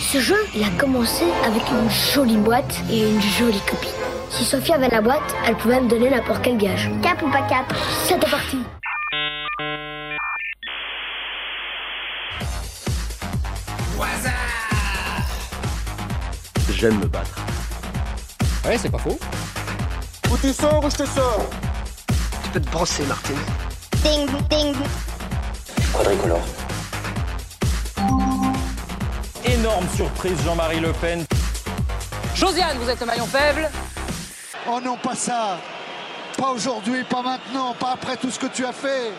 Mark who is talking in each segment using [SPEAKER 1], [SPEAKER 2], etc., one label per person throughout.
[SPEAKER 1] Ce jeu, il a commencé avec une jolie boîte et une jolie copine. Si Sophie avait la boîte, elle pouvait me donner n'importe quel gage. Cap ou pas cap C'était parti
[SPEAKER 2] J'aime me battre.
[SPEAKER 3] Ouais, c'est pas faux.
[SPEAKER 4] Ou tu sors ou je te sors
[SPEAKER 5] Tu peux te brosser, Martin.
[SPEAKER 6] Ding, ding.
[SPEAKER 7] Quadricolore.
[SPEAKER 8] Énorme surprise, Jean-Marie Le Pen.
[SPEAKER 9] Josiane, vous êtes le maillon faible.
[SPEAKER 10] Oh non, pas ça. Pas aujourd'hui, pas maintenant, pas après tout ce que tu as fait.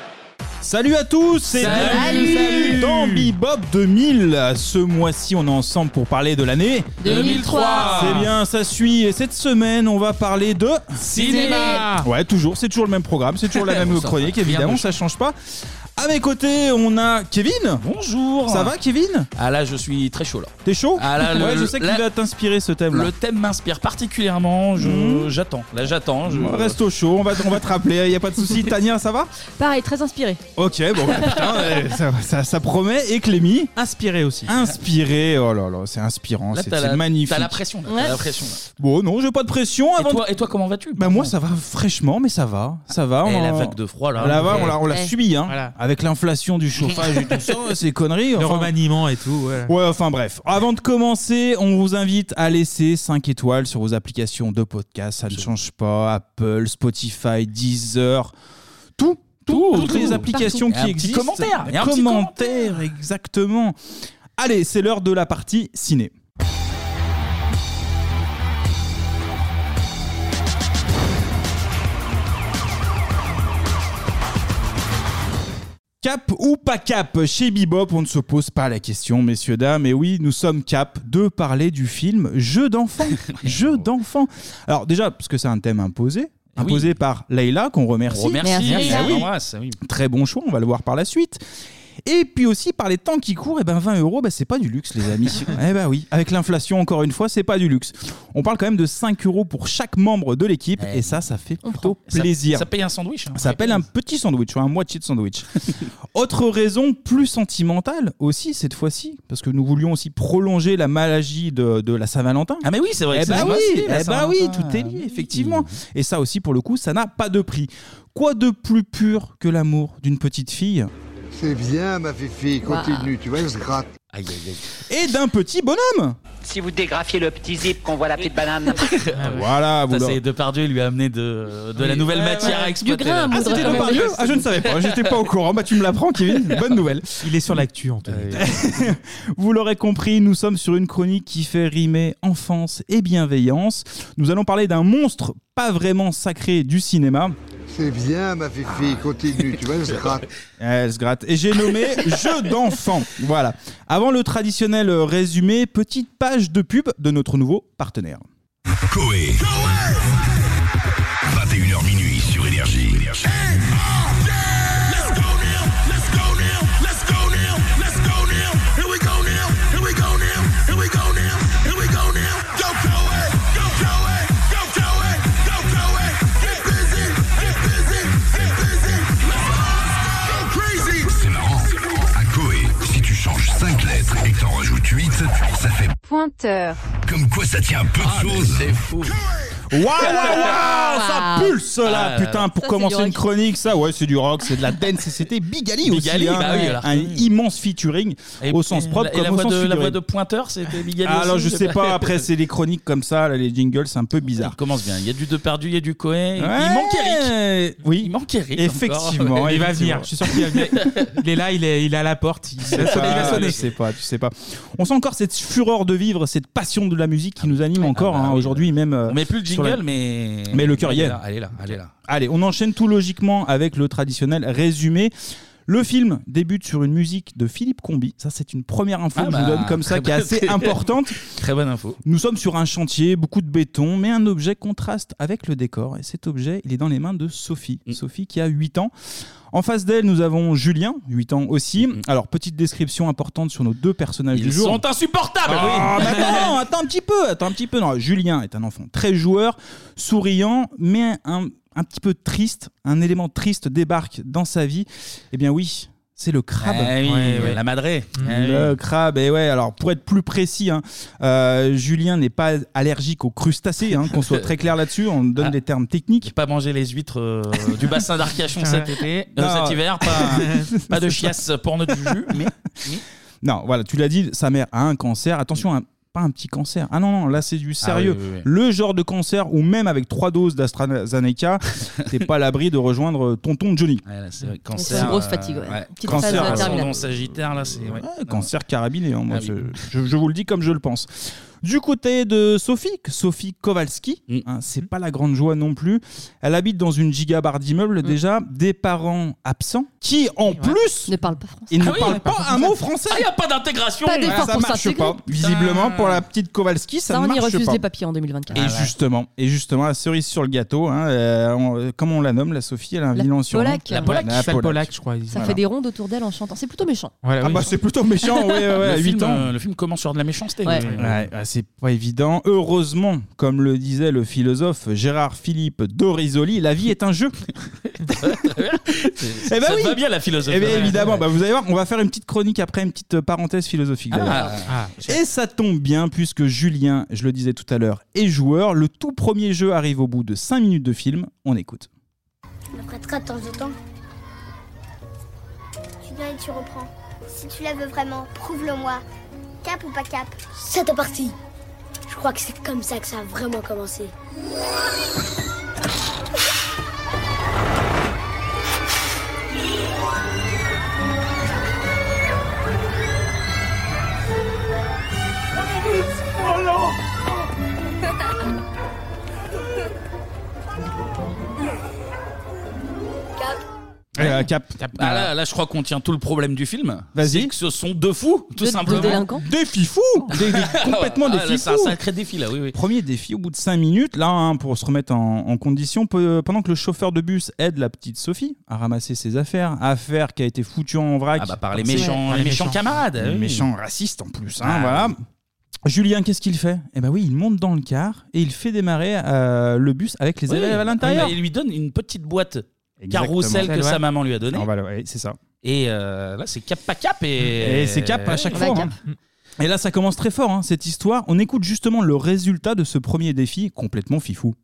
[SPEAKER 11] Salut à tous et bienvenue dans Bebop 2000. Ce mois-ci, on est ensemble pour parler de l'année
[SPEAKER 12] 2003.
[SPEAKER 11] C'est bien, ça suit. Et cette semaine, on va parler de
[SPEAKER 12] Cinéma.
[SPEAKER 11] Ouais, toujours, c'est toujours le même programme, c'est toujours la même
[SPEAKER 12] Bon, ça
[SPEAKER 11] chronique,
[SPEAKER 12] va, rien
[SPEAKER 11] évidemment,
[SPEAKER 12] de
[SPEAKER 11] ça change pas. À mes côtés, on a Kevin.
[SPEAKER 12] Bonjour.
[SPEAKER 11] Ça va, Kevin
[SPEAKER 12] Ah là, je suis très chaud là.
[SPEAKER 11] T'es chaud
[SPEAKER 12] Ah là, le-
[SPEAKER 11] Ouais, je sais
[SPEAKER 12] la-
[SPEAKER 11] qu'il va t'inspirer ce thème.
[SPEAKER 12] Le thème m'inspire particulièrement. je-
[SPEAKER 11] Mmh.
[SPEAKER 12] J'attends. Là, j'attends. je-
[SPEAKER 11] Reste au chaud, on va, on va te rappeler, y a pas de souci. Tania, ça va
[SPEAKER 13] Pareil, très inspiré.
[SPEAKER 11] Ok, bon, bah, putain, ouais, ça, ça- ça promet. Et Clémy Inspiré aussi. Inspiré, oh là là, c'est inspirant,
[SPEAKER 12] Là,
[SPEAKER 11] c'est
[SPEAKER 12] t'as
[SPEAKER 11] c'est
[SPEAKER 12] la-
[SPEAKER 11] magnifique.
[SPEAKER 12] T'as la pression. là, T'as la pression. là.
[SPEAKER 11] Bon, non, j'ai pas de pression. Avant
[SPEAKER 12] Et toi, et toi, comment vas-tu
[SPEAKER 11] Bah moi ça va fraîchement mais ça va, ça va.
[SPEAKER 12] Eh,
[SPEAKER 11] on
[SPEAKER 12] la
[SPEAKER 11] en-
[SPEAKER 12] vague de froid, là.
[SPEAKER 11] La vague, on l'a, on l'a
[SPEAKER 12] Eh.
[SPEAKER 11] subi hein.
[SPEAKER 12] Voilà.
[SPEAKER 11] Avec l'inflation du
[SPEAKER 12] Eh.
[SPEAKER 11] chauffage et tout ça, hein, ces conneries.
[SPEAKER 14] Le
[SPEAKER 11] enfin.
[SPEAKER 14] remaniement et tout. Ouais.
[SPEAKER 11] Ouais, enfin bref. Avant de commencer, on vous invite à laisser 5 étoiles sur vos applications de podcast. Ça ne change pas. Apple, Spotify, Deezer, tout. tout,
[SPEAKER 12] Tout,
[SPEAKER 11] toutes
[SPEAKER 12] tout,
[SPEAKER 11] les applications
[SPEAKER 12] partout.
[SPEAKER 11] qui
[SPEAKER 12] Et un petit
[SPEAKER 11] existent.
[SPEAKER 12] commentaire, et un petit
[SPEAKER 11] commentaire, exactement. Allez, c'est l'heure de la partie ciné. Cap ou pas cap Chez Bebop, on ne se pose pas la question, messieurs, dames. Et oui, nous sommes cap de parler du film Jeu d'enfant. Jeu d'enfant. Alors, déjà, parce que c'est un thème imposé, imposé par Leïla, qu'on remercie.
[SPEAKER 12] Ah On remercie. Merci.
[SPEAKER 11] Eh oui.
[SPEAKER 12] On l'embrasse, oui.
[SPEAKER 11] Très bon choix, on va le voir par la suite. Et puis aussi, par les temps qui courent, eh ben 20 euros, ben c'est pas du luxe, les amis. eh ben oui, avec l'inflation, encore une fois, c'est pas du luxe. On parle quand même de 5 euros pour chaque membre de l'équipe, et ça, ça fait plutôt
[SPEAKER 12] Ça-
[SPEAKER 11] plaisir.
[SPEAKER 12] Ça, paye un sandwich. hein.
[SPEAKER 11] Ça s'appelle un petit sandwich, ou un moitié de sandwich. Autre raison plus sentimentale aussi, cette fois-ci, parce que nous voulions aussi prolonger la magie de, de la Saint-Valentin.
[SPEAKER 12] Ah mais oui, c'est vrai
[SPEAKER 11] Eh
[SPEAKER 12] que c'est
[SPEAKER 11] bah
[SPEAKER 12] ce
[SPEAKER 11] oui,
[SPEAKER 12] mois-ci, la
[SPEAKER 11] eh bah oui,
[SPEAKER 12] Saint-Valentin.
[SPEAKER 11] tout est lié, effectivement. Et ça aussi, pour le coup, ça n'a pas de prix. Quoi de plus pur que l'amour d'une petite fille
[SPEAKER 10] C'est bien, ma fifi, continue, tu vois, elle se gratte.
[SPEAKER 12] Aïe, aïe, aïe.
[SPEAKER 11] et d'un petit bonhomme
[SPEAKER 15] Si vous dégrafiez le petit zip qu'on voit la petite banane.
[SPEAKER 11] Voilà,
[SPEAKER 12] Ça,
[SPEAKER 11] vous
[SPEAKER 12] c'est Depardieu lui a amené de, de la nouvelle
[SPEAKER 11] Ouais,
[SPEAKER 12] matière
[SPEAKER 11] ouais.
[SPEAKER 12] à exploiter.
[SPEAKER 11] Du grain à moudre, Ah, c'était quand même. Depardieu Ah, je ne savais pas, j'étais pas au courant. Bah, tu me l'apprends, Kevin. Bonne nouvelle. Euh,
[SPEAKER 14] Il est sur l'actu, Anthony.
[SPEAKER 11] Vous l'aurez compris, nous sommes sur une chronique qui fait rimer enfance et bienveillance. Nous allons parler d'un monstre pas vraiment sacré du cinéma.
[SPEAKER 10] C'est bien, ma fifi, continue, tu vois, elle se
[SPEAKER 16] Ah.
[SPEAKER 10] gratte.
[SPEAKER 11] Elle se gratte. Et j'ai nommé Jeu d'enfant. Voilà. Avant le traditionnel euh, résumé, petite page de pub de notre nouveau partenaire.
[SPEAKER 16] Coé. 21h minuit sur Énergie. C'est marrant. À Coé, si tu changes 5 lettres et que t'en rajoutes 8, ça fait
[SPEAKER 17] Pointeur.
[SPEAKER 16] comme quoi ça tient peu de
[SPEAKER 17] Ah,
[SPEAKER 16] choses. C'est fou.
[SPEAKER 11] Waouh, waouh, waouh, ça
[SPEAKER 16] Waouh.
[SPEAKER 11] pulse là,
[SPEAKER 16] Ah,
[SPEAKER 11] putain,
[SPEAKER 16] ça,
[SPEAKER 11] pour
[SPEAKER 16] c'est
[SPEAKER 11] commencer
[SPEAKER 16] du rock.
[SPEAKER 11] une chronique, ça, ouais, c'est du rock, c'est de la dance, et c'était Bigali aussi,
[SPEAKER 12] Bigali,
[SPEAKER 11] hein,
[SPEAKER 12] bah oui, alors.
[SPEAKER 11] un immense featuring au sens propre
[SPEAKER 12] Et la
[SPEAKER 11] comme au
[SPEAKER 12] voix,
[SPEAKER 11] sens
[SPEAKER 12] de, la
[SPEAKER 11] figuré.
[SPEAKER 12] voix de pointeur, c'était Bigali
[SPEAKER 11] Ah, alors
[SPEAKER 12] aussi,
[SPEAKER 11] je sais pas, après c'est des chroniques comme ça, là, les jingles, c'est un peu bizarre.
[SPEAKER 12] Il commence bien. Il y a du Depardieu, il y a du Coé.
[SPEAKER 11] Ouais.
[SPEAKER 12] Il manque Eric.
[SPEAKER 11] Oui.
[SPEAKER 12] Il manque Eric.
[SPEAKER 11] Effectivement,
[SPEAKER 12] encore.
[SPEAKER 14] il va venir. Je suis sûr qu'il va venir. Il est là, il est, il est à la porte. Il
[SPEAKER 11] Tu sais
[SPEAKER 14] va sonner. il va
[SPEAKER 11] pas,
[SPEAKER 14] sonner.
[SPEAKER 11] Tu Ah, sais pas, tu sais pas. On sent encore cette fureur de vivre, cette passion de la musique qui nous anime encore hein, aujourd'hui même. euh,
[SPEAKER 12] On met plus le
[SPEAKER 11] sur
[SPEAKER 12] jingle,
[SPEAKER 11] la-
[SPEAKER 12] mais.
[SPEAKER 11] Mais le cœur y
[SPEAKER 12] Elle
[SPEAKER 11] est.
[SPEAKER 12] là, Elle est là, elle est là.
[SPEAKER 11] Allez, on enchaîne tout logiquement avec le traditionnel résumé. Le film débute sur une musique de Philippe Combi. Ça, c'est une première info
[SPEAKER 12] Ah
[SPEAKER 11] que je
[SPEAKER 12] bah,
[SPEAKER 11] vous donne comme
[SPEAKER 12] très
[SPEAKER 11] ça, qui est
[SPEAKER 12] bonne-
[SPEAKER 11] assez importante.
[SPEAKER 12] Très bonne info.
[SPEAKER 11] Nous sommes sur un chantier, beaucoup de béton, mais un objet contraste avec le décor. Et cet objet, il est dans les mains de Sophie.
[SPEAKER 12] Mm.
[SPEAKER 11] Sophie qui a 8 ans. En face d'elle, nous avons Julien, 8 ans aussi. Alors, petite description importante sur nos deux personnages
[SPEAKER 12] Ils
[SPEAKER 11] Ah, du jour.
[SPEAKER 12] sont insupportables.
[SPEAKER 11] Ah,
[SPEAKER 12] oui.
[SPEAKER 11] mais attends, attends un petit peu, attends un petit peu. Non, Julien est un enfant très joueur, souriant, mais un, un petit peu triste. Un élément triste débarque dans sa vie. Eh bien oui, C'est le crabe.
[SPEAKER 12] Ah oui, Ouais, ouais. la madrée. Ah oui.
[SPEAKER 11] Mmh. Le crabe, et ouais, alors pour être plus précis, hein, euh, Julien n'est pas allergique aux crustacés, hein, qu'on soit très clair là-dessus, on
[SPEAKER 12] Ah.
[SPEAKER 11] donne des termes techniques.
[SPEAKER 12] Pas manger les huîtres euh, du bassin d'Arcachon cet été, euh,
[SPEAKER 11] Non.
[SPEAKER 12] cet hiver, pas, pas de chiasse pour notre jus, mais
[SPEAKER 11] Non, voilà, tu l'as dit, sa mère a un cancer. Attention, un- pas un petit cancer. Ah non, non, là c'est du sérieux.
[SPEAKER 12] Ah oui, oui, oui.
[SPEAKER 11] Le genre de cancer où même avec trois doses d'AstraZeneca, t'es pas à l'abri de rejoindre tonton Johnny.
[SPEAKER 12] c'est
[SPEAKER 11] cancer,
[SPEAKER 12] cancer.
[SPEAKER 11] C'est une grosse euh, fatigue, ouais. ouais. Petite phase
[SPEAKER 12] cancer,
[SPEAKER 11] terminale.
[SPEAKER 12] ascendant sagittaire, là, c'est. ouais.
[SPEAKER 11] cancer carabiné, hein, moi,
[SPEAKER 2] Ah
[SPEAKER 11] je, je- je vous le dis comme je le pense. Du côté de Sophie, Sophie Kowalski,
[SPEAKER 2] Mm.
[SPEAKER 11] hein, c'est pas la grande joie non plus. Elle habite dans une gigabarre d'immeubles
[SPEAKER 2] Mm.
[SPEAKER 11] déjà, des parents absents qui en plus ne parlent pas français. Ils ne
[SPEAKER 12] Ah oui,
[SPEAKER 11] parlent pas un mot français.
[SPEAKER 12] Ah, il n'y a pas d'intégration
[SPEAKER 2] Pas d'effort
[SPEAKER 11] ça
[SPEAKER 2] pour
[SPEAKER 11] marche
[SPEAKER 2] s'intégrer.
[SPEAKER 11] pas. Visiblement, pour la petite Kowalski, ça,
[SPEAKER 2] Ça,
[SPEAKER 11] ne
[SPEAKER 2] on y
[SPEAKER 11] marche
[SPEAKER 2] refuse
[SPEAKER 11] pas.
[SPEAKER 2] les papiers en 2024.
[SPEAKER 11] Et
[SPEAKER 12] Ah
[SPEAKER 11] justement, et justement, la cerise sur le gâteau, hein, euh, on- euh, comment on la nomme, la Sophie, elle a un
[SPEAKER 2] La
[SPEAKER 11] vilain surnom.
[SPEAKER 2] Polac. La Polac.
[SPEAKER 11] La
[SPEAKER 2] Ça s'appelle
[SPEAKER 11] Polac.
[SPEAKER 14] je crois.
[SPEAKER 2] Ça fait des rondes autour d'elle en chantant. C'est plutôt méchant.
[SPEAKER 11] ah bah c'est plutôt méchant, ouais, ouais, ouais, à
[SPEAKER 12] le,
[SPEAKER 11] 8
[SPEAKER 12] film,
[SPEAKER 11] ans.
[SPEAKER 12] euh, le film commence sur de la méchanceté.
[SPEAKER 2] Ouais.
[SPEAKER 12] mais-
[SPEAKER 11] Ouais, ouais, c'est pas évident. Heureusement, comme le disait le philosophe Gérard Philippe Dorisoli, la vie est un jeu.
[SPEAKER 12] Ça te va bien la philosophie.
[SPEAKER 11] Eh bien évidemment, bah, vous allez voir, on va faire une petite chronique après, une petite euh, parenthèse philosophique. d'ailleurs.
[SPEAKER 12] Ah. Ah.
[SPEAKER 11] et ça tombe bien puisque Julien, je le disais tout à l'heure, est joueur. Le tout premier jeu arrive au bout de 5 minutes de film. On écoute.
[SPEAKER 1] On la prêtera de temps en temps. Tu donnes et tu reprends. Si tu la veux vraiment, prouve-le-moi. Cap ou pas cap C'est ta partie. Je crois que c'est comme ça que ça a vraiment commencé.
[SPEAKER 4] Oh non
[SPEAKER 11] Euh, cap.
[SPEAKER 12] Ah, là, là, je crois qu'on tient tout le problème du film.
[SPEAKER 11] Vas-y.
[SPEAKER 12] C'est que ce sont deux fous, tout
[SPEAKER 11] Deux- deux
[SPEAKER 12] simplement.
[SPEAKER 11] délinquants. Des fifous Des- des- complètement des
[SPEAKER 12] Oh. Ah, là, C'est un
[SPEAKER 11] fifous.
[SPEAKER 12] sacré défi, là, oui, oui.
[SPEAKER 11] Premier défi, au bout de 5 minutes, là, hein, pour se remettre en, en condition, pe- pendant que le chauffeur de bus aide la petite Sophie à ramasser ses affaires, affaire qui a été foutue en vrac
[SPEAKER 12] Ah bah, par les méchants- Ouais. les méchants camarades,
[SPEAKER 11] les
[SPEAKER 12] oui.
[SPEAKER 11] méchants racistes en plus. hein,
[SPEAKER 12] Ah.
[SPEAKER 11] voilà. Julien, qu'est-ce qu'il fait Eh ben oui, il monte dans le car et il fait démarrer euh, le bus avec les
[SPEAKER 12] Oui.
[SPEAKER 11] élèves à l'intérieur.
[SPEAKER 12] Oui, bah, Il lui donne une petite boîte
[SPEAKER 11] Exactement.
[SPEAKER 12] carrousel que
[SPEAKER 11] Ouais.
[SPEAKER 12] sa maman lui a donnée.
[SPEAKER 11] On va le- ouais, c'est ça.
[SPEAKER 12] Et euh, là, c'est cap pas cap. Et,
[SPEAKER 2] Euh,
[SPEAKER 11] Et c'est cap à chaque
[SPEAKER 12] Ouais.
[SPEAKER 11] fois. hein. Et là, ça commence très fort, hein, cette histoire. On écoute justement le résultat de ce premier défi complètement fifou.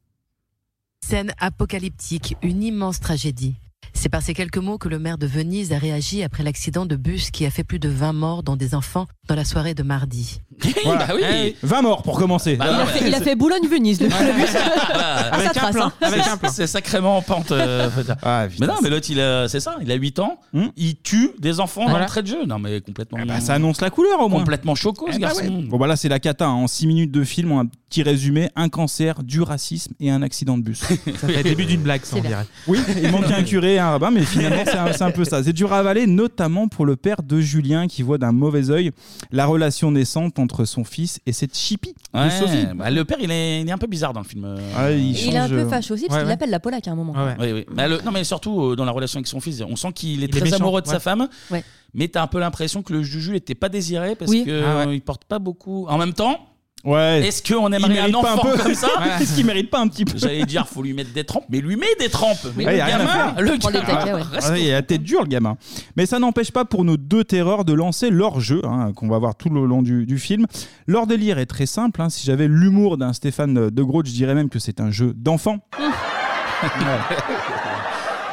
[SPEAKER 6] Scène apocalyptique, une immense tragédie. C'est par ces quelques mots que le maire de Venise a réagi après l'accident de bus qui a fait plus de 20 morts dans des enfants dans la soirée de mardi.
[SPEAKER 2] bah
[SPEAKER 11] Voilà.
[SPEAKER 12] Bah oui.
[SPEAKER 11] Eh, 20 morts pour commencer.
[SPEAKER 12] Bah, Il a ouais. fait- il a
[SPEAKER 2] fait Boulogne-Venise, le
[SPEAKER 12] Avec
[SPEAKER 2] ça Ah, trace, hein.
[SPEAKER 12] C'est- C'est sacrément en pente. euh, faut dire. mais non, mais l'autre, il a- c'est ça, il a 8 ans, il tue des enfants
[SPEAKER 11] Voilà.
[SPEAKER 12] dans le trait de jeu. Non, mais complètement.
[SPEAKER 11] Bah, Hmm. ça annonce la couleur au moins.
[SPEAKER 12] Complètement choco, ce
[SPEAKER 11] Eh bah
[SPEAKER 12] garçon.
[SPEAKER 11] ouais. Bon, bah là, c'est la cata. hein. En 6 minutes de film, on a un petit résumé un cancer, du racisme et un accident de bus. ça
[SPEAKER 14] fait le début d'une blague, ça, on dirait.
[SPEAKER 11] Oui, il manquait un curé et un rabbin, mais finalement, c'est un, c'est un peu ça. C'est dur à avaler, notamment pour le père de Julien qui voit d'un mauvais œil la relation naissante entre son fils et cette chipie de
[SPEAKER 12] Ouais,
[SPEAKER 11] Sophie.
[SPEAKER 12] bah, le père, il est, il est un peu bizarre dans le film. euh.
[SPEAKER 11] Ah, il
[SPEAKER 2] Et il est un peu fâche aussi parce
[SPEAKER 12] Ouais,
[SPEAKER 2] qu'il
[SPEAKER 12] ouais.
[SPEAKER 2] l'appelle la Polac à un moment.
[SPEAKER 11] Ah
[SPEAKER 12] Oui,
[SPEAKER 2] Mm.
[SPEAKER 12] oui. Bah, le- non, mais surtout euh, dans la relation avec son fils, on sent qu'il est
[SPEAKER 2] est
[SPEAKER 12] très
[SPEAKER 2] méchant,
[SPEAKER 12] amoureux de
[SPEAKER 2] ouais.
[SPEAKER 12] sa femme,
[SPEAKER 2] Ouais.
[SPEAKER 12] mais t'as un peu l'impression que le Juju n'était pas désiré parce
[SPEAKER 2] Oui.
[SPEAKER 12] qu'il
[SPEAKER 2] Ah
[SPEAKER 12] porte pas beaucoup. En même temps,
[SPEAKER 11] Ouais.
[SPEAKER 12] est-ce qu'on
[SPEAKER 11] Il
[SPEAKER 12] aimerait un
[SPEAKER 11] mérite pas un
[SPEAKER 12] enfant
[SPEAKER 11] peu
[SPEAKER 12] comme ça
[SPEAKER 11] Ouais. Est-ce qu'il mérite pas un petit peu
[SPEAKER 12] J'allais dire, faut lui mettre des trempes, mais lui met des trempes. Mais
[SPEAKER 11] Ouais,
[SPEAKER 12] le
[SPEAKER 11] y a rien à
[SPEAKER 12] gamin,
[SPEAKER 11] faire.
[SPEAKER 12] le gamin,
[SPEAKER 11] Ah
[SPEAKER 12] reste
[SPEAKER 11] ouais, il a la tête dure, le gamin. Mais ça n'empêche pas pour nos deux terreurs de lancer leur jeu, hein, qu'on va voir tout le long du, du film. Leur délire est très simple. hein. Si j'avais l'humour d'un Stéphane de Groot, je dirais même que c'est un jeu d'enfant. Ouais.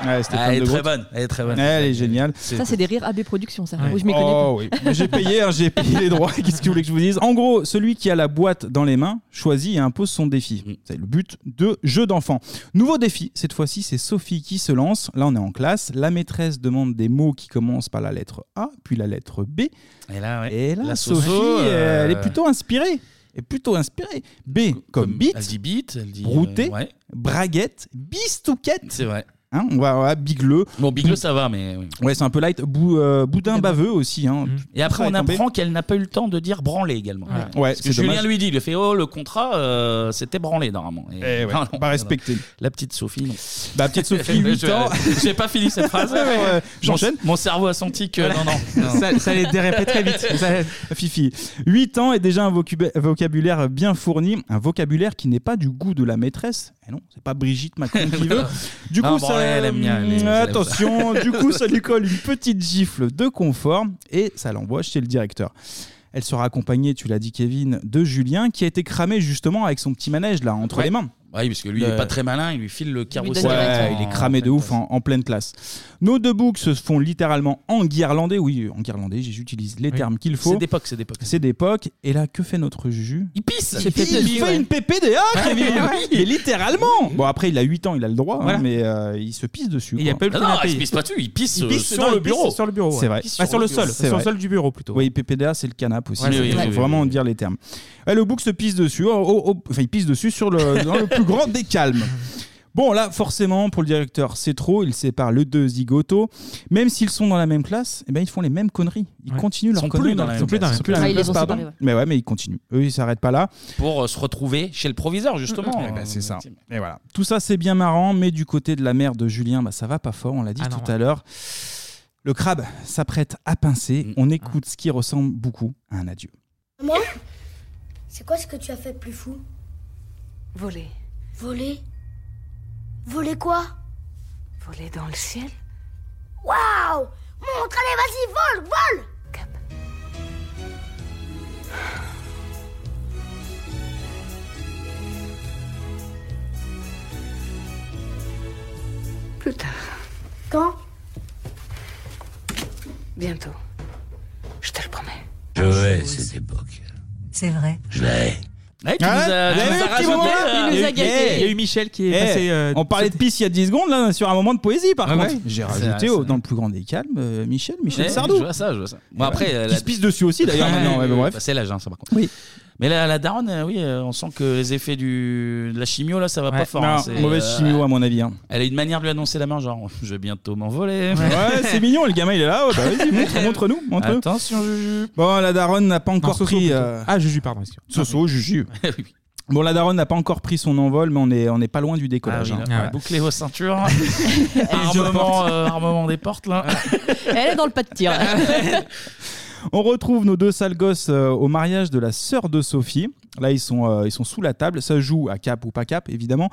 [SPEAKER 11] Ouais, Stéphane
[SPEAKER 12] Ah, Mmh. elle est
[SPEAKER 11] de
[SPEAKER 12] très
[SPEAKER 11] Groot.
[SPEAKER 12] bonne, elle est très bonne.
[SPEAKER 11] Elle est géniale.
[SPEAKER 2] Ça, c'est des rires AB Productions, ça.
[SPEAKER 11] Ouais.
[SPEAKER 2] Où je m'y connais
[SPEAKER 11] Oh,
[SPEAKER 2] pas.
[SPEAKER 11] oui. Mais J'ai payé, hein, j'ai payé les droits. Qu'est-ce que vous voulez que je vous dise En gros, celui qui a la boîte dans les mains choisit et impose son défi.
[SPEAKER 12] Mm.
[SPEAKER 11] C'est le but de jeu d'enfant. Nouveau défi. Cette fois-ci, c'est Sophie qui se lance. Là, on est en classe. La maîtresse demande des mots qui commencent par la lettre A, puis la lettre B.
[SPEAKER 12] Et là, ouais.
[SPEAKER 11] Et là,
[SPEAKER 12] La soso,
[SPEAKER 11] Sophie, euh, elle
[SPEAKER 12] euh,
[SPEAKER 11] est plutôt inspirée. Elle est plutôt inspirée. B comme, bite.
[SPEAKER 12] Elle dit bite, elle dit. euh,
[SPEAKER 11] Brouté,
[SPEAKER 12] ouais.
[SPEAKER 11] braguette, bistouquette.
[SPEAKER 12] C'est vrai.
[SPEAKER 11] Hein, on va, on va bigleux.
[SPEAKER 12] Bon, bigleux, ça va, mais. oui.
[SPEAKER 11] Ouais, c'est un peu light. Bou- euh, boudin baveux aussi. hein.
[SPEAKER 12] Et après,
[SPEAKER 11] Ça
[SPEAKER 12] on
[SPEAKER 11] va tomber.
[SPEAKER 12] apprend qu'elle n'a pas eu le temps de dire branlé également. Parce
[SPEAKER 11] Ouais,
[SPEAKER 12] que
[SPEAKER 11] c'est
[SPEAKER 12] Julien
[SPEAKER 11] dommage.
[SPEAKER 12] lui dit, il lui fait Oh, le contrat, euh, c'était branlé normalement. Et,
[SPEAKER 11] ouais,
[SPEAKER 12] Ah non,
[SPEAKER 11] pas respecté.
[SPEAKER 12] La petite Sophie.
[SPEAKER 11] La petite Bah, Sophie, 8
[SPEAKER 12] Je-
[SPEAKER 11] ans.
[SPEAKER 12] J'ai pas fini cette phrase.
[SPEAKER 11] Ouais, ouais, ouais. J'enchaîne.
[SPEAKER 12] Mon, mon cerveau a senti que. Non, non. non.
[SPEAKER 11] Ça, ça les dérépait très vite. Ça- Fifi. 8 ans et déjà un vocu- vocabulaire bien Eh fourni, un vocabulaire qui n'est pas du goût de la maîtresse. Et non, c'est pas Brigitte Macron qui veut. Du coup,
[SPEAKER 12] Non,
[SPEAKER 11] ça,
[SPEAKER 12] branlé, elle aime bien, elle est- elle aime
[SPEAKER 11] Attention,
[SPEAKER 12] ça.
[SPEAKER 11] du coup, ça lui colle une petite gifle de confort et ça l'envoie chez le directeur. Elle sera accompagnée, tu l'as dit Kevin, de Julien qui a été cramé justement avec son petit manège là entre les mains.
[SPEAKER 12] Oui, parce que lui, il
[SPEAKER 11] Euh,
[SPEAKER 12] est pas très malin, il lui file le carrousel.
[SPEAKER 11] Ouais, il est cramé de
[SPEAKER 12] hein.
[SPEAKER 11] ouf hein, en, en pleine classe. Nos deux books se font littéralement en guirlandais. Oui, en guirlandais, j'utilise les
[SPEAKER 12] Oui.
[SPEAKER 11] termes qu'il faut.
[SPEAKER 12] C'est d'époque, c'est d'époque.
[SPEAKER 11] C'est d'époque. Et là, que fait notre Juju Il
[SPEAKER 12] pisse
[SPEAKER 11] Il, fait une PPDA, Kevin
[SPEAKER 12] Ouais.
[SPEAKER 11] Mais littéralement Bon, après, il a 8 ans, il a le droit, hein,
[SPEAKER 12] Voilà.
[SPEAKER 11] mais euh, il se pisse dessus.
[SPEAKER 12] Il a
[SPEAKER 11] quoi.
[SPEAKER 12] pas eu le Ah non, canapé. il se pisse pas dessus, il pisse, euh, sur
[SPEAKER 11] il
[SPEAKER 12] le bureau.
[SPEAKER 11] sur le bureau.
[SPEAKER 12] C'est
[SPEAKER 11] ouais.
[SPEAKER 12] vrai.
[SPEAKER 11] Il pisse
[SPEAKER 12] Bah, sur le
[SPEAKER 11] bureau.
[SPEAKER 12] sol,
[SPEAKER 11] C'est
[SPEAKER 12] sur le
[SPEAKER 11] vrai.
[SPEAKER 12] sol du bureau, plutôt.
[SPEAKER 11] Oui, PPDA, c'est le canapé aussi.
[SPEAKER 12] Ouais,
[SPEAKER 11] Il
[SPEAKER 12] oui,
[SPEAKER 11] faut
[SPEAKER 12] oui, oui,
[SPEAKER 11] vraiment dire les termes. Ouais, le bouc se pisse dessus. oh, oh, oh, Enfin, il pisse dessus sur le, dans le plus grand des calmes. Bon, là, forcément, pour le directeur, c'est trop. Il sépare le deux zigoto. Même s'ils sont dans la même classe, eh ben, ils font les mêmes conneries. Ils continuent
[SPEAKER 12] Ils
[SPEAKER 11] leurs
[SPEAKER 12] sont
[SPEAKER 11] conneries.
[SPEAKER 12] plus dans la
[SPEAKER 11] ils
[SPEAKER 12] même
[SPEAKER 11] sont plus dans la
[SPEAKER 12] classe.
[SPEAKER 11] même classe.
[SPEAKER 12] Ah, ils les ont
[SPEAKER 11] pardon.
[SPEAKER 12] séparés, ouais.
[SPEAKER 11] Mais ouais, mais ils continuent. Eux, ils s'arrêtent pas là.
[SPEAKER 12] Pour euh, se retrouver chez le proviseur, justement.
[SPEAKER 11] Eh ben, c'est ça.
[SPEAKER 12] Et voilà.
[SPEAKER 11] Tout ça, c'est bien marrant, mais du côté de la mère de Julien, bah, ça va pas fort, on l'a dit
[SPEAKER 12] Ah non,
[SPEAKER 11] tout
[SPEAKER 12] ouais.
[SPEAKER 11] à l'heure. Le crabe s'apprête à
[SPEAKER 12] Mm.
[SPEAKER 11] pincer. On écoute ce qui ressemble beaucoup à un adieu.
[SPEAKER 1] Maman C'est quoi ce que tu as fait de plus fou Voler. Voler Voler quoi Voler dans le ciel Waouh Montre, allez, vas-y, vole, vole
[SPEAKER 9] Plus tard.
[SPEAKER 1] Quand
[SPEAKER 9] Bientôt. Je te le promets.
[SPEAKER 7] Je hais cette époque.
[SPEAKER 9] C'est vrai.
[SPEAKER 7] Je la hais.
[SPEAKER 12] Ouais, tu nous as- tu
[SPEAKER 11] vous
[SPEAKER 12] nous
[SPEAKER 11] avez eu
[SPEAKER 12] as
[SPEAKER 11] le petit
[SPEAKER 12] rajouté,
[SPEAKER 11] moment,
[SPEAKER 12] euh, Il nous a
[SPEAKER 11] y eu-
[SPEAKER 12] gâtés.
[SPEAKER 11] eh,
[SPEAKER 12] Il y a eu Michel qui est
[SPEAKER 11] eh,
[SPEAKER 12] passé, euh,
[SPEAKER 11] on parlait de pisse il y a 10 secondes, là, sur un moment de poésie, par
[SPEAKER 12] Ah
[SPEAKER 11] contre.
[SPEAKER 12] ouais.
[SPEAKER 11] J'ai
[SPEAKER 12] C'est
[SPEAKER 11] rajouté
[SPEAKER 12] vrai,
[SPEAKER 11] au-
[SPEAKER 12] c'est
[SPEAKER 11] dans le plus grand des calmes euh, Michel, Michel
[SPEAKER 12] Ouais,
[SPEAKER 11] Sardou.
[SPEAKER 12] Je vois ça, je vois ça. Bon,
[SPEAKER 11] Ouais.
[SPEAKER 12] après. euh,
[SPEAKER 11] Qui se pisse dessus aussi, d'ailleurs, maintenant, ouais, bah, bref.
[SPEAKER 12] c'est l'âge, hein, ça, par contre.
[SPEAKER 11] Oui.
[SPEAKER 12] Mais la, la daronne, euh, oui, euh, on sent que les effets du, de la chimio, là, ça va
[SPEAKER 11] Ouais.
[SPEAKER 12] pas fort.
[SPEAKER 11] Non,
[SPEAKER 12] hein, c'est,
[SPEAKER 11] mauvaise
[SPEAKER 12] euh,
[SPEAKER 11] chimio, à mon avis. hein.
[SPEAKER 12] Elle a une manière de lui annoncer la main, genre, je vais bientôt m'envoler.
[SPEAKER 11] Ouais, c'est mignon, le gamin il est là. Oh, bah, vas-y, montre- montre-nous. montre
[SPEAKER 12] Attention, Juju.
[SPEAKER 11] Bon, la daronne n'a pas encore
[SPEAKER 14] Soso
[SPEAKER 11] pris.
[SPEAKER 14] plutôt.
[SPEAKER 11] Ah, Juju, pardon. Soso, Juju. Bon, la daronne n'a pas encore pris son envol, mais on est, on est pas loin du
[SPEAKER 12] Ah,
[SPEAKER 11] décollage. hein. Ouais.
[SPEAKER 12] Bouclez vos ceintures. armement, euh, armement des portes, là.
[SPEAKER 2] Elle est dans le pas de tir.
[SPEAKER 11] On retrouve nos deux sales gosses euh, au mariage de la sœur de Sophie. Là, ils sont, euh, ils sont sous la table. Ça joue à cap ou pas cap, évidemment.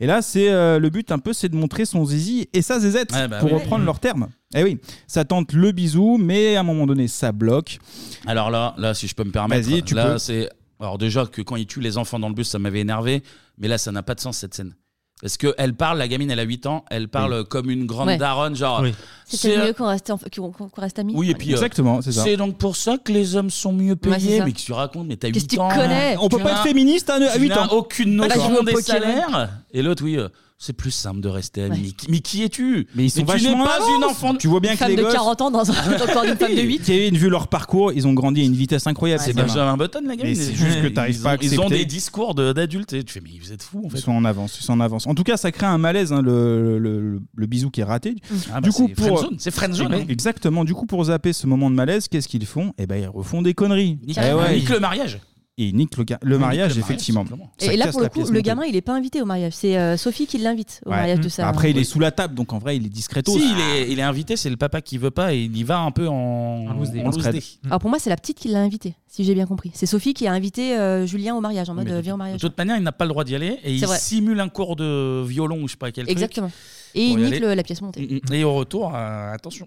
[SPEAKER 11] Et là, c'est euh, le but un peu, c'est de montrer son zizi et sa zézette,
[SPEAKER 12] Ouais, bah
[SPEAKER 11] pour
[SPEAKER 12] oui.
[SPEAKER 11] reprendre
[SPEAKER 12] Mhm.
[SPEAKER 11] leur terme. Eh oui, ça tente le bisou, mais à un moment donné, ça bloque.
[SPEAKER 12] Alors là, là, si je peux me permettre,
[SPEAKER 11] Vas-y, tu
[SPEAKER 12] là,
[SPEAKER 11] peux.
[SPEAKER 12] c'est. Alors déjà que quand il tue les enfants dans le bus, ça m'avait énervé, mais là, ça n'a pas de sens cette scène. Parce que elle parle, la gamine, elle a 8 ans, elle parle comme une grande
[SPEAKER 2] Ouais.
[SPEAKER 12] daronne, genre.
[SPEAKER 2] C'était
[SPEAKER 12] c'est-
[SPEAKER 2] mieux qu'on reste, en- qu'on- qu'on- qu'on reste amis.
[SPEAKER 12] Oui, et puis. euh, C'est donc pour ça que les hommes sont mieux
[SPEAKER 2] Ouais, c'est
[SPEAKER 12] payés.
[SPEAKER 2] ça.
[SPEAKER 12] mais que tu racontes, mais t'as
[SPEAKER 2] Qu'est-ce
[SPEAKER 12] 8
[SPEAKER 2] que tu
[SPEAKER 12] ans. hein.
[SPEAKER 2] connais
[SPEAKER 11] Eh, On peut
[SPEAKER 12] Tu
[SPEAKER 11] pas
[SPEAKER 12] n'as-
[SPEAKER 11] être féministe à ne- à
[SPEAKER 12] tu
[SPEAKER 11] huit
[SPEAKER 12] n'as
[SPEAKER 11] ans.
[SPEAKER 12] aucune
[SPEAKER 11] Pas
[SPEAKER 12] notion
[SPEAKER 11] jouer au
[SPEAKER 12] des
[SPEAKER 11] Pokémon.
[SPEAKER 12] salaires. Et l'autre, oui, euh, c'est plus simple de rester ami. Qui- Mais qui es-tu
[SPEAKER 11] Mais ils sont
[SPEAKER 12] tu n'es
[SPEAKER 11] vachement
[SPEAKER 12] pas
[SPEAKER 11] en avance.
[SPEAKER 12] une enfant.
[SPEAKER 11] Tu vois bien
[SPEAKER 2] Une
[SPEAKER 11] que
[SPEAKER 2] femme
[SPEAKER 11] les
[SPEAKER 2] de
[SPEAKER 11] gosses-
[SPEAKER 2] 40 ans dans un- dans le corps d'une femme de
[SPEAKER 11] Oui,
[SPEAKER 2] 8.
[SPEAKER 11] Kevin, vu leur parcours, ils ont grandi à une vitesse incroyable.
[SPEAKER 12] C'est
[SPEAKER 11] ces gamins.
[SPEAKER 12] Benjamin Button, la gamine.
[SPEAKER 11] Mais c'est juste que
[SPEAKER 12] Ils
[SPEAKER 11] t'arrives
[SPEAKER 12] ont-
[SPEAKER 11] pas à
[SPEAKER 12] Ils ont
[SPEAKER 11] accepter.
[SPEAKER 12] des discours de- d'adultes. Et tu fais, mais vous êtes fous, en fait.
[SPEAKER 11] Ils sont en avance, ils sont en avance. En tout cas, ça crée un malaise, hein, le, le- le- le bisou qui est
[SPEAKER 2] Mm.
[SPEAKER 11] raté.
[SPEAKER 12] Ah bah, c'est friendzone, c'est friendzone,
[SPEAKER 11] Eh
[SPEAKER 12] hein.
[SPEAKER 11] Exactement. Du coup, pour zapper ce moment de malaise, qu'est-ce qu'ils font Eh ben, ils refont des conneries.
[SPEAKER 12] Nique,
[SPEAKER 11] Eh ouais,
[SPEAKER 12] nique
[SPEAKER 11] ils-
[SPEAKER 12] le mariage.
[SPEAKER 11] Et ils niquent le, ga- le
[SPEAKER 12] Ils
[SPEAKER 11] mariage,
[SPEAKER 12] niquent le mariage,
[SPEAKER 11] effectivement. Ça
[SPEAKER 2] Et là,
[SPEAKER 11] casse
[SPEAKER 2] pour le
[SPEAKER 11] la
[SPEAKER 2] coup,
[SPEAKER 11] pièce
[SPEAKER 2] le
[SPEAKER 11] montée.
[SPEAKER 2] gamin, il est pas invité au mariage. C'est euh, Sophie qui l'invite au
[SPEAKER 11] Ouais.
[SPEAKER 2] mariage de ça.
[SPEAKER 11] Après, il est sous la table, donc en vrai, il est discretos.
[SPEAKER 12] Si, il est, il est invité, c'est le papa qui veut pas et il y va un peu en, en loose
[SPEAKER 11] En scred.
[SPEAKER 12] day.
[SPEAKER 2] Alors pour moi, c'est la petite qui l'a invité, si j'ai bien compris. C'est Sophie qui a invité euh, Julien au mariage, en mode euh, viens au
[SPEAKER 12] De
[SPEAKER 2] mariage.
[SPEAKER 12] toute manière, il n'a pas le droit d'y aller et
[SPEAKER 2] C'est
[SPEAKER 12] il
[SPEAKER 2] vrai.
[SPEAKER 12] simule un cours de violon ou je sais pas quel truc.
[SPEAKER 2] Exactement. Et
[SPEAKER 12] pour
[SPEAKER 2] il
[SPEAKER 12] y
[SPEAKER 2] nique
[SPEAKER 12] aller.
[SPEAKER 2] le- la pièce montée.
[SPEAKER 12] Mm, Et au retour, euh, attention.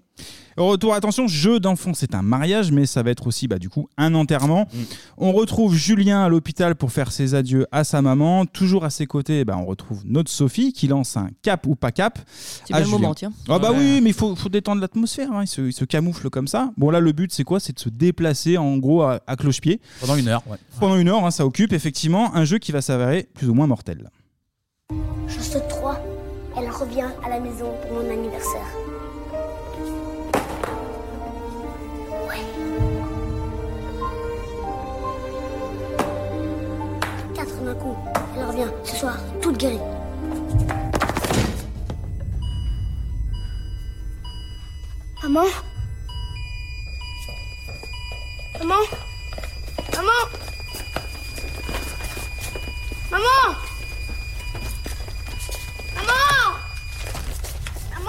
[SPEAKER 11] Au retour, attention, jeu d'enfant, c'est un mariage, mais ça va être aussi, bah, du coup, un enterrement. On retrouve Julien à l'hôpital pour faire ses adieux à sa maman. Toujours à ses côtés, bah, on retrouve notre Sophie qui lance un cap ou pas cap.
[SPEAKER 2] C'est bien
[SPEAKER 11] à
[SPEAKER 2] le
[SPEAKER 11] Julien.
[SPEAKER 2] moment, tiens.
[SPEAKER 11] Ah bah
[SPEAKER 2] Ouais.
[SPEAKER 11] oui, mais il faut, faut détendre l'atmosphère. hein. Il, se, il se camoufle comme ça. Bon, là, le but, c'est quoi C'est de se déplacer, en gros, à, à cloche-pied.
[SPEAKER 12] Pendant une heure, ouais.
[SPEAKER 11] Pendant une heure, hein, ça occupe, effectivement, un jeu qui va s'avérer plus ou moins mortel.
[SPEAKER 1] J'en saute trois. Elle revient à la maison pour mon anniversaire. Ouais. Quatre d'un coup. Elle revient ce soir, toute guérie. Maman Maman Maman Maman Maman Maman Maman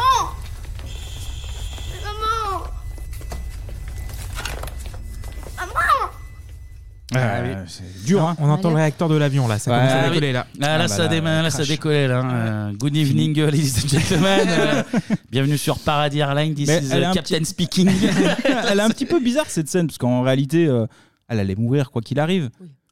[SPEAKER 1] Maman
[SPEAKER 11] Ah, oui. c'est dur. hein.
[SPEAKER 14] On entend le réacteur de l'avion là, ça commence
[SPEAKER 12] Ah
[SPEAKER 14] à
[SPEAKER 12] oui.
[SPEAKER 14] décoller là.
[SPEAKER 12] Ah,
[SPEAKER 11] bah
[SPEAKER 12] là, ça démarre, là, ça décolle. là. Euh, Good evening, euh, ladies and gentlemen. Euh, bienvenue sur Paradis Airlines. This
[SPEAKER 11] Mais
[SPEAKER 12] is
[SPEAKER 11] elle a
[SPEAKER 12] euh,
[SPEAKER 11] un
[SPEAKER 12] Captain speaking.
[SPEAKER 11] elle est un petit peu bizarre cette scène parce qu'en réalité, euh, elle allait mourir quoi qu'il arrive.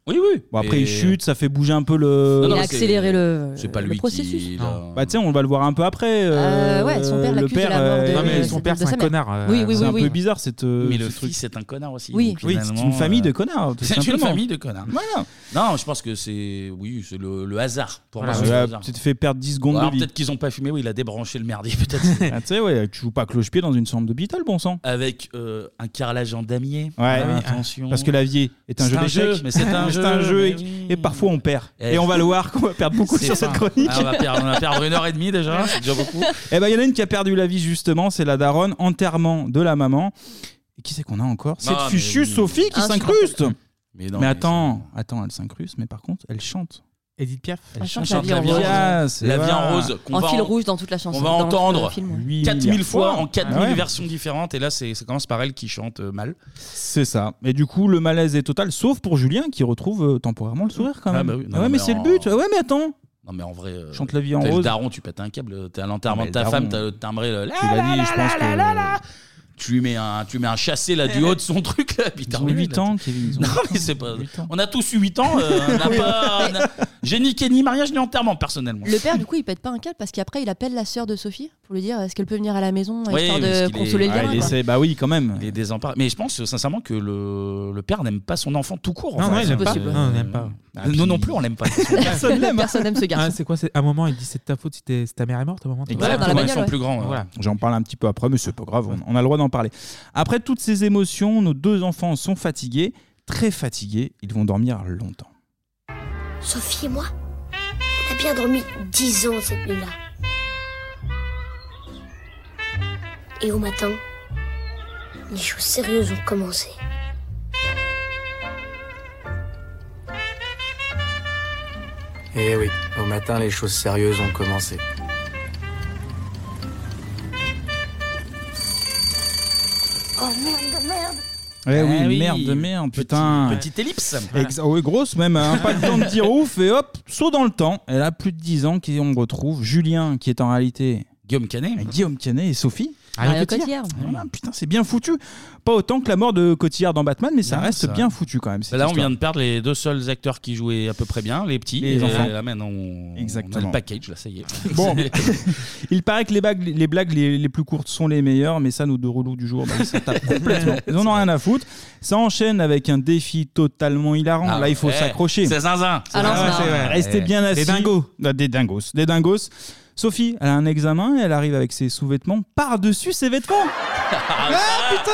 [SPEAKER 12] Oui, oui.
[SPEAKER 11] Bon, après,
[SPEAKER 12] Et-
[SPEAKER 11] il chute, ça fait bouger un peu le.
[SPEAKER 2] Il a accéléré le,
[SPEAKER 12] Euh,
[SPEAKER 2] le processus.
[SPEAKER 11] Non. Bah, tu sais, on va le voir un peu après. euh,
[SPEAKER 2] ouais, son père
[SPEAKER 11] le
[SPEAKER 2] l'accuse de la mort de-
[SPEAKER 11] euh,
[SPEAKER 2] Non, mais son de- père, de c'est sa un mère. connard, euh, Oui, oui,
[SPEAKER 11] c'est
[SPEAKER 2] oui,
[SPEAKER 11] un
[SPEAKER 2] oui.
[SPEAKER 11] peu bizarre cette. euh,
[SPEAKER 12] Mais
[SPEAKER 11] ce
[SPEAKER 12] le
[SPEAKER 11] truc.
[SPEAKER 12] fils est un connard aussi.
[SPEAKER 2] Oui.
[SPEAKER 12] donc
[SPEAKER 11] Oui, c'est
[SPEAKER 12] finalement,
[SPEAKER 11] une famille de
[SPEAKER 12] euh,
[SPEAKER 11] connards, tout
[SPEAKER 12] C'est une
[SPEAKER 11] simplement.
[SPEAKER 12] famille de connards.
[SPEAKER 11] Voilà.
[SPEAKER 12] Non, je pense que c'est oui, c'est le, le hasard. Pour moi,
[SPEAKER 11] Voilà,
[SPEAKER 12] Ah, c'est le
[SPEAKER 11] ouais,
[SPEAKER 12] hasard.
[SPEAKER 11] tu te fais perdre 10 secondes
[SPEAKER 12] Ou alors
[SPEAKER 11] de vie.
[SPEAKER 12] peut-être qu'ils n'ont pas fumé. Oui, il a débranché le merdier. Peut-être
[SPEAKER 11] Ah, tu sais, ouais, tu joues pas cloche-pied dans une chambre de Beatle, bon sang.
[SPEAKER 12] avec euh, un carrelage en damier. Ah,
[SPEAKER 11] Ouais, oui.
[SPEAKER 12] attention.
[SPEAKER 11] Parce que la vie est un
[SPEAKER 12] C'est
[SPEAKER 11] jeu
[SPEAKER 12] un
[SPEAKER 11] d'échecs.
[SPEAKER 12] jeu, mais c'est un jeu, mais
[SPEAKER 11] et, et parfois on perd. Et, on va le voir qu'on va perdre beaucoup
[SPEAKER 12] C'est
[SPEAKER 11] sur
[SPEAKER 12] ça.
[SPEAKER 11] cette chronique.
[SPEAKER 12] Ah, on, va perdre, on va perdre une heure et demie déjà. C'est déjà beaucoup.
[SPEAKER 11] Eh ben, il y en a une qui a perdu la vie justement, c'est la daronne, enterrement de la maman. Et qui c'est qu'on a encore Cette
[SPEAKER 12] Ah, mais-
[SPEAKER 11] fichue Sophie qui
[SPEAKER 12] Ah,
[SPEAKER 11] s'incruste.
[SPEAKER 12] Mais
[SPEAKER 11] Mais,
[SPEAKER 12] non, mais
[SPEAKER 11] attends, attends, elle s'incruste, mais par contre, elle chante.
[SPEAKER 14] Edith Piaf.
[SPEAKER 11] Elle
[SPEAKER 2] chante
[SPEAKER 12] la vie en rose.
[SPEAKER 11] Piaf,
[SPEAKER 12] La vie en
[SPEAKER 11] voilà.
[SPEAKER 12] rose. qu'on
[SPEAKER 2] En
[SPEAKER 12] va
[SPEAKER 2] fil rouge dans toute la chanson,
[SPEAKER 12] On va
[SPEAKER 2] dans le
[SPEAKER 12] entendre
[SPEAKER 2] film.
[SPEAKER 12] 4000 fois en
[SPEAKER 11] Ah
[SPEAKER 12] 4000
[SPEAKER 11] ouais.
[SPEAKER 12] versions différentes. Et là, c'est- ça commence par elle qui chante euh, mal.
[SPEAKER 11] C'est ça. Et du coup, le malaise est total, sauf pour Julien qui retrouve euh, temporairement le sourire quand
[SPEAKER 12] Ah
[SPEAKER 11] même.
[SPEAKER 12] bah oui, non,
[SPEAKER 11] Ah ouais, mais,
[SPEAKER 12] mais
[SPEAKER 11] c'est
[SPEAKER 12] en-
[SPEAKER 11] le but. Ah Ouais, mais attends.
[SPEAKER 12] Non, mais en vrai. euh,
[SPEAKER 11] Chante la vie en
[SPEAKER 12] t'es
[SPEAKER 11] rose.
[SPEAKER 12] Le daron, tu pètes un câble. euh, T'es à
[SPEAKER 11] Ah,
[SPEAKER 12] l'enterrement
[SPEAKER 11] mais
[SPEAKER 12] de ta
[SPEAKER 11] le
[SPEAKER 12] femme,
[SPEAKER 11] daron.
[SPEAKER 12] t'as euh, le timbré. le-
[SPEAKER 11] Tu l'as dit, je pense que.
[SPEAKER 12] Tu lui mets un, tu mets un chassé là du haut de son truc là, puis t'as
[SPEAKER 11] Ils ont
[SPEAKER 12] ruiné,
[SPEAKER 11] 8
[SPEAKER 12] là.
[SPEAKER 11] ans, Kevin. ils ont-
[SPEAKER 12] Non mais c'est pas. On a tous eu 8 ans. euh, on n'a
[SPEAKER 2] Oui.
[SPEAKER 12] pas- on a- J'ai ni ni mariage ni enterrement personnellement.
[SPEAKER 2] Le père, du coup, il pète pas un câble parce qu'après, il appelle la sœur de Sophie pour lui dire est-ce qu'elle peut venir à la maison
[SPEAKER 12] Oui,
[SPEAKER 2] histoire
[SPEAKER 12] parce
[SPEAKER 2] de
[SPEAKER 12] qu'il est-
[SPEAKER 2] consoler le
[SPEAKER 12] ah,
[SPEAKER 2] gamin.
[SPEAKER 12] il
[SPEAKER 2] quoi.
[SPEAKER 12] essaie-
[SPEAKER 11] bah oui, quand même.
[SPEAKER 12] Il est désemparé. Mais je pense euh, sincèrement que le, le père n'aime pas son enfant tout court. en
[SPEAKER 14] Non,
[SPEAKER 12] fait.
[SPEAKER 14] non, il l'aime pas.
[SPEAKER 12] Euh,
[SPEAKER 14] Non, on n'aime pas.
[SPEAKER 12] Nous non plus, on l'aime pas. Personne
[SPEAKER 2] l'aime. Personne n'aime ce garçon.
[SPEAKER 14] Ah, c'est quoi c'est- À un moment, il dit c'est de ta faute si, t'es- si ta mère est morte. À un moment,
[SPEAKER 11] Exactement, Voilà, dans la ils sont bagnole,
[SPEAKER 12] plus grands. euh.
[SPEAKER 14] Voilà.
[SPEAKER 11] J'en parle un petit peu après, mais c'est pas grave, on- on a le droit d'en parler. Après toutes ces émotions, nos deux enfants sont fatigués, très fatigués, ils vont dormir longtemps.
[SPEAKER 1] Sophie et moi, on a bien dormi 10 ans cette nuit-là. Et au matin, les choses sérieuses ont commencé.
[SPEAKER 13] Eh oui, au matin, les choses sérieuses ont commencé.
[SPEAKER 1] Oh merde, merde
[SPEAKER 11] Eh oui,
[SPEAKER 12] oui,
[SPEAKER 11] merde, merde, putain. Eh,
[SPEAKER 12] Petite ellipse.
[SPEAKER 11] Ex- oui, grosse même, un pas de temps de dire ouf, et hop, saut dans le temps. Elle a plus de 10 ans qu'on retrouve Julien, qui est en réalité.
[SPEAKER 12] Guillaume Canet.
[SPEAKER 11] Guillaume Canet et Sophie.
[SPEAKER 2] Ariel
[SPEAKER 12] Euh,
[SPEAKER 2] Ariel Cotillard. Cotillard.
[SPEAKER 11] Voilà, putain, c'est bien foutu. Pas autant que la mort de Cotillard dans Batman, mais ça
[SPEAKER 12] Non,
[SPEAKER 11] reste
[SPEAKER 12] ça- Bah
[SPEAKER 11] bien foutu quand même. cette
[SPEAKER 12] Là, on
[SPEAKER 11] histoire.
[SPEAKER 12] vient de perdre les deux seuls acteurs qui jouaient à peu près bien, les petits.
[SPEAKER 11] Les
[SPEAKER 12] Et euh,
[SPEAKER 11] enfants.
[SPEAKER 12] Là, maintenant, on, on a
[SPEAKER 11] Exactement.
[SPEAKER 12] le package, là, ça y est.
[SPEAKER 11] Bon,
[SPEAKER 12] C'est-
[SPEAKER 11] il paraît que les blagues, les, blagues les, les plus courtes sont les meilleures, mais ça, nous deux relous du jour, bah, ils s'en tapent complètement. Ils en ont rien à foutre. Ça enchaîne avec un défi totalement hilarant.
[SPEAKER 12] Ah
[SPEAKER 11] Là, il faut
[SPEAKER 12] ouais.
[SPEAKER 11] s'accrocher.
[SPEAKER 12] C'est
[SPEAKER 11] Ah,
[SPEAKER 12] zinzin. C'est Alors, zinzin. Ah Eh, c'est vrai.
[SPEAKER 11] Restez
[SPEAKER 12] Ouais.
[SPEAKER 11] bien
[SPEAKER 12] Des
[SPEAKER 11] assis.
[SPEAKER 12] dingos.
[SPEAKER 11] Ah, Des dingos. Des dingos. Sophie, elle a un examen et elle arrive avec ses sous-vêtements par-dessus ses vêtements.
[SPEAKER 12] Ah putain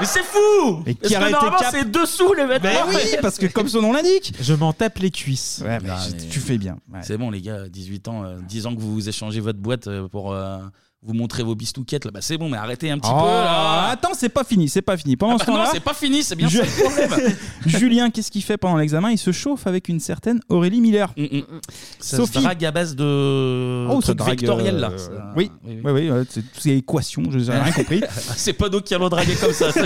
[SPEAKER 12] Mais c'est fou
[SPEAKER 11] Mais
[SPEAKER 12] Parce
[SPEAKER 11] qui
[SPEAKER 12] que
[SPEAKER 11] aurait été
[SPEAKER 12] normalement,
[SPEAKER 11] cap-
[SPEAKER 12] c'est dessous les vêtements.
[SPEAKER 11] Mais oui, parce que comme son nom l'indique.
[SPEAKER 14] Je m'en tape les cuisses.
[SPEAKER 11] Ouais, mais
[SPEAKER 12] Non,
[SPEAKER 11] je-
[SPEAKER 12] mais-
[SPEAKER 11] tu fais bien. Ouais.
[SPEAKER 12] C'est bon, les gars, 18 ans, euh, 10 ans que vous vous échangez votre boîte euh, pour euh, vous montrer vos bistouquettes. Là, bah, c'est bon, mais arrêtez un petit
[SPEAKER 11] Oh,
[SPEAKER 12] peu. Là.
[SPEAKER 11] attends, c'est pas fini, c'est pas fini. Pendant ce
[SPEAKER 12] Ah non,
[SPEAKER 11] temps-là,
[SPEAKER 12] c'est pas fini, c'est bien
[SPEAKER 11] Je-
[SPEAKER 12] ça le problème.
[SPEAKER 11] Julien, qu'est-ce qu'il fait pendant l'examen Il se chauffe avec une certaine Aurélie Miller.
[SPEAKER 12] Mm, Ça
[SPEAKER 11] Sophie.
[SPEAKER 12] se drague à base de
[SPEAKER 11] Oh, ça
[SPEAKER 12] trucs
[SPEAKER 11] drague,
[SPEAKER 12] vectoriels,
[SPEAKER 11] euh,
[SPEAKER 12] là.
[SPEAKER 11] Oui, oui, oui, ouais, c'est toutes ces équations, je n'ai rien compris.
[SPEAKER 12] Ah, C'est pas nous qui allons draguer comme ça. c'est-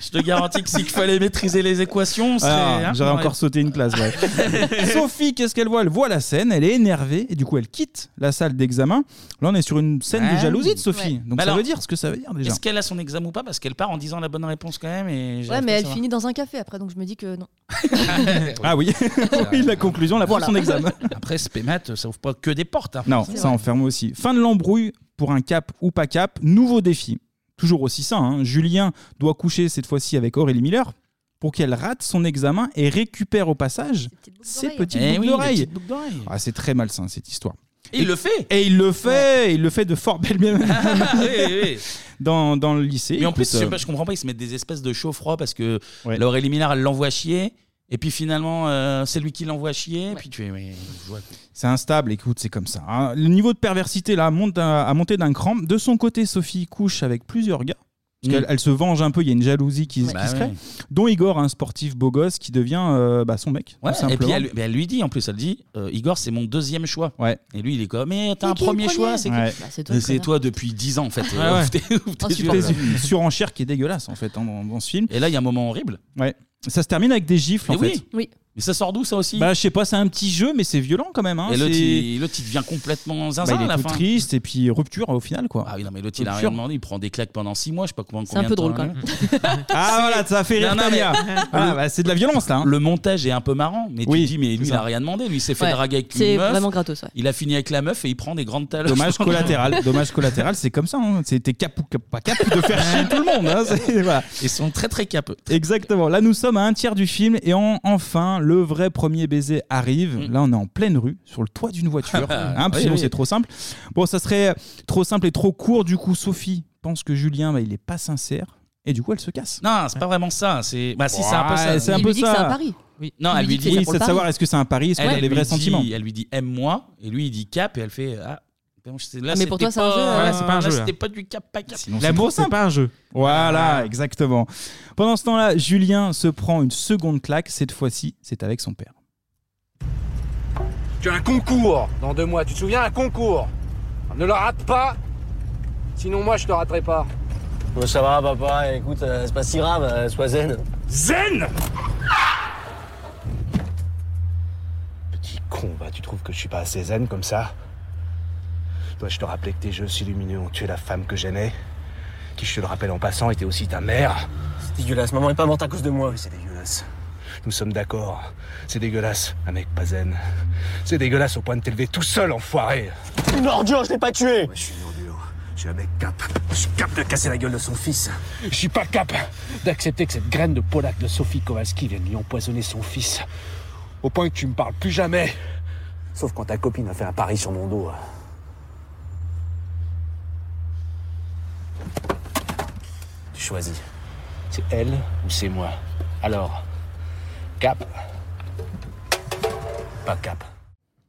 [SPEAKER 12] Je te garantis que s'il fallait maîtriser les équations, c'est.
[SPEAKER 11] Ah,
[SPEAKER 12] hein,
[SPEAKER 11] J'aurais
[SPEAKER 12] ouais.
[SPEAKER 11] encore sauté une classe. ouais. Sophie, qu'est-ce qu'elle voit Elle voit la scène, elle est énervée et du coup elle quitte la salle d'examen. Là, on est sur une scène de
[SPEAKER 12] Ouais.
[SPEAKER 11] jalousie de Sophie.
[SPEAKER 12] Ouais.
[SPEAKER 11] Donc
[SPEAKER 12] Mais
[SPEAKER 11] ça
[SPEAKER 12] alors,
[SPEAKER 11] veut dire ce que ça veut dire déjà.
[SPEAKER 12] Est-ce qu'elle a son examen ou pas Parce qu'elle part en disant la bonne réponse quand même. Et hein. j'arrive
[SPEAKER 2] Ouais, mais
[SPEAKER 12] pas à
[SPEAKER 2] elle
[SPEAKER 12] savoir.
[SPEAKER 2] finit dans un café après, donc je me dis que non.
[SPEAKER 11] Ah oui, Oui, la conclusion, la
[SPEAKER 2] Voilà.
[SPEAKER 11] son examen.
[SPEAKER 12] Après, spémat, euh, ça ouvre pas que des portes. hein.
[SPEAKER 11] Non,
[SPEAKER 12] C'est
[SPEAKER 11] ça
[SPEAKER 12] vrai.
[SPEAKER 11] enferme aussi. Fin de l'embrouille pour un cap ou pas cap, nouveau défi. Toujours aussi ça, hein. Julien doit coucher cette fois-ci avec Aurélie Miller pour qu'elle rate son examen et récupère au passage ses petites
[SPEAKER 12] Eh
[SPEAKER 11] boucles
[SPEAKER 12] oui, les
[SPEAKER 11] d'oreilles.
[SPEAKER 12] petites boucles d'oreilles.
[SPEAKER 11] Ah, c'est très malsain cette histoire.
[SPEAKER 12] Et il le fait
[SPEAKER 11] Et il le fait, et il le fait de fort belle bien
[SPEAKER 12] Ah, oui, oui.
[SPEAKER 11] dans, dans le lycée.
[SPEAKER 12] Mais en
[SPEAKER 11] Écoute,
[SPEAKER 12] plus, je, sais
[SPEAKER 11] euh,
[SPEAKER 12] pas, je comprends pas, ils se mettent des espèces de chaud-froid parce que Laurélie Minard, elle l'envoie chier. Et puis finalement, euh, c'est lui qui l'envoie chier. Puis tu es. Mais, je vois que-
[SPEAKER 11] euh, C'est instable, écoute, c'est comme ça. hein. Le niveau de perversité là monte à, a monté d'un cran. De son côté, Sophie couche avec plusieurs gars. Parce
[SPEAKER 12] Mm.
[SPEAKER 11] qu'elle elle se venge un peu, il y a une jalousie qui,
[SPEAKER 12] Ouais.
[SPEAKER 11] qui
[SPEAKER 12] Bah
[SPEAKER 11] se crée.
[SPEAKER 12] ouais.
[SPEAKER 11] Dont Igor, un sportif beau gosse qui devient euh, bah, son mec.
[SPEAKER 12] Ouais,
[SPEAKER 11] tout
[SPEAKER 12] et puis
[SPEAKER 11] simplement.
[SPEAKER 12] elle, mais elle lui dit en plus, elle dit euh, Igor, c'est mon deuxième choix. Et lui, il est comme Mais t'as
[SPEAKER 11] C'est
[SPEAKER 12] un
[SPEAKER 11] qui le
[SPEAKER 12] premier,
[SPEAKER 11] premier
[SPEAKER 12] choix, c'est qui
[SPEAKER 11] Ouais. Bah, c'est toi,
[SPEAKER 12] Mais
[SPEAKER 11] le
[SPEAKER 12] C'est
[SPEAKER 11] connard.
[SPEAKER 12] toi depuis 10 ans en fait.
[SPEAKER 11] Ah ouais.
[SPEAKER 12] Ouvre tes- ouvre tes yeux.
[SPEAKER 11] Une surenchère qui est dégueulasse en fait hein, dans, dans ce film.
[SPEAKER 12] Et Oh, là, il y a un moment horrible.
[SPEAKER 11] Ouais. Ça se termine avec des gifles,
[SPEAKER 12] Mais
[SPEAKER 11] en
[SPEAKER 12] oui.
[SPEAKER 11] fait.
[SPEAKER 2] Oui.
[SPEAKER 12] Mais ça sort d'où ça aussi
[SPEAKER 11] Bah, je sais pas, c'est un petit jeu, mais c'est violent quand même. Hein.
[SPEAKER 12] Et l'autre,
[SPEAKER 11] C'est-
[SPEAKER 12] il, l'autre, il devient complètement
[SPEAKER 11] Bah,
[SPEAKER 12] zinzin
[SPEAKER 11] il est
[SPEAKER 12] à la
[SPEAKER 11] tout
[SPEAKER 12] fin.
[SPEAKER 11] triste et puis rupture au final quoi.
[SPEAKER 12] Ah oui, non, mais l'autre, il a rien
[SPEAKER 11] Rupture.
[SPEAKER 12] demandé. Il prend des claques pendant 6 mois, je sais pas combien.
[SPEAKER 11] C'est un peu drôle, quand même. Ah voilà, ça a fait rire Tania. Ah, bah, c'est de la violence là.
[SPEAKER 12] Le montage est un peu marrant, mais tu te dis, mais lui,
[SPEAKER 11] c'est
[SPEAKER 12] il
[SPEAKER 11] ça.
[SPEAKER 12] a rien demandé. Lui, il s'est fait
[SPEAKER 2] Ouais,
[SPEAKER 12] draguer avec une
[SPEAKER 2] c'est
[SPEAKER 12] meuf.
[SPEAKER 2] vraiment gratos, ouais.
[SPEAKER 12] Il a fini avec la meuf et il prend des grandes talons.
[SPEAKER 11] Dommage collatéral, dommage collatéral, c'est comme ça. hein. C'était cap ou cap, pas cap de faire chier tout le monde. hein. C'est- voilà.
[SPEAKER 12] Ils sont très très capeux.
[SPEAKER 11] Exactement. Là, nous sommes à un tiers du film et en- enfin, le vrai premier baiser arrive. Là, on est en pleine rue, sur le toit d'une voiture. hein, parce
[SPEAKER 12] Mm.
[SPEAKER 11] que
[SPEAKER 12] Oui,
[SPEAKER 11] sinon,
[SPEAKER 12] oui.
[SPEAKER 11] c'est trop simple. Bon, ça serait trop simple et trop court. Du coup, Sophie pense que Julien, bah, il est pas sincère et du coup, elle se casse.
[SPEAKER 12] Non, c'est pas vraiment ça. C'est bah si, c'est un peu
[SPEAKER 11] Ouais,
[SPEAKER 12] ça.
[SPEAKER 11] c'est un Il peu lui dit que ça. c'est un pari.
[SPEAKER 12] Oui. Non,
[SPEAKER 11] Il
[SPEAKER 12] elle
[SPEAKER 11] lui
[SPEAKER 12] lui
[SPEAKER 11] dit que
[SPEAKER 12] dit.
[SPEAKER 11] c'est ça pour le Oui, c'est de pari. savoir est-ce que c'est un pari, est-ce qu'elle a
[SPEAKER 12] Elle
[SPEAKER 11] les
[SPEAKER 12] lui
[SPEAKER 11] vrais
[SPEAKER 12] dit-
[SPEAKER 11] sentiments.
[SPEAKER 12] Elle lui dit aime-moi et lui il dit cap et elle fait ah. bon, c'est- là,
[SPEAKER 11] Ah, mais pour
[SPEAKER 12] c'était
[SPEAKER 11] toi, c'est un
[SPEAKER 12] pas-
[SPEAKER 11] jeu, euh,
[SPEAKER 12] là,
[SPEAKER 11] Ouais, c'est pas
[SPEAKER 12] là,
[SPEAKER 11] un jeu,
[SPEAKER 12] C'était
[SPEAKER 11] là.
[SPEAKER 12] pas du cap, pas cap.
[SPEAKER 11] L'amour, c'est pas un jeu. Voilà, exactement. Pendant ce temps-là, Julien se prend une seconde claque. Cette fois-ci, c'est avec son père.
[SPEAKER 13] Tu as un concours dans deux mois, tu te souviens Un concours Ne le rate pas, sinon moi je te raterai pas.
[SPEAKER 17] ça va, papa, écoute, euh, c'est pas si grave, euh, sois zen.
[SPEAKER 13] Zen
[SPEAKER 17] Petit con, va, tu trouves que je suis pas assez zen comme ça Dois-je te rappeler que tes jeux si lumineux ont tué la femme que j'aimais Qui, je te le rappelle en passant, était aussi ta mère C'est dégueulasse, maman est pas morte à cause de moi. C'est dégueulasse. Nous sommes d'accord, c'est dégueulasse, un mec pas zen. C'est dégueulasse au point de t'élever tout seul, enfoiré
[SPEAKER 13] Une ordure, je l'ai pas tué
[SPEAKER 17] Je suis un mec cap. Je suis cap de casser la gueule de son fils. Je suis pas cap d'accepter que cette graine de polac de Sophie Kowalski vienne lui empoisonner son fils. Au point que tu me parles plus jamais. Sauf quand ta copine a fait un pari sur mon dos. Tu choisis. C'est elle ou c'est moi Alors, cap Pas cap.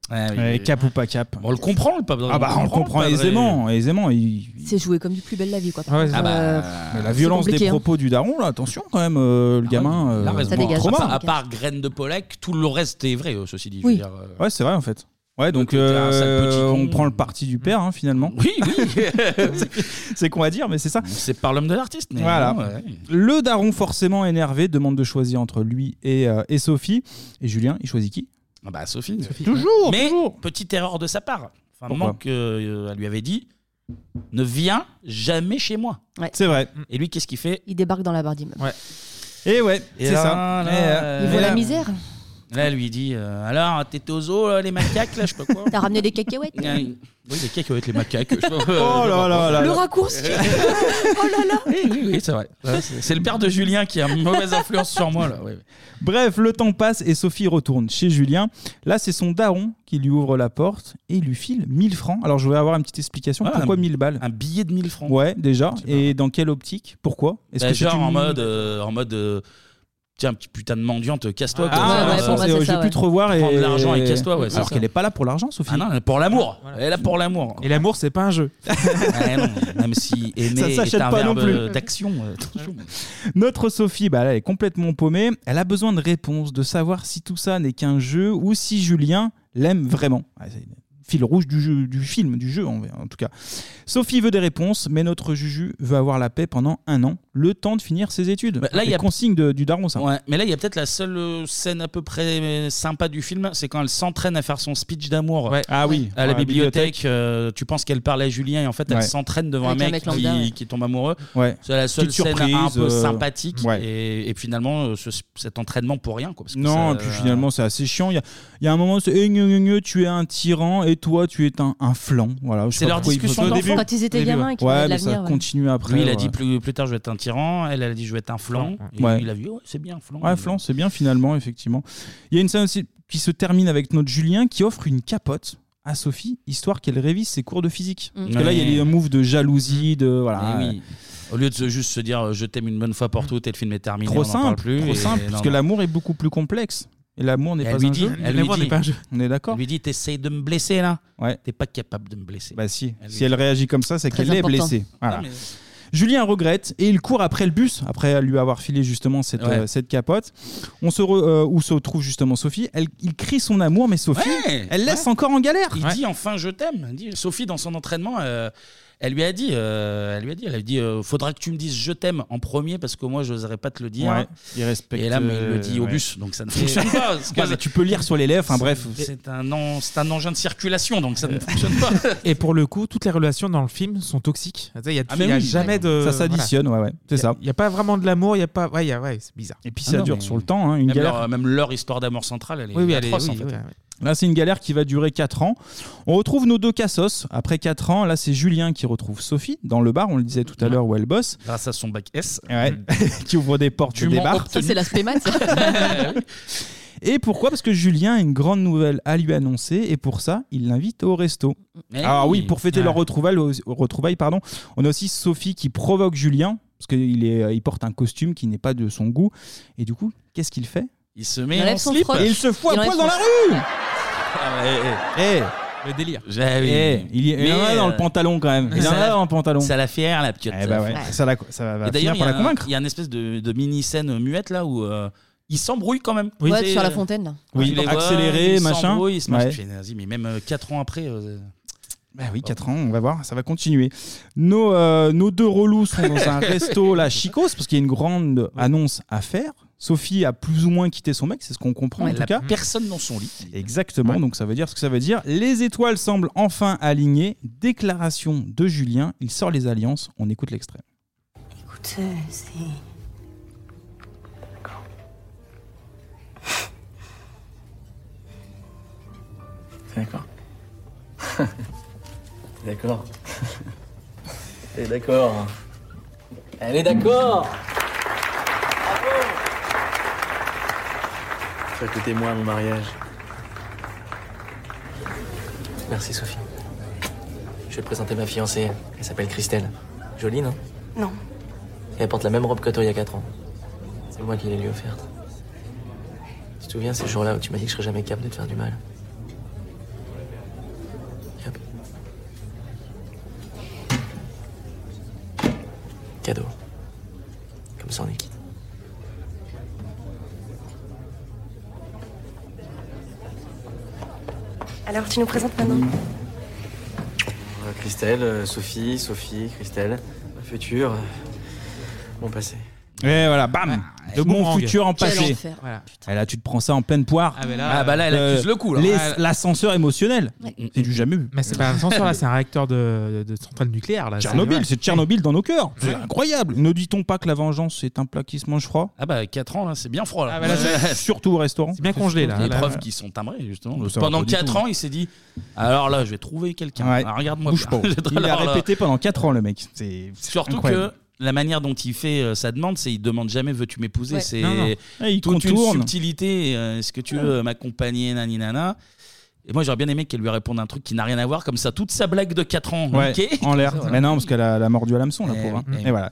[SPEAKER 12] Ah
[SPEAKER 11] Ouais, cap ou pas cap
[SPEAKER 12] On le comprend, Ah le pape.
[SPEAKER 11] Ah bah on le comprend aisément, aisément. il-
[SPEAKER 2] C'est joué comme du plus belle la vie, quoi.
[SPEAKER 11] Ah bah,
[SPEAKER 2] Euh,
[SPEAKER 11] mais la
[SPEAKER 2] c'est
[SPEAKER 11] violence
[SPEAKER 2] compliqué,
[SPEAKER 11] des
[SPEAKER 2] hein.
[SPEAKER 11] propos du daron, là, attention quand même, euh,
[SPEAKER 12] Ah
[SPEAKER 11] le gamin. euh,
[SPEAKER 12] Là, reste-
[SPEAKER 11] bon,
[SPEAKER 12] bon, à,
[SPEAKER 11] trauma.
[SPEAKER 12] part, à part graine de Polak, tout le reste est vrai, euh, ceci dit. je
[SPEAKER 11] Oui.
[SPEAKER 12] veux dire, euh,
[SPEAKER 11] Ouais, c'est vrai en fait. Ouais, donc
[SPEAKER 12] t'es un ah, sale
[SPEAKER 11] euh,
[SPEAKER 12] petit con.
[SPEAKER 11] on prend le parti du père hein, finalement.
[SPEAKER 12] Oui, oui.
[SPEAKER 11] c'est qu'on va dire, mais c'est ça.
[SPEAKER 12] C'est par l'homme de l'artiste. mais
[SPEAKER 11] Voilà.
[SPEAKER 12] non, ouais.
[SPEAKER 11] Le daron forcément énervé demande de choisir entre lui et, euh, et Sophie. Et Julien, il choisit qui
[SPEAKER 12] Ah bah Sophie.
[SPEAKER 11] Toujours.
[SPEAKER 12] Mais petite erreur de sa part. Enfin,
[SPEAKER 11] Pourquoi
[SPEAKER 12] manque, euh, elle lui avait dit ne viens jamais chez moi.
[SPEAKER 11] C'est vrai.
[SPEAKER 12] Et lui, qu'est-ce qu'il fait
[SPEAKER 2] Il débarque dans la barre d'immeuble.
[SPEAKER 11] Et ouais,
[SPEAKER 12] Et
[SPEAKER 11] c'est
[SPEAKER 12] là,
[SPEAKER 11] ça.
[SPEAKER 12] là,
[SPEAKER 11] Et,
[SPEAKER 12] euh,
[SPEAKER 2] Il
[SPEAKER 12] Mais
[SPEAKER 2] voit
[SPEAKER 12] là-
[SPEAKER 2] la misère.
[SPEAKER 12] Là, elle lui dit euh, alors t'étais aux eaux là, euh, les macaques là, je sais pas quoi.
[SPEAKER 2] T'as ramené des cacahuètes.
[SPEAKER 12] oui, les cacahuètes avec les macaques. je sais pas, euh,
[SPEAKER 11] Oh
[SPEAKER 12] je sais
[SPEAKER 11] là
[SPEAKER 12] pas
[SPEAKER 11] là
[SPEAKER 12] quoi.
[SPEAKER 11] là
[SPEAKER 2] Le
[SPEAKER 11] là.
[SPEAKER 2] raccourci.
[SPEAKER 12] Oui, oui, oui, c'est vrai. Ouais, C'est c'est le père de Julien qui a une mauvaise influence sur moi là. ouais, ouais.
[SPEAKER 11] Bref, le temps passe et Sophie retourne chez Julien. Là, c'est son daron qui lui ouvre la porte et il lui file 1000 francs. Alors, je vais avoir une petite explication.
[SPEAKER 12] Voilà,
[SPEAKER 11] pourquoi
[SPEAKER 12] un-
[SPEAKER 11] 1000 balles
[SPEAKER 12] Un billet de 1000 francs.
[SPEAKER 11] Ouais, déjà. Et dans quelle optique Pourquoi Est-ce
[SPEAKER 12] Bah,
[SPEAKER 11] que c'est
[SPEAKER 12] genre
[SPEAKER 11] une-
[SPEAKER 12] en mode, euh, en mode, euh, tiens petit putain de mendiante, casse-toi.
[SPEAKER 11] Ah,
[SPEAKER 12] quoi.
[SPEAKER 11] ouais, ouais,
[SPEAKER 12] Euh,
[SPEAKER 11] bon, bah, c'est
[SPEAKER 12] euh,
[SPEAKER 11] ça, ouais.
[SPEAKER 12] Prends de
[SPEAKER 11] et-
[SPEAKER 12] l'argent et casse-toi. Ouais, c'est
[SPEAKER 11] Alors
[SPEAKER 12] ça.
[SPEAKER 11] qu'elle n'est pas là pour l'argent, Sophie.
[SPEAKER 12] Ah non, elle est pour l'amour. Elle est là pour l'amour.
[SPEAKER 11] Et l'amour, c'est pas un jeu.
[SPEAKER 12] Ouais, non, même si
[SPEAKER 11] Ça
[SPEAKER 12] aimer est
[SPEAKER 11] s'achète
[SPEAKER 12] un
[SPEAKER 11] pas non
[SPEAKER 12] verbe
[SPEAKER 11] plus.
[SPEAKER 12] d'action. euh, toujours.
[SPEAKER 11] Notre Sophie, bah, elle est complètement paumée. Elle a besoin de réponses, de savoir si tout ça n'est qu'un jeu ou si Julien l'aime vraiment. Ouais, c'est le fil rouge du, jeu, du film, du jeu en, en tout cas. Sophie veut des réponses, mais notre Juju veut avoir la paix pendant un an, le temps de finir ses études.
[SPEAKER 12] Bah, là, il y
[SPEAKER 11] Les
[SPEAKER 12] a-
[SPEAKER 11] consignes de- du daron, ça.
[SPEAKER 12] Ouais, mais là, il y a peut-être la seule euh, scène à peu près euh, sympa du film, c'est quand elle s'entraîne à faire son speech d'amour
[SPEAKER 11] Ah oui,
[SPEAKER 12] à la bibliothèque. euh, tu penses qu'elle parle à Julien et en fait, elle
[SPEAKER 11] Ouais.
[SPEAKER 12] s'entraîne devant
[SPEAKER 11] Avec
[SPEAKER 12] un
[SPEAKER 11] un
[SPEAKER 12] mec,
[SPEAKER 11] mec
[SPEAKER 12] qui,
[SPEAKER 11] lambda, ouais.
[SPEAKER 12] qui tombe amoureux.
[SPEAKER 11] Ouais.
[SPEAKER 12] C'est la seule
[SPEAKER 11] Petite
[SPEAKER 12] scène
[SPEAKER 11] surprise,
[SPEAKER 12] un peu
[SPEAKER 11] euh,
[SPEAKER 12] sympathique
[SPEAKER 11] ouais.
[SPEAKER 12] et, et finalement, euh, ce- cet entraînement pour rien. Quoi, parce que
[SPEAKER 11] Non,
[SPEAKER 12] ça- euh,
[SPEAKER 11] et puis finalement, c'est assez chiant. Il y a, il y a un moment, c'est Eh, gne, gne, gne, tu es un tyran et toi, tu es un, un flan. Voilà, je
[SPEAKER 12] C'est
[SPEAKER 11] sais pas
[SPEAKER 12] leur
[SPEAKER 11] pourquoi ils font
[SPEAKER 12] discussion
[SPEAKER 11] ça.
[SPEAKER 12] d'enfants. Quand
[SPEAKER 2] ils étaient gamins et qu'ils parlaient
[SPEAKER 11] ouais,
[SPEAKER 2] de
[SPEAKER 11] mais ça
[SPEAKER 2] l'avenir, ouais.
[SPEAKER 11] continue après.
[SPEAKER 12] euh, Lui, il a
[SPEAKER 11] ouais.
[SPEAKER 12] dit plus, plus tard, je vais être un tyran. Elle, elle a dit, je vais être un flan. Et
[SPEAKER 11] Ouais.
[SPEAKER 12] Il a vu, ouais, c'est bien, flan.
[SPEAKER 11] Ouais, flan, c'est bien finalement, effectivement. Il y a une scène aussi qui se termine avec notre Julien qui offre une capote à Sophie, histoire qu'elle révise ses cours de physique.
[SPEAKER 12] Mm.
[SPEAKER 11] Parce que là, il y a
[SPEAKER 12] Ouais.
[SPEAKER 11] des moves de jalousie, de. Voilà. euh,
[SPEAKER 12] Eh oui. Au lieu de se- juste se dire euh, je t'aime une bonne fois pour toutes et le film est terminé,
[SPEAKER 11] Trop
[SPEAKER 12] on n'en parle
[SPEAKER 11] simple,
[SPEAKER 12] plus.
[SPEAKER 11] trop
[SPEAKER 12] et-
[SPEAKER 11] simple,
[SPEAKER 12] non,
[SPEAKER 11] parce que
[SPEAKER 12] non.
[SPEAKER 11] l'amour est beaucoup plus complexe. Et l'amour n'est
[SPEAKER 12] Et
[SPEAKER 11] pas,
[SPEAKER 12] elle lui
[SPEAKER 11] un
[SPEAKER 12] dit-
[SPEAKER 11] jeu.
[SPEAKER 12] elle lui L'amour dit- n'est pas un jeu.
[SPEAKER 11] On est d'accord.
[SPEAKER 12] Elle lui dit t'essayes de me blesser là.
[SPEAKER 11] Ouais.
[SPEAKER 12] T'es pas capable de me blesser.
[SPEAKER 11] Bah si.
[SPEAKER 12] Elle
[SPEAKER 11] si
[SPEAKER 12] lui
[SPEAKER 11] elle
[SPEAKER 12] dit.
[SPEAKER 11] réagit comme ça, c'est
[SPEAKER 12] Très
[SPEAKER 11] qu'elle est
[SPEAKER 12] important.
[SPEAKER 11] blessée. Voilà.
[SPEAKER 12] Non, mais-
[SPEAKER 11] Julien regrette et il court après le bus, après lui avoir filé justement cette,
[SPEAKER 12] Ouais.
[SPEAKER 11] euh, cette capote. On se re- euh, où se trouve justement Sophie. Elle, il crie son amour, mais Sophie,
[SPEAKER 12] Ouais,
[SPEAKER 11] elle laisse
[SPEAKER 12] ouais.
[SPEAKER 11] encore en galère.
[SPEAKER 12] Il dit enfin je t'aime. Il dit- Sophie dans son entraînement, euh, Elle lui a dit, euh, elle lui a dit, elle lui a dit, euh, faudra que tu me dises je t'aime en premier parce que moi je n'oserais pas te le dire.
[SPEAKER 11] Ouais, il respecte,
[SPEAKER 12] Et là, mais il le dit au
[SPEAKER 11] ouais.
[SPEAKER 12] bus, donc ça ne fonctionne pas. parce que
[SPEAKER 11] Ouais, mais tu peux lire sur les lèvres, enfin, bref.
[SPEAKER 12] C'est un en- c'est un engin de circulation, donc ça ne fonctionne pas.
[SPEAKER 14] Et pour le coup, toutes les relations dans le film sont toxiques. Il n'y a,
[SPEAKER 12] Ah,
[SPEAKER 14] il y a
[SPEAKER 12] mais oui.
[SPEAKER 14] jamais de.
[SPEAKER 11] Ça s'additionne, ouais, ouais,
[SPEAKER 14] Il
[SPEAKER 11] c'est
[SPEAKER 14] y a-
[SPEAKER 11] ça.
[SPEAKER 14] Il n'y a pas vraiment de l'amour, il y a pas. Ouais, il y a- ouais, c'est bizarre.
[SPEAKER 11] Et puis ça dure sur le temps, hein, une
[SPEAKER 12] même,
[SPEAKER 11] galère.
[SPEAKER 12] leur, même leur histoire d'amour centrale, elle est
[SPEAKER 11] Oui, oui, elle est-
[SPEAKER 12] atroce
[SPEAKER 11] oui,
[SPEAKER 12] en fait.
[SPEAKER 11] oui, Là, c'est une galère qui va durer 4 ans. On retrouve nos deux cassos. Après 4 ans, là, c'est Julien qui retrouve Sophie dans le bar, on le disait tout à l'heure où elle bosse.
[SPEAKER 12] Grâce à son bac S.
[SPEAKER 11] Ouais. qui ouvre des portes,
[SPEAKER 12] Tu
[SPEAKER 11] des
[SPEAKER 12] m'en
[SPEAKER 11] bars.
[SPEAKER 2] Ça, c'est l'aspect maths.
[SPEAKER 11] Et pourquoi Parce que Julien a une grande nouvelle à lui annoncer et pour ça, il l'invite au resto.
[SPEAKER 12] Hey.
[SPEAKER 11] Ah oui, pour fêter
[SPEAKER 12] Ouais.
[SPEAKER 11] leur retrouvaille, au- au retrouvaille, pardon, on a aussi Sophie qui provoque Julien parce qu'il est, euh, il porte un costume qui n'est pas de son goût. Et du coup, qu'est-ce qu'il fait
[SPEAKER 12] Il se met
[SPEAKER 11] Il enlève
[SPEAKER 12] en
[SPEAKER 11] son
[SPEAKER 12] slip. Ah,
[SPEAKER 11] froc. Et il se fout à Il enlève poil dans son- la rue.
[SPEAKER 14] Le délire.
[SPEAKER 11] Eh, il, y- il y en a dans le pantalon quand même. Il y en
[SPEAKER 12] euh, ça
[SPEAKER 11] a
[SPEAKER 12] la-
[SPEAKER 11] dans le pantalon.
[SPEAKER 12] ça la fière, la piotte.
[SPEAKER 11] Eh bah ouais, ça, la- ça va- va
[SPEAKER 12] Et d'ailleurs,
[SPEAKER 11] finir
[SPEAKER 12] il y
[SPEAKER 11] par
[SPEAKER 12] a
[SPEAKER 11] la
[SPEAKER 12] un-
[SPEAKER 11] convaincre.
[SPEAKER 12] Il y a une espèce de, de mini-scène muette là où euh, ils s'embrouillent quand même.
[SPEAKER 2] Oui. Ouais,
[SPEAKER 12] C'est-
[SPEAKER 2] sur la fontaine, là.
[SPEAKER 11] Oui,
[SPEAKER 12] Tu les vois,
[SPEAKER 11] accéléré,
[SPEAKER 12] ils
[SPEAKER 11] machin.
[SPEAKER 12] s'embrouillent, Ils se mangent.
[SPEAKER 11] Ouais.
[SPEAKER 12] Je fais, vas-y, mais même 4 ans après. euh,
[SPEAKER 11] Bah oui, 4 ans, on va voir, ça va continuer. Nos, euh, nos deux relous sont dans un resto, là, chicos, parce qu'il y a une grande annonce à faire. Sophie a plus ou moins quitté son mec, c'est ce qu'on comprend en
[SPEAKER 12] elle
[SPEAKER 11] tout
[SPEAKER 12] a
[SPEAKER 11] cas.
[SPEAKER 12] Personne dans son lit.
[SPEAKER 11] Exactement, donc ça veut dire ce que ça veut dire. Les étoiles semblent enfin alignées. Déclaration de Julien, il sort les alliances, on écoute l'extrait.
[SPEAKER 9] Écoute, euh, c'est.
[SPEAKER 18] D'accord. d'accord. Elle est d'accord. Elle est d'accord. Tu as été témoin à mon mariage. Merci Sophie. Je vais te présenter ma fiancée. Elle s'appelle Christelle. Jolie, non
[SPEAKER 9] Non.
[SPEAKER 18] Elle porte la même robe que toi il y a 4 ans. C'est moi qui l'ai lui offerte. Tu te souviens ces jours-là où tu m'as dit que je serais jamais capable de te faire du mal Yep. Cadeau. Comme ça on est quitte.
[SPEAKER 9] Alors, tu nous présentes maintenant
[SPEAKER 18] Euh, Christelle, euh, Sophie, Sophie, Christelle, ma future, euh, mon passé.
[SPEAKER 11] Et voilà, bam De mon
[SPEAKER 18] boomerang.
[SPEAKER 11] futur en
[SPEAKER 18] Quel
[SPEAKER 11] passé.
[SPEAKER 18] enfer. Voilà.
[SPEAKER 11] Et là, tu te prends ça en pleine poire. Euh,
[SPEAKER 14] Ah, mais là- Ah, bah là,
[SPEAKER 12] elle accuse le coup, là.
[SPEAKER 11] les-
[SPEAKER 14] Ah, là-
[SPEAKER 11] L'ascenseur émotionnel. C'est du jamais vu.
[SPEAKER 14] Mais c'est pas un censure là, c'est un réacteur de, de centrale nucléaire
[SPEAKER 12] Ah,
[SPEAKER 14] là.
[SPEAKER 11] Tchernobyl, c'est Tchernobyl dans nos cœurs. C'est
[SPEAKER 14] Ouais.
[SPEAKER 11] incroyable. Ne dit-on pas que la vengeance est un plat qui se mange froid
[SPEAKER 12] Ah bah 4 ans là, c'est bien froid là.
[SPEAKER 11] bah là, c'est- Surtout au restaurant. C'est
[SPEAKER 14] bien congelé, là.
[SPEAKER 12] Les
[SPEAKER 14] Là,
[SPEAKER 12] preuves
[SPEAKER 14] là.
[SPEAKER 12] qui sont timbrées justement.
[SPEAKER 11] Ça va
[SPEAKER 12] Pendant
[SPEAKER 11] pas du
[SPEAKER 12] 4
[SPEAKER 11] tout.
[SPEAKER 12] ans, il s'est dit alors là, je vais trouver quelqu'un.
[SPEAKER 11] Ouais.
[SPEAKER 12] Alors, Regarde-moi.
[SPEAKER 11] Bouge
[SPEAKER 12] bien.
[SPEAKER 11] pas. Il a
[SPEAKER 12] Alors là-
[SPEAKER 11] répété pendant 4 ans, le mec. C'est c'est
[SPEAKER 12] Surtout
[SPEAKER 11] incroyable.
[SPEAKER 12] que la manière dont il fait euh, sa demande, c'est il demande jamais veux-tu m'épouser.
[SPEAKER 11] Ouais.
[SPEAKER 12] C'est
[SPEAKER 11] Non, non. Et il
[SPEAKER 12] toute
[SPEAKER 11] contourne.
[SPEAKER 12] une subtilité. euh, Est-ce que tu veux m'accompagner, nani nana. Et moi, j'aurais bien aimé qu'elle lui réponde un truc qui n'a rien à voir, comme ça, toute sa blague de 4 ans.
[SPEAKER 11] Ouais,
[SPEAKER 12] ok
[SPEAKER 11] en l'air.
[SPEAKER 12] Voilà.
[SPEAKER 11] Mais non, parce qu'elle a, elle a mordu à l'hameçon, la
[SPEAKER 12] Eh
[SPEAKER 11] pauvre.
[SPEAKER 12] oui,
[SPEAKER 11] hein.
[SPEAKER 12] eh
[SPEAKER 11] Et voilà.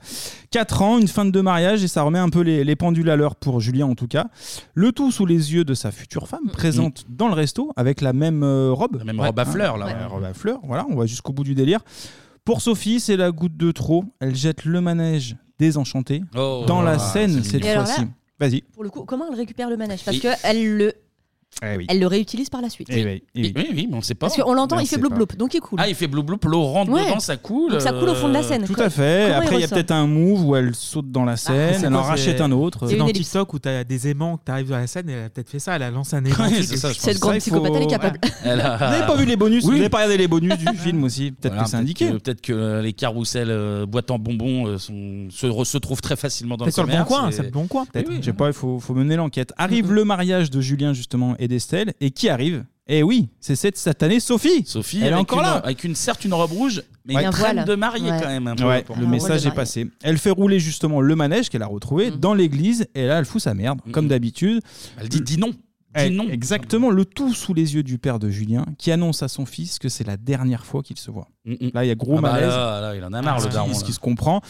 [SPEAKER 11] 4 ans, une fin de mariage, et ça remet un peu les, les pendules à l'heure pour Julien, en tout cas. Le tout sous les yeux de sa future femme, présente dans le resto, avec la même euh, robe. La
[SPEAKER 12] même robe à fleurs, là, ouais.
[SPEAKER 11] robe à fleurs, voilà, on va jusqu'au bout du délire. Pour Sophie, c'est la goutte de trop. Elle jette le manège désenchanté
[SPEAKER 12] Oh,
[SPEAKER 11] dans la
[SPEAKER 12] ah, c'est
[SPEAKER 11] scène cette
[SPEAKER 2] mignon. Et alors
[SPEAKER 11] fois-ci.
[SPEAKER 2] là-
[SPEAKER 11] Vas-y.
[SPEAKER 2] Pour le coup, comment elle récupère le manège Parce
[SPEAKER 12] Et-
[SPEAKER 2] qu'elle le,
[SPEAKER 11] Eh oui.
[SPEAKER 2] elle le réutilise par la suite.
[SPEAKER 11] Eh oui, eh oui.
[SPEAKER 12] Oui, oui, mais on sait pas.
[SPEAKER 2] Parce qu'on l'entend,
[SPEAKER 12] Mais
[SPEAKER 2] il
[SPEAKER 12] on
[SPEAKER 2] fait
[SPEAKER 12] sait
[SPEAKER 2] bloup
[SPEAKER 12] pas.
[SPEAKER 2] bloup, donc il coule.
[SPEAKER 12] Ah, il fait bloup bloup, l'eau rentre
[SPEAKER 2] Ouais.
[SPEAKER 12] dedans, ça coule. euh.
[SPEAKER 2] Donc ça coule au fond de la scène.
[SPEAKER 11] Tout
[SPEAKER 2] Co-
[SPEAKER 11] à fait.
[SPEAKER 2] comment
[SPEAKER 11] Après, il y a
[SPEAKER 2] ressort
[SPEAKER 11] peut-être un move où elle saute dans la
[SPEAKER 14] Ah,
[SPEAKER 11] scène,
[SPEAKER 14] c'est
[SPEAKER 11] elle
[SPEAKER 14] quoi,
[SPEAKER 11] en
[SPEAKER 14] c'est-
[SPEAKER 11] rachète un autre.
[SPEAKER 14] C'est dans TikTok où t'as des aimants, que t'arrives dans la scène et elle a peut-être fait ça, elle a lancé un aimant.
[SPEAKER 11] Ouais,
[SPEAKER 14] antique.
[SPEAKER 11] c'est ça, je pense.
[SPEAKER 2] Cette grande
[SPEAKER 11] Ça, il faut-
[SPEAKER 2] psychopathe, elle est capable.
[SPEAKER 12] Elle a-
[SPEAKER 11] Vous n'avez pas vu les bonus,
[SPEAKER 12] Oui.
[SPEAKER 11] vous n'avez pas regardé les bonus du film aussi. Peut-être
[SPEAKER 12] Voilà,
[SPEAKER 11] que c'est indiqué.
[SPEAKER 12] que- Peut-être que euh, les carousels euh, boîtes en bonbons euh, sont, se, re- se trouvent très facilement dans le
[SPEAKER 11] Peut-être sur le bon
[SPEAKER 12] commerce,
[SPEAKER 11] coin,
[SPEAKER 12] et-
[SPEAKER 11] c'est le bon coin peut-être.
[SPEAKER 12] Oui, oui.
[SPEAKER 11] Je sais pas, il faut, faut mener l'enquête. Arrive le mariage de Julien justement et d'Estelle. Et qui arrive Eh oui, c'est cette satanée Sophie.
[SPEAKER 12] Sophie,
[SPEAKER 11] elle est
[SPEAKER 12] avec
[SPEAKER 11] encore
[SPEAKER 12] une-
[SPEAKER 11] là.
[SPEAKER 12] Avec une, certes une robe rouge, mais
[SPEAKER 11] Ouais.
[SPEAKER 12] une
[SPEAKER 11] Un
[SPEAKER 12] traîne
[SPEAKER 11] voile.
[SPEAKER 12] de mariée
[SPEAKER 11] Ouais.
[SPEAKER 12] quand même. un peu. Ah,
[SPEAKER 11] Ouais,
[SPEAKER 12] Pour-
[SPEAKER 11] le message est passé. Elle fait rouler justement le manège qu'elle a retrouvé dans l'église et là elle fout sa merde, comme d'habitude.
[SPEAKER 12] Elle dit dis non. non.
[SPEAKER 11] Eh, Exactement, le tout sous les yeux du père de Julien qui annonce à son fils que c'est la dernière fois qu'il se voit. Là il y a gros
[SPEAKER 12] Ah bah
[SPEAKER 11] malaise.
[SPEAKER 12] là, là, il en a marre,
[SPEAKER 11] Ce
[SPEAKER 12] le
[SPEAKER 11] qui-
[SPEAKER 12] daron,
[SPEAKER 11] Ce
[SPEAKER 12] là.
[SPEAKER 11] qui se comprend.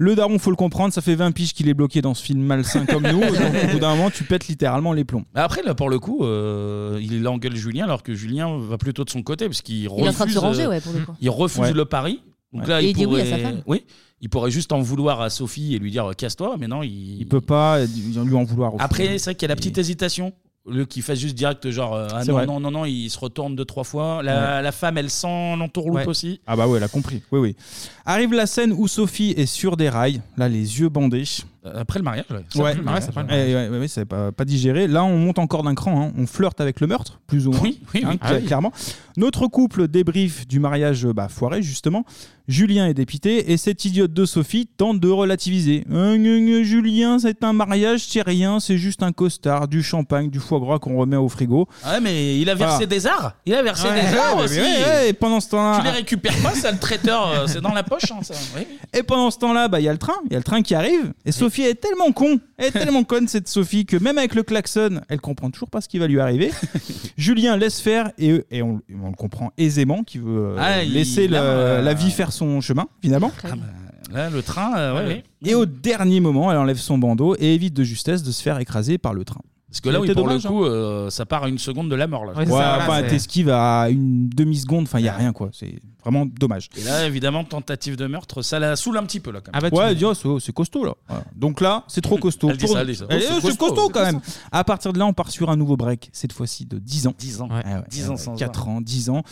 [SPEAKER 11] Le daron, faut le comprendre, ça fait 20 piges qu'il est bloqué dans ce film malsain comme nous. donc, au bout d'un moment, tu pètes littéralement les plombs.
[SPEAKER 12] Bah Après, là, pour le coup, euh, il engueule Julien alors que Julien va plutôt de son côté parce qu'il refuse.
[SPEAKER 2] est en train de se ranger,
[SPEAKER 12] euh,
[SPEAKER 2] ouais, pour le coup.
[SPEAKER 12] Il refuse
[SPEAKER 2] Ouais.
[SPEAKER 12] le pari. Donc
[SPEAKER 2] Ouais.
[SPEAKER 12] là,
[SPEAKER 2] Et
[SPEAKER 12] il,
[SPEAKER 2] il dit oui
[SPEAKER 12] pourrait,
[SPEAKER 2] à sa femme.
[SPEAKER 12] oui, il pourrait juste en vouloir à Sophie et lui dire euh, casse-toi, mais non, il,
[SPEAKER 11] Il peut pas euh, lui en vouloir. au
[SPEAKER 12] Après,
[SPEAKER 11] final.
[SPEAKER 12] c'est vrai qu'il y a la petite hésitation. Le qui fasse juste direct, genre, euh, ah
[SPEAKER 11] C'est
[SPEAKER 12] non,
[SPEAKER 11] vrai.
[SPEAKER 12] non, non, non, il se retourne deux, trois fois. La,
[SPEAKER 11] Ouais.
[SPEAKER 12] la femme, elle sent l'entourloupe
[SPEAKER 11] Ouais.
[SPEAKER 12] aussi.
[SPEAKER 11] Ah bah ouais, elle a compris. Oui, oui. Arrive la scène où Sophie est sur des rails, là les yeux bandés.
[SPEAKER 12] Euh, Après le mariage, ouais. C'est
[SPEAKER 11] Ouais,
[SPEAKER 12] après le mariage,
[SPEAKER 11] ouais, ouais, ouais, ouais, ouais, c'est pas, pas digéré. Là, on monte encore d'un cran. hein. On flirte avec le meurtre, plus ou moins.
[SPEAKER 12] Oui, oui, oui.
[SPEAKER 11] Hein,
[SPEAKER 12] Ah oui.
[SPEAKER 11] Clairement. Notre couple débrief du mariage euh, bah, foiré, justement. Julien est dépité et cette idiote de Sophie tente de relativiser. Euh, gne, gne, Julien, c'est un mariage, c'est rien, c'est juste un costard, du champagne, du foie gras qu'on remet au frigo.
[SPEAKER 12] Ouais, mais il a versé
[SPEAKER 11] Ah.
[SPEAKER 12] des arts. Il a versé
[SPEAKER 11] Ouais,
[SPEAKER 12] des arts
[SPEAKER 11] ouais,
[SPEAKER 12] aussi.
[SPEAKER 11] mais ouais, ouais, et pendant ce temps-là,
[SPEAKER 12] Tu les récupères pas, ça, le traiteur, euh, c'est dans la poche, hein, ça. Oui.
[SPEAKER 11] Et pendant ce temps-là, bah, il y a le train, il y a le train qui arrive. Et Sophie est tellement con, elle est tellement conne cette Sophie que même avec le klaxon, elle comprend toujours pas ce qui va lui arriver. Julien laisse faire et, et on, on le comprend aisément qu'il veut euh,
[SPEAKER 12] Ah, il-
[SPEAKER 11] laisser
[SPEAKER 12] là,
[SPEAKER 11] la,
[SPEAKER 12] euh,
[SPEAKER 11] la vie faire son chemin finalement.
[SPEAKER 12] Là, le train, euh, ouais, ouais.
[SPEAKER 11] Et au dernier moment, elle enlève son bandeau et évite de justesse de se faire écraser par le train.
[SPEAKER 12] Parce que là, oui,
[SPEAKER 11] C'était
[SPEAKER 12] pour
[SPEAKER 11] dommage, hein.
[SPEAKER 12] le coup, euh, ça part à une seconde de la mort. Là,
[SPEAKER 11] Ouais, bah, t'esquives à une demi-seconde, enfin, il n'y a rien, quoi. C'est vraiment dommage.
[SPEAKER 12] Et là, évidemment, tentative de meurtre, ça la saoule un petit peu, là, quand même.
[SPEAKER 11] ouais, elle dit, oh, c'est- c'est costaud là. Voilà. Donc là, c'est trop costaud.
[SPEAKER 12] Elle dit
[SPEAKER 11] Tourne-
[SPEAKER 12] ça, elle dit ça.
[SPEAKER 11] Elle
[SPEAKER 12] Oh,
[SPEAKER 11] dit,
[SPEAKER 12] c'est
[SPEAKER 11] oh, c'est
[SPEAKER 12] costaud,
[SPEAKER 11] costaud,
[SPEAKER 12] c'est
[SPEAKER 11] quand même. À partir de là, on part sur un nouveau break, cette fois-ci de 10 ans. Ah
[SPEAKER 12] 10 ans.
[SPEAKER 11] 10
[SPEAKER 12] ans sans
[SPEAKER 11] 4 ans, 10 ans.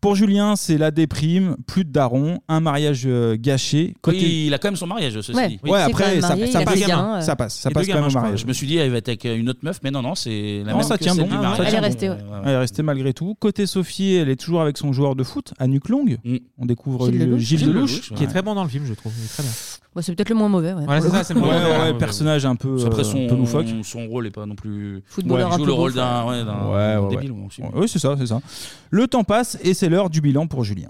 [SPEAKER 11] Pour Julien, c'est la déprime, plus de daron, un mariage euh, gâché. Côté-
[SPEAKER 12] Oui, il a quand même son mariage, ceci
[SPEAKER 11] Ouais.
[SPEAKER 12] dit.
[SPEAKER 11] Ouais, Il s'est après, quand même ça- marié, ça il a passe, deux gamins, hein. ça passe, ça
[SPEAKER 12] Et deux
[SPEAKER 11] passe quand
[SPEAKER 12] gamins,
[SPEAKER 11] même au
[SPEAKER 12] je crois.
[SPEAKER 11] mariage.
[SPEAKER 12] Je me suis dit, elle va être avec euh, une autre meuf, mais non, non, c'est la
[SPEAKER 11] Non,
[SPEAKER 12] même
[SPEAKER 11] ça
[SPEAKER 12] que
[SPEAKER 11] tient
[SPEAKER 12] celle
[SPEAKER 11] bon. hein.
[SPEAKER 12] du mariage.
[SPEAKER 11] ça tient bon.
[SPEAKER 2] restée, ouais.
[SPEAKER 11] Elle est restée malgré tout. Côté Sophie, elle est toujours avec son joueur de foot, Anuk Long.
[SPEAKER 12] Mm.
[SPEAKER 11] On découvre
[SPEAKER 2] Gilles
[SPEAKER 11] le-
[SPEAKER 2] Lelouch.
[SPEAKER 11] Gilles
[SPEAKER 2] Gilles
[SPEAKER 11] Lelouch,
[SPEAKER 2] Lelouch,
[SPEAKER 14] Qui est très bon dans le film, je trouve. Il est très bien.
[SPEAKER 2] Bon, c'est peut-être le moins mauvais. Ouais.
[SPEAKER 14] Voilà, c'est ça, c'est le
[SPEAKER 11] Ouais,
[SPEAKER 14] moins
[SPEAKER 11] ouais,
[SPEAKER 14] mauvais.
[SPEAKER 11] ouais, personnage un peu,
[SPEAKER 12] Après,
[SPEAKER 11] euh,
[SPEAKER 12] son,
[SPEAKER 11] un peu loufoque.
[SPEAKER 12] son rôle est pas non plus.
[SPEAKER 11] Footballeur
[SPEAKER 12] il
[SPEAKER 11] un
[SPEAKER 12] joue
[SPEAKER 11] peu
[SPEAKER 12] le rôle
[SPEAKER 11] beauf,
[SPEAKER 12] d'un ouais, d'un-
[SPEAKER 11] Ouais,
[SPEAKER 12] d'un
[SPEAKER 11] ouais,
[SPEAKER 12] débile.
[SPEAKER 11] ouais.
[SPEAKER 12] aussi.
[SPEAKER 11] Oui, c'est ça, c'est ça. Le temps passe et c'est l'heure du bilan pour Julien.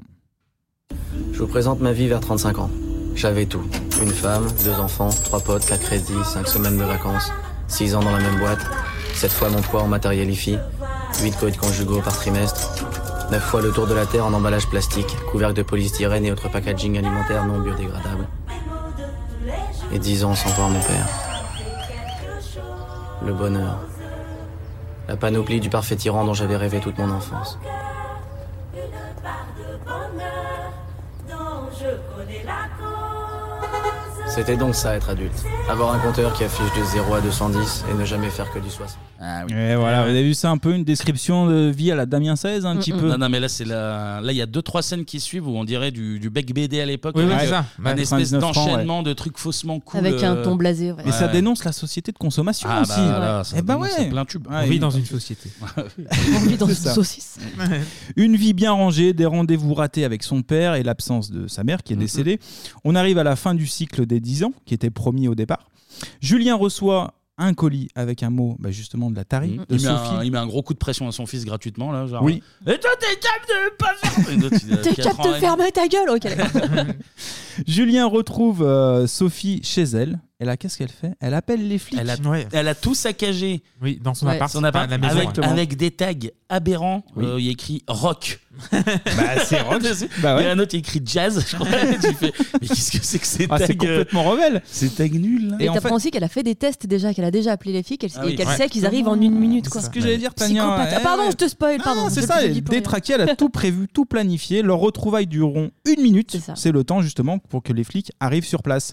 [SPEAKER 18] Je vous présente ma vie vers 35 ans. J'avais tout. Une femme, deux enfants, trois potes, quatre crédits, cinq semaines de vacances, six ans dans la même boîte, sept fois mon poids en matériel IFI, huit codes conjugaux par trimestre, neuf fois le tour de la Terre en emballage plastique, couvercle de polystyrène et autres packaging alimentaires non biodégradables. Et dix ans sans voir mon père. Le bonheur. La panoplie du parfait tyran dont j'avais rêvé toute mon enfance. C'était donc ça être adulte. Avoir un compteur qui affiche de 0 à 210 et ne jamais faire que du 60.
[SPEAKER 11] Et voilà, vous avez vu ça un peu une description de vie à la Damien 16 un petit peu.
[SPEAKER 12] Mm, Non, non, mais là, c'est la... là, il y a deux, trois scènes qui suivent où on dirait du, du bec BD à l'époque.
[SPEAKER 11] Oui, oui,
[SPEAKER 12] avec,
[SPEAKER 11] c'est
[SPEAKER 12] euh,
[SPEAKER 11] ça.
[SPEAKER 12] Un
[SPEAKER 11] Ouais,
[SPEAKER 12] espèce
[SPEAKER 11] 99 francs,
[SPEAKER 12] d'enchaînement de trucs faussement cool.
[SPEAKER 2] Avec un
[SPEAKER 12] euh,
[SPEAKER 2] ton blasé. ouais.
[SPEAKER 11] Mais ça dénonce la société de consommation
[SPEAKER 12] Ah,
[SPEAKER 11] aussi.
[SPEAKER 12] bah, là, ça
[SPEAKER 11] Eh ben
[SPEAKER 12] dénonce
[SPEAKER 11] ouais.
[SPEAKER 12] en plein tube.
[SPEAKER 11] Ouais, une-
[SPEAKER 14] société.
[SPEAKER 2] On vit dans une
[SPEAKER 11] C'est ça.
[SPEAKER 2] saucisse.
[SPEAKER 11] Une vie bien rangée, des rendez-vous ratés avec son père et l'absence de sa mère qui
[SPEAKER 12] Mm,
[SPEAKER 11] est décédée. On arrive à la fin du cycle des 10 ans qui était promis au départ. Julien reçoit un colis avec un mot bah, justement de la tarie de
[SPEAKER 12] Mm, il, met
[SPEAKER 11] Sophie.
[SPEAKER 12] un, il met un gros coup de pression à son fils gratuitement là, genre.
[SPEAKER 11] Oui.
[SPEAKER 12] Et toi t'es capable de pas faire. Et l'autre, il a
[SPEAKER 2] T'es
[SPEAKER 12] quatre
[SPEAKER 2] capable
[SPEAKER 12] ans
[SPEAKER 2] de
[SPEAKER 12] et
[SPEAKER 2] fermer ta gueule, ok. d'accord.
[SPEAKER 11] Julien retrouve euh, Sophie chez elle. Et là, qu'est-ce qu'elle fait Elle appelle les flics.
[SPEAKER 12] Elle a, elle a tout saccagé.
[SPEAKER 14] Oui, dans
[SPEAKER 11] son appart,
[SPEAKER 12] Son
[SPEAKER 11] pas
[SPEAKER 12] appart
[SPEAKER 11] la maison,
[SPEAKER 12] avec,
[SPEAKER 11] ouais.
[SPEAKER 12] avec des tags aberrants.
[SPEAKER 11] Oui.
[SPEAKER 12] Euh, il y a écrit rock.
[SPEAKER 11] Bah, c'est rock. Bah ouais.
[SPEAKER 12] Il y a un autre qui a écrit jazz. je crois. Tu fais, mais qu'est-ce que c'est que ces
[SPEAKER 11] Ah,
[SPEAKER 12] tags euh
[SPEAKER 11] c'est complètement rebelle.
[SPEAKER 12] C'est tag nul. hein. là.
[SPEAKER 2] Et t'apprends aussi qu'elle a fait des tests déjà, qu'elle a déjà appelé les filles qu'elle-
[SPEAKER 12] Ah oui.
[SPEAKER 2] et qu'elle
[SPEAKER 12] Ouais.
[SPEAKER 2] sait qu'ils arrivent en une minute. quoi.
[SPEAKER 11] C'est ce que j'allais dire, Tania.
[SPEAKER 2] Psychopathe. Ah,
[SPEAKER 11] Eh
[SPEAKER 2] pardon,
[SPEAKER 11] ouais.
[SPEAKER 2] je te spoil,
[SPEAKER 11] Non,
[SPEAKER 2] pardon.
[SPEAKER 11] c'est
[SPEAKER 2] Je-
[SPEAKER 11] ça,
[SPEAKER 2] je
[SPEAKER 11] elle
[SPEAKER 2] dis
[SPEAKER 11] est
[SPEAKER 2] pour rien.
[SPEAKER 11] détraquée, elle a tout prévu, tout planifié. Leurs retrouvailles dureront une minute. C'est le temps justement pour que les flics arrivent sur place.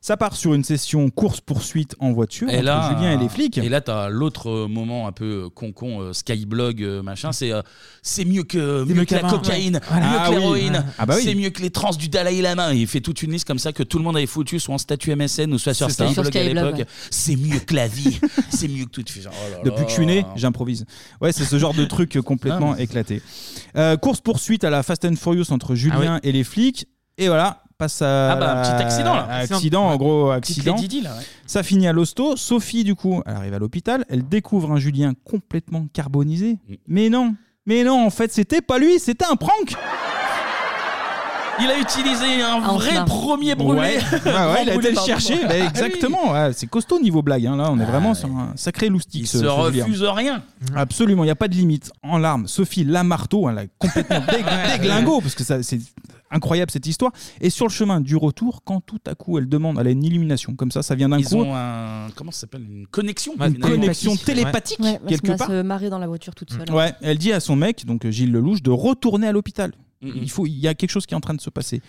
[SPEAKER 11] Ça part sur une session course-poursuite en voiture
[SPEAKER 12] Et
[SPEAKER 11] entre
[SPEAKER 12] là, euh,
[SPEAKER 11] Julien et les flics.
[SPEAKER 12] Et là, t'as l'autre euh, moment un peu euh, con-con, euh, Skyblog, euh, machin. C'est euh, c'est mieux que, mieux que la
[SPEAKER 11] qu'avant,
[SPEAKER 12] cocaïne,
[SPEAKER 11] ouais. Voilà.
[SPEAKER 12] mieux
[SPEAKER 11] Ah
[SPEAKER 12] que
[SPEAKER 11] oui.
[SPEAKER 12] l'héroïne,
[SPEAKER 11] Ah bah oui.
[SPEAKER 12] c'est mieux que les trans du Dalai Lama. Et il fait toute une liste comme ça que tout le monde avait foutu, soit en statut MSN ou soit sur
[SPEAKER 11] C'est ça.
[SPEAKER 12] Skyblog,
[SPEAKER 11] Sur
[SPEAKER 12] à
[SPEAKER 11] Skyblog,
[SPEAKER 12] l'époque.
[SPEAKER 11] ouais.
[SPEAKER 12] C'est mieux que la vie, c'est mieux que tout. Tu fais genre, oh là
[SPEAKER 11] Depuis
[SPEAKER 12] là.
[SPEAKER 11] que je suis né, j'improvise. Ouais, c'est ce genre de truc complètement
[SPEAKER 12] Ah, mais-
[SPEAKER 11] éclaté. Euh, course poursuite à la Fast and Furious entre Julien et les flics. Et voilà, passe à
[SPEAKER 12] Ah bah, un
[SPEAKER 11] la-
[SPEAKER 12] petit accident, là.
[SPEAKER 11] Accident, en gros
[SPEAKER 12] Petite
[SPEAKER 11] accident.
[SPEAKER 12] Lady Di, là, ouais.
[SPEAKER 11] Ça finit à l'hosto. Sophie, du coup, elle arrive à l'hôpital. Elle découvre un Julien complètement carbonisé.
[SPEAKER 12] Mm.
[SPEAKER 11] Mais non, mais non, en fait, c'était pas lui, c'était un prank.
[SPEAKER 12] Il a utilisé un
[SPEAKER 11] Ah,
[SPEAKER 12] vrai
[SPEAKER 11] enfin.
[SPEAKER 12] premier brûlé.
[SPEAKER 11] Ouais, Ah ouais, il
[SPEAKER 12] Brûlé,
[SPEAKER 11] a été le
[SPEAKER 12] pardon.
[SPEAKER 11] chercher.
[SPEAKER 12] Ah
[SPEAKER 11] Bah,
[SPEAKER 12] oui.
[SPEAKER 11] exactement. Ouais, c'est costaud niveau blague. hein. Là, on est vraiment sur un sacré loustique.
[SPEAKER 12] Ah Il
[SPEAKER 11] ce-
[SPEAKER 12] se
[SPEAKER 11] ce Julien.
[SPEAKER 12] refuse rien.
[SPEAKER 11] Absolument, il n'y a pas de limite. En larmes, Sophie Lamarteau, elle a complètement dég- déglingo, parce que ça, c'est incroyable cette histoire. Et sur le chemin du retour, quand tout à coup elle demande, elle a une illumination, comme ça, ça vient d'un
[SPEAKER 12] Ils
[SPEAKER 11] coup.
[SPEAKER 12] ont un. Comment ça s'appelle Une connexion.
[SPEAKER 11] Une
[SPEAKER 12] finalement.
[SPEAKER 11] connexion télépathique,
[SPEAKER 2] Ouais, parce
[SPEAKER 11] quelque
[SPEAKER 2] qu'on va
[SPEAKER 11] part.
[SPEAKER 2] se marrer dans la voiture toute seule.
[SPEAKER 11] Ouais, elle dit à son mec, donc euh, Gilles Lelouch, de retourner à l'hôpital.
[SPEAKER 2] Mhm.
[SPEAKER 11] Il faut, il y a quelque chose qui est en train de se passer.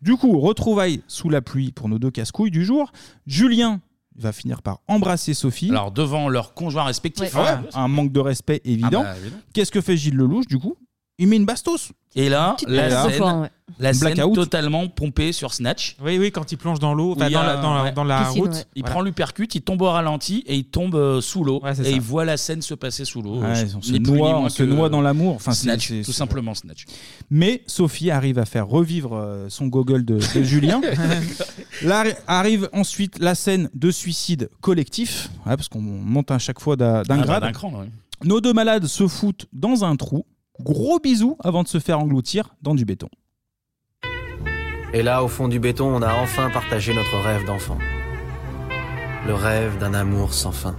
[SPEAKER 11] Du coup, retrouvailles sous la pluie pour nos deux casse-couilles du jour. Julien va finir par embrasser Sophie.
[SPEAKER 12] Alors, devant leurs conjoints respectifs.
[SPEAKER 11] Ouais, un manque de respect évident.
[SPEAKER 12] Hein. Ah bah, évidemment.
[SPEAKER 11] Qu'est-ce que fait Gilles Lelouch du coup Il met une bastos.
[SPEAKER 12] Et là,
[SPEAKER 11] Petite
[SPEAKER 12] la
[SPEAKER 11] blague.
[SPEAKER 12] scène,
[SPEAKER 11] Enfin, ouais.
[SPEAKER 12] la scène
[SPEAKER 11] Blackout.
[SPEAKER 12] totalement pompée sur Snatch.
[SPEAKER 14] Oui, oui, quand il plonge dans l'eau,
[SPEAKER 12] Où
[SPEAKER 14] enfin,
[SPEAKER 12] il y
[SPEAKER 14] dans,
[SPEAKER 12] a-
[SPEAKER 14] la, dans la-
[SPEAKER 12] euh, ouais.
[SPEAKER 14] dans la route.
[SPEAKER 12] Il
[SPEAKER 14] Voilà.
[SPEAKER 12] prend l'upercute, il tombe au ralenti et il tombe euh, sous l'eau. et
[SPEAKER 14] c'est ça.
[SPEAKER 12] il voit la scène se passer sous l'eau.
[SPEAKER 11] Ouais,
[SPEAKER 12] Je-
[SPEAKER 11] on se
[SPEAKER 12] ni plus, ni
[SPEAKER 11] noie-
[SPEAKER 12] moins
[SPEAKER 11] on
[SPEAKER 12] que
[SPEAKER 11] se noie dans l'amour. Enfin, c'est-
[SPEAKER 12] Snatch,
[SPEAKER 11] c'est-
[SPEAKER 12] euh, tout
[SPEAKER 11] c'est-
[SPEAKER 12] simplement Snatch.
[SPEAKER 11] Mais Sophie arrive à faire revivre euh, son gogol de, de Julien. Là arri- arrive ensuite la scène de suicide collectif, Ouais, parce qu'on monte à chaque fois d'un d'un
[SPEAKER 12] Ah bah,
[SPEAKER 11] grade.
[SPEAKER 12] d'un cran, ouais.
[SPEAKER 11] Nos deux malades se foutent dans un trou. Gros bisous avant de se faire engloutir dans du béton.
[SPEAKER 18] Et là, au fond du béton, on a enfin partagé notre rêve d'enfant. Le rêve d'un amour sans fin.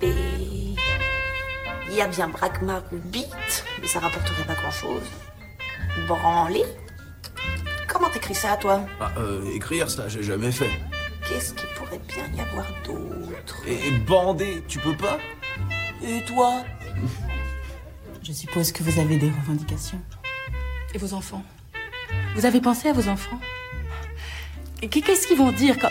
[SPEAKER 19] Bébé. Il y a bien Bragmar ou Beat, mais ça rapporterait pas grand chose. Branlé Comment t'écris ça, toi
[SPEAKER 20] Ah, euh, écrire, ça, j'ai jamais fait.
[SPEAKER 19] Qu'est-ce qu'il pourrait bien y avoir d'autre
[SPEAKER 20] Et, et bander, tu peux pas
[SPEAKER 19] Et toi
[SPEAKER 9] Je suppose que vous avez des revendications.
[SPEAKER 21] Et vos enfants Vous avez pensé à vos enfants Et qu- Qu'est-ce qu'ils vont dire quand...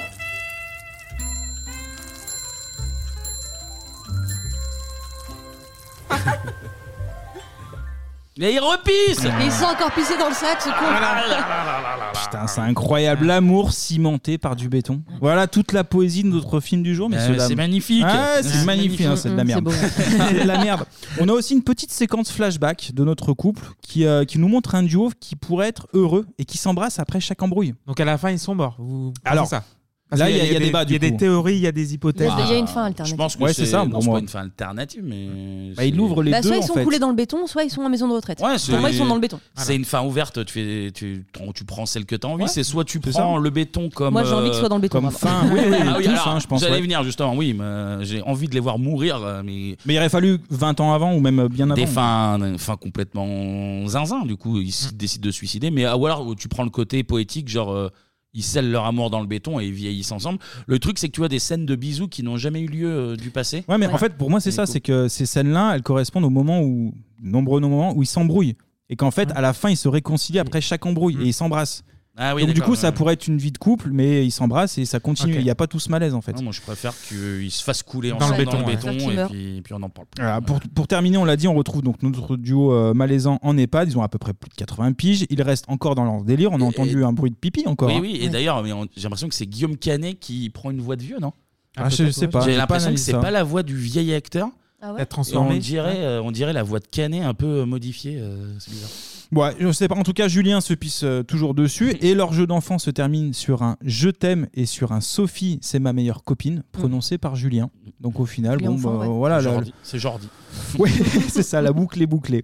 [SPEAKER 12] Mais il repisse
[SPEAKER 2] Ils sont encore pissés dans le sac, ce con
[SPEAKER 11] Putain, c'est incroyable l'amour cimenté par du béton. Voilà toute la poésie de notre film du jour, messieurs
[SPEAKER 12] Euh,
[SPEAKER 11] dames.
[SPEAKER 12] c'est magnifique.
[SPEAKER 11] Ah, c'est
[SPEAKER 12] C'est
[SPEAKER 11] magnifique,
[SPEAKER 12] magnifique.
[SPEAKER 11] hein, c'est de la
[SPEAKER 12] Mm,
[SPEAKER 11] merde.
[SPEAKER 12] c'est beau.
[SPEAKER 11] C'est de la merde. On a aussi une petite séquence flashback de notre couple qui, euh, qui nous montre un duo qui pourrait être heureux et qui s'embrasse après chaque embrouille.
[SPEAKER 14] Donc à la fin, ils sont morts. Vous pensez
[SPEAKER 11] Alors,
[SPEAKER 14] ça Parce
[SPEAKER 11] là
[SPEAKER 14] qu'il
[SPEAKER 11] il y a, il y a
[SPEAKER 14] des-
[SPEAKER 11] débat
[SPEAKER 14] Il y a des théories, il y a des hypothèses.
[SPEAKER 12] Bah,
[SPEAKER 2] Il y a une fin alternative.
[SPEAKER 12] Ah. Je pense que
[SPEAKER 11] Ouais,
[SPEAKER 12] c'est
[SPEAKER 11] c'est ça,
[SPEAKER 12] non,
[SPEAKER 11] pour
[SPEAKER 12] c'est
[SPEAKER 11] moi.
[SPEAKER 12] pas une fin alternative, mais.
[SPEAKER 11] Bah, il ouvre les
[SPEAKER 2] Bah,
[SPEAKER 11] deux
[SPEAKER 2] soit
[SPEAKER 11] en
[SPEAKER 2] ils sont
[SPEAKER 11] fait.
[SPEAKER 2] coulés dans le béton, soit ils sont en maison de retraite.
[SPEAKER 12] Ouais,
[SPEAKER 2] Pour moi, ils sont dans le béton.
[SPEAKER 12] C'est une fin ouverte. Tu, fais, tu, tu prends celle que tu as envie.
[SPEAKER 2] Ouais.
[SPEAKER 12] C'est soit tu
[SPEAKER 2] C'est
[SPEAKER 12] prends
[SPEAKER 2] ça.
[SPEAKER 12] le béton comme.
[SPEAKER 2] Moi, j'ai
[SPEAKER 12] euh,
[SPEAKER 2] envie qu'il soit dans le béton, bah,
[SPEAKER 12] Comme
[SPEAKER 2] pardon.
[SPEAKER 12] fin.
[SPEAKER 2] Oui, oui,
[SPEAKER 12] Ah oui,
[SPEAKER 11] tous,
[SPEAKER 12] alors,
[SPEAKER 11] hein, je pense,
[SPEAKER 12] J'allais
[SPEAKER 11] ouais.
[SPEAKER 12] venir justement. Oui, mais, euh, j'ai envie de les voir mourir, euh, mais.
[SPEAKER 11] Mais il aurait fallu 20 ans avant ou même euh, bien avant.
[SPEAKER 12] Des fins, des fins complètement zinzin, du coup, ils s- décident de se suicider. Mais ah, ou alors tu prends le côté poétique, genre euh, ils scellent leur amour dans le béton et ils vieillissent ensemble. Le truc, c'est que tu vois des scènes de bisous qui n'ont jamais eu lieu euh, du passé.
[SPEAKER 11] Ouais, mais en fait, pour moi, c'est ça, c'est que ces scènes-là, elles correspondent au moment où, nombreux moments où ils s'embrouillent. Et qu'en
[SPEAKER 12] Hein.
[SPEAKER 11] fait, à la fin, ils se réconcilient après chaque
[SPEAKER 12] Mmh.
[SPEAKER 11] embrouille et ils s'embrassent.
[SPEAKER 12] Ah oui,
[SPEAKER 11] Donc, du
[SPEAKER 12] d'accord,
[SPEAKER 11] coup, ça
[SPEAKER 12] ouais.
[SPEAKER 11] pourrait être une vie de couple, mais ils s'embrassent et ça continue.
[SPEAKER 12] Ok.
[SPEAKER 11] Il n'y a pas tout ce malaise, en fait.
[SPEAKER 12] Non, moi, je préfère qu'ils se fassent couler
[SPEAKER 11] Dans
[SPEAKER 12] ensemble
[SPEAKER 11] le
[SPEAKER 12] dans le
[SPEAKER 11] béton, ouais.
[SPEAKER 12] béton,
[SPEAKER 11] Faire
[SPEAKER 12] et,
[SPEAKER 11] qu'ils
[SPEAKER 12] puis, puis on en parle.
[SPEAKER 11] Voilà, Ah, pour, pour terminer, on l'a dit, on retrouve donc notre duo euh, malaisant en EHPAD. Ils ont à peu près plus de 80 piges. Ils restent encore dans leur délire. On a entendu un bruit de pipi encore.
[SPEAKER 12] oui,
[SPEAKER 11] hein.
[SPEAKER 12] oui, et d'ailleurs, mais on- j'ai l'impression que c'est Guillaume Canet qui prend une voix de vieux, non
[SPEAKER 11] Ah, je sais pas.
[SPEAKER 12] J'ai
[SPEAKER 11] J'ai pas
[SPEAKER 12] l'impression que
[SPEAKER 11] analysé
[SPEAKER 12] c'est
[SPEAKER 11] ça.
[SPEAKER 12] pas la voix du vieil acteur.
[SPEAKER 2] Ah ouais
[SPEAKER 12] Et
[SPEAKER 11] transformée.
[SPEAKER 12] On dirait, euh, on dirait la voix de Canet un peu euh, modifiée. euh, c'est bizarre.
[SPEAKER 11] Ouais, je sais pas. En tout cas, Julien se pisse euh, toujours dessus. Et leur jeu d'enfant se termine sur un Je t'aime et sur un Sophie, c'est ma meilleure
[SPEAKER 12] Mm.
[SPEAKER 11] copine, prononcé par Julien. Donc au final,
[SPEAKER 12] Julien
[SPEAKER 11] bon,
[SPEAKER 12] enfant, ouais.
[SPEAKER 11] bah, voilà.
[SPEAKER 12] C'est
[SPEAKER 11] la-
[SPEAKER 12] Jordi. C'est Jordi.
[SPEAKER 11] Ouais, c'est ça, la boucle est bouclée.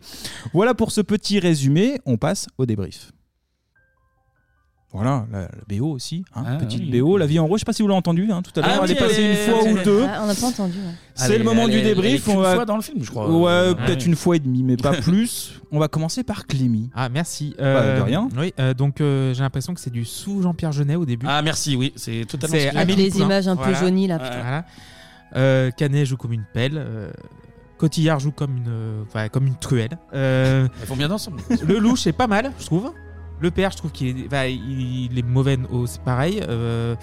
[SPEAKER 11] Voilà pour ce petit résumé. On passe au débrief. Voilà, la, la BO aussi, hein,
[SPEAKER 14] Ah,
[SPEAKER 11] petite BO, la vie en rose. Je sais pas si vous l'avez entendu hein, tout à
[SPEAKER 2] Ah
[SPEAKER 11] l'heure.
[SPEAKER 2] oui,
[SPEAKER 11] elle est passée
[SPEAKER 2] elle
[SPEAKER 11] une
[SPEAKER 2] est-
[SPEAKER 11] fois ou deux.
[SPEAKER 2] Ah, on n'a pas entendu. ouais.
[SPEAKER 11] C'est
[SPEAKER 12] Elle
[SPEAKER 11] le
[SPEAKER 12] est-
[SPEAKER 11] moment
[SPEAKER 12] elle
[SPEAKER 11] du
[SPEAKER 12] est- elle est
[SPEAKER 11] débrief.
[SPEAKER 12] qu'une
[SPEAKER 11] on va...
[SPEAKER 12] fois dans le film, je crois.
[SPEAKER 11] Ouais,
[SPEAKER 14] Ah,
[SPEAKER 12] Ouais.
[SPEAKER 11] peut-être une fois et demie, mais pas plus. On va commencer par Clémy.
[SPEAKER 14] Ah, merci.
[SPEAKER 11] Bah, de rien.
[SPEAKER 14] Oui, euh, donc euh, j'ai l'impression que c'est du sous Jean-Pierre Jeunet au début.
[SPEAKER 12] Ah merci, oui, c'est totalement.
[SPEAKER 14] C'est
[SPEAKER 12] ce que j'ai
[SPEAKER 14] Amélie
[SPEAKER 12] dit.
[SPEAKER 2] Des
[SPEAKER 14] Poulain.
[SPEAKER 2] images un peu jaunies, là, putain.
[SPEAKER 14] Voilà. Euh, Canet joue comme une pelle. euh, Cotillard joue comme une, euh, enfin, comme une truelle. Euh,
[SPEAKER 12] Elles font bien ensemble.
[SPEAKER 14] le louche est pas mal, je trouve. Le père, je trouve qu'il est, enfin, il est mauvais, au- c'est pareil. Euh,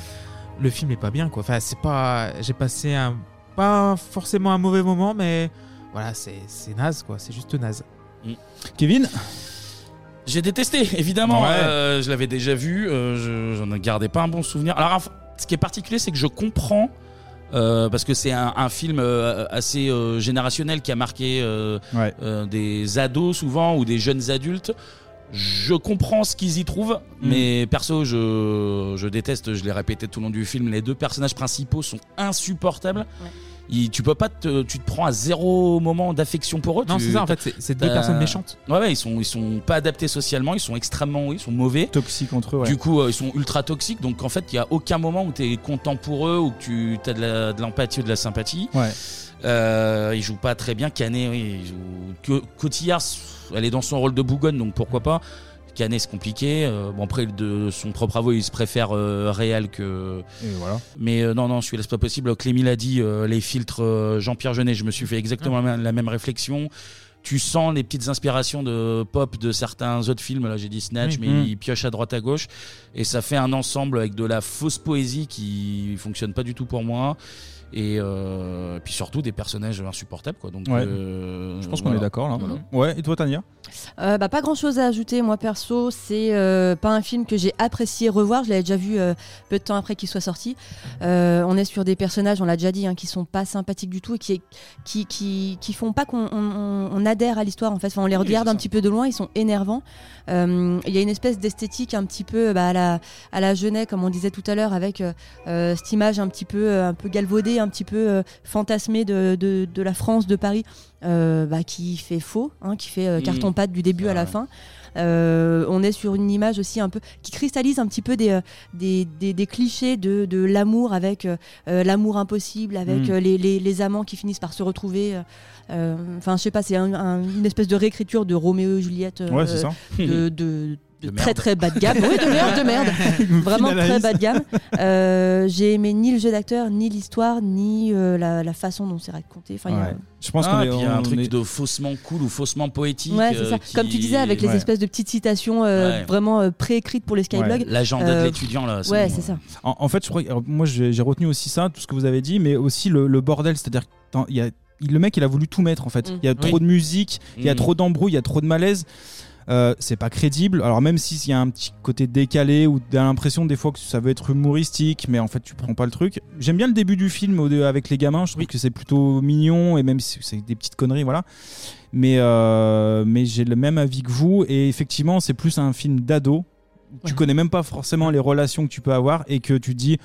[SPEAKER 14] le film est pas bien, quoi. Enfin, c'est pas, j'ai passé un, pas forcément un mauvais moment, mais voilà, c'est c'est naze, quoi. C'est juste naze.
[SPEAKER 11] Kevin
[SPEAKER 12] J'ai détesté, évidemment.
[SPEAKER 14] Ouais.
[SPEAKER 12] Euh, je l'avais déjà vu, euh, je- j'en gardais pas un bon souvenir. Alors, enfin, ce qui est particulier, c'est que je comprends, euh, parce que c'est un, un film euh, assez euh, générationnel qui a marqué euh, euh, des ados souvent ou des jeunes adultes. Je comprends ce qu'ils y trouvent,
[SPEAKER 11] Mm.
[SPEAKER 12] mais perso, je, je déteste, je l'ai répété tout le long du film, les deux personnages principaux sont insupportables. Ils- tu peux pas te, tu te prends à zéro moment d'affection pour eux.
[SPEAKER 14] Non,
[SPEAKER 12] Oh, Tu-
[SPEAKER 14] c'est ça, en fait, c'est- c'est deux
[SPEAKER 12] t'as-
[SPEAKER 14] personnes méchantes.
[SPEAKER 12] Ouais, ouais, ils sont, ils sont pas adaptés socialement, ils sont extrêmement, ils sont mauvais.
[SPEAKER 11] Toxiques entre eux.
[SPEAKER 12] Du coup, euh, ils sont ultra toxiques, donc en fait, il y a aucun moment où t'es content pour eux ou que tu as de la- de l'empathie ou de la sympathie.
[SPEAKER 11] Ouais.
[SPEAKER 12] Euh, ils jouent pas très bien. Canet, oui, il joue- Co- Cotillard, elle est dans son rôle de bougonne, donc pourquoi pas. Canet, c'est compliqué. Euh, bon, après, de son propre aveu, il se préfère euh, Réal que.
[SPEAKER 11] Et voilà.
[SPEAKER 12] Mais euh, non, non, celui-là, c'est pas possible. Clémy l'a dit, euh, les filtres euh, Jean-Pierre Jeunet, je me suis fait exactement la même- la même réflexion. tu sens les petites inspirations de pop de certains autres films. Là, j'ai dit
[SPEAKER 14] Oui.
[SPEAKER 12] Snatch, mais
[SPEAKER 14] Mm.
[SPEAKER 12] il pioche à droite à gauche. Et ça fait un ensemble avec de la fausse poésie qui fonctionne pas du tout pour moi. Et euh, puis surtout des personnages insupportables. Quoi. Donc,
[SPEAKER 11] Ouais.
[SPEAKER 12] euh,
[SPEAKER 11] Je pense qu'on
[SPEAKER 12] voilà.
[SPEAKER 11] est d'accord là.
[SPEAKER 12] Voilà.
[SPEAKER 11] Ouais, et toi Tania
[SPEAKER 2] Euh, bah, pas grand chose à ajouter, moi perso. C'est euh, pas un film que j'ai apprécié revoir. Je l'avais déjà vu euh, peu de temps après qu'il soit sorti. Euh, on est sur des personnages, on l'a déjà dit, hein, qui sont pas sympathiques du tout et qui, qui, qui, qui font pas qu'on on- on- on adhère à l'histoire en fait. Enfin, on les
[SPEAKER 3] Oui,
[SPEAKER 2] regarde
[SPEAKER 3] c'est
[SPEAKER 2] un
[SPEAKER 3] ça.
[SPEAKER 2] petit peu de loin, ils sont énervants. Euh, Il y a une espèce d'esthétique un petit peu bah, à, la, à la Genet, comme on disait tout à l'heure, avec euh, euh, cette image un petit peu, euh, un peu galvaudée, un petit peu euh, fantasmée de, de, de la France, de Paris, euh, bah, qui fait faux, hein, qui fait euh,
[SPEAKER 3] Mhm.
[SPEAKER 2] carton pâte du début à la fin. Euh, on est sur une image aussi un peu qui cristallise un petit peu des, euh, des, des- des clichés de, de l'amour avec euh, euh, l'amour impossible, avec
[SPEAKER 3] Mhm.
[SPEAKER 2] euh, les, les- les amants qui finissent par se retrouver. euh, euh, Enfin, je sais pas, c'est un- un- une espèce de réécriture de Roméo et Juliette euh,
[SPEAKER 3] Ouais, c'est ça.
[SPEAKER 2] de, de- de
[SPEAKER 3] De
[SPEAKER 2] très
[SPEAKER 3] merde.
[SPEAKER 2] très bas de gamme. Oui, de merde, de merde.
[SPEAKER 3] Il nous file
[SPEAKER 2] Vraiment
[SPEAKER 3] à la
[SPEAKER 2] très
[SPEAKER 3] liste.
[SPEAKER 2] bas de gamme. Euh, J'ai aimé ni le jeu d'acteur, ni l'histoire, ni euh, la, la façon dont c'est raconté. Enfin, il y a-
[SPEAKER 11] Je pense
[SPEAKER 12] Ah,
[SPEAKER 11] qu'on est-
[SPEAKER 12] puis Il y a un
[SPEAKER 11] on
[SPEAKER 12] truc
[SPEAKER 11] est-
[SPEAKER 12] de faussement cool ou faussement poétique.
[SPEAKER 2] Ouais, c'est ça.
[SPEAKER 12] euh, qui-
[SPEAKER 2] Comme tu disais, avec les
[SPEAKER 12] Ouais.
[SPEAKER 2] espèces de petites citations euh,
[SPEAKER 12] Ouais.
[SPEAKER 2] vraiment euh, préécrites pour les skyblogs.
[SPEAKER 12] L'agenda
[SPEAKER 2] Euh,
[SPEAKER 12] de l'étudiant, là.
[SPEAKER 2] Ouais, c'est ça.
[SPEAKER 11] En, en fait, je crois, que- alors, moi j'ai j'ai retenu aussi ça, tout ce que vous avez dit, mais aussi le, le bordel, c'est-à-dire que t'en- il y a- il- le mec il a voulu tout mettre en fait.
[SPEAKER 14] Mm.
[SPEAKER 11] Il y a
[SPEAKER 14] Oui.
[SPEAKER 11] trop de musique, il y a
[SPEAKER 14] Mm.
[SPEAKER 11] trop d'embrouilles, il y a trop de malaise. Euh, c'est pas crédible. Alors même si- s'il y a un petit côté décalé ou t'as l'impression des fois que ça veut être humoristique, mais en fait tu prends pas le truc. J'aime bien le début du film au- avec les gamins. Je trouve que c'est plutôt mignon et même si c'est des petites conneries, voilà. Mais euh, mais j'ai le même avis que vous et effectivement c'est plus un film d'ado tu connais même pas forcément les relations que tu peux avoir et que tu te dis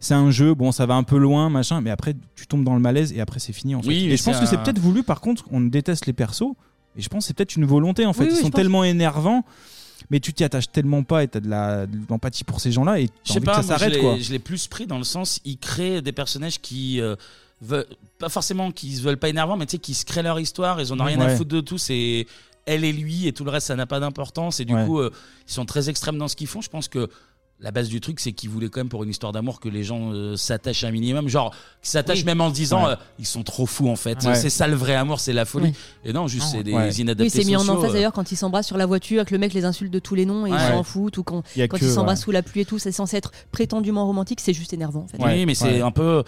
[SPEAKER 11] c'est un jeu, bon ça va un peu loin, machin, mais après tu tombes dans le malaise et après c'est fini en fait.
[SPEAKER 12] Oui,
[SPEAKER 11] et je pense
[SPEAKER 12] c'est
[SPEAKER 11] que c'est
[SPEAKER 12] un-
[SPEAKER 11] peut-être voulu, par contre on déteste les persos, et je pense que c'est peut-être une volonté en fait,
[SPEAKER 12] Oui,
[SPEAKER 11] ils
[SPEAKER 12] oui, je
[SPEAKER 11] sont
[SPEAKER 12] pense.
[SPEAKER 11] tellement énervants, mais tu t'y attaches tellement pas et t'as de la- de l'empathie pour ces gens-là et
[SPEAKER 12] Je
[SPEAKER 11] t'as
[SPEAKER 12] sais
[SPEAKER 11] envie
[SPEAKER 12] pas,
[SPEAKER 11] que
[SPEAKER 12] moi,
[SPEAKER 11] ça
[SPEAKER 12] je
[SPEAKER 11] s'arrête
[SPEAKER 12] l'ai-
[SPEAKER 11] quoi.
[SPEAKER 12] Je l'ai plus pris dans le sens, ils créent des personnages qui. euh, veulent- pas forcément qui se veulent pas énervants, mais tu sais, qui se créent leur histoire, ils en ont rien à
[SPEAKER 11] Ouais.
[SPEAKER 12] foutre de tout, c'est elle et lui, et tout le reste, ça n'a pas d'importance, et du
[SPEAKER 11] Ouais.
[SPEAKER 12] coup, euh, ils sont très extrêmes dans ce qu'ils font. Je pense que. La base du truc, c'est qu'ils voulaient quand même pour une histoire d'amour que les gens euh, s'attachent un minimum, genre qu'ils s'attachent
[SPEAKER 14] Oui.
[SPEAKER 12] même en se disant
[SPEAKER 14] Ouais.
[SPEAKER 12] euh, ils sont trop fous en fait.
[SPEAKER 14] Ouais.
[SPEAKER 12] C'est ça le vrai amour, c'est la folie.
[SPEAKER 14] Oui.
[SPEAKER 12] Et non, juste c'est des
[SPEAKER 11] Ouais.
[SPEAKER 12] inadaptés
[SPEAKER 2] Ah Oui, c'est mis en
[SPEAKER 12] sociaux,
[SPEAKER 2] emphase
[SPEAKER 12] euh.
[SPEAKER 2] d'ailleurs quand ils s'embrassent sur la voiture, que le mec les insulte de tous les noms et
[SPEAKER 12] Ouais.
[SPEAKER 2] ils s'en foutent, ou quand,
[SPEAKER 12] Il y a
[SPEAKER 2] quand
[SPEAKER 12] que,
[SPEAKER 2] ils s'embrassent
[SPEAKER 12] ouais.
[SPEAKER 2] sous la pluie et tout, c'est censé être prétendument romantique, c'est juste énervant en fait.
[SPEAKER 12] Oui, mais c'est un peu.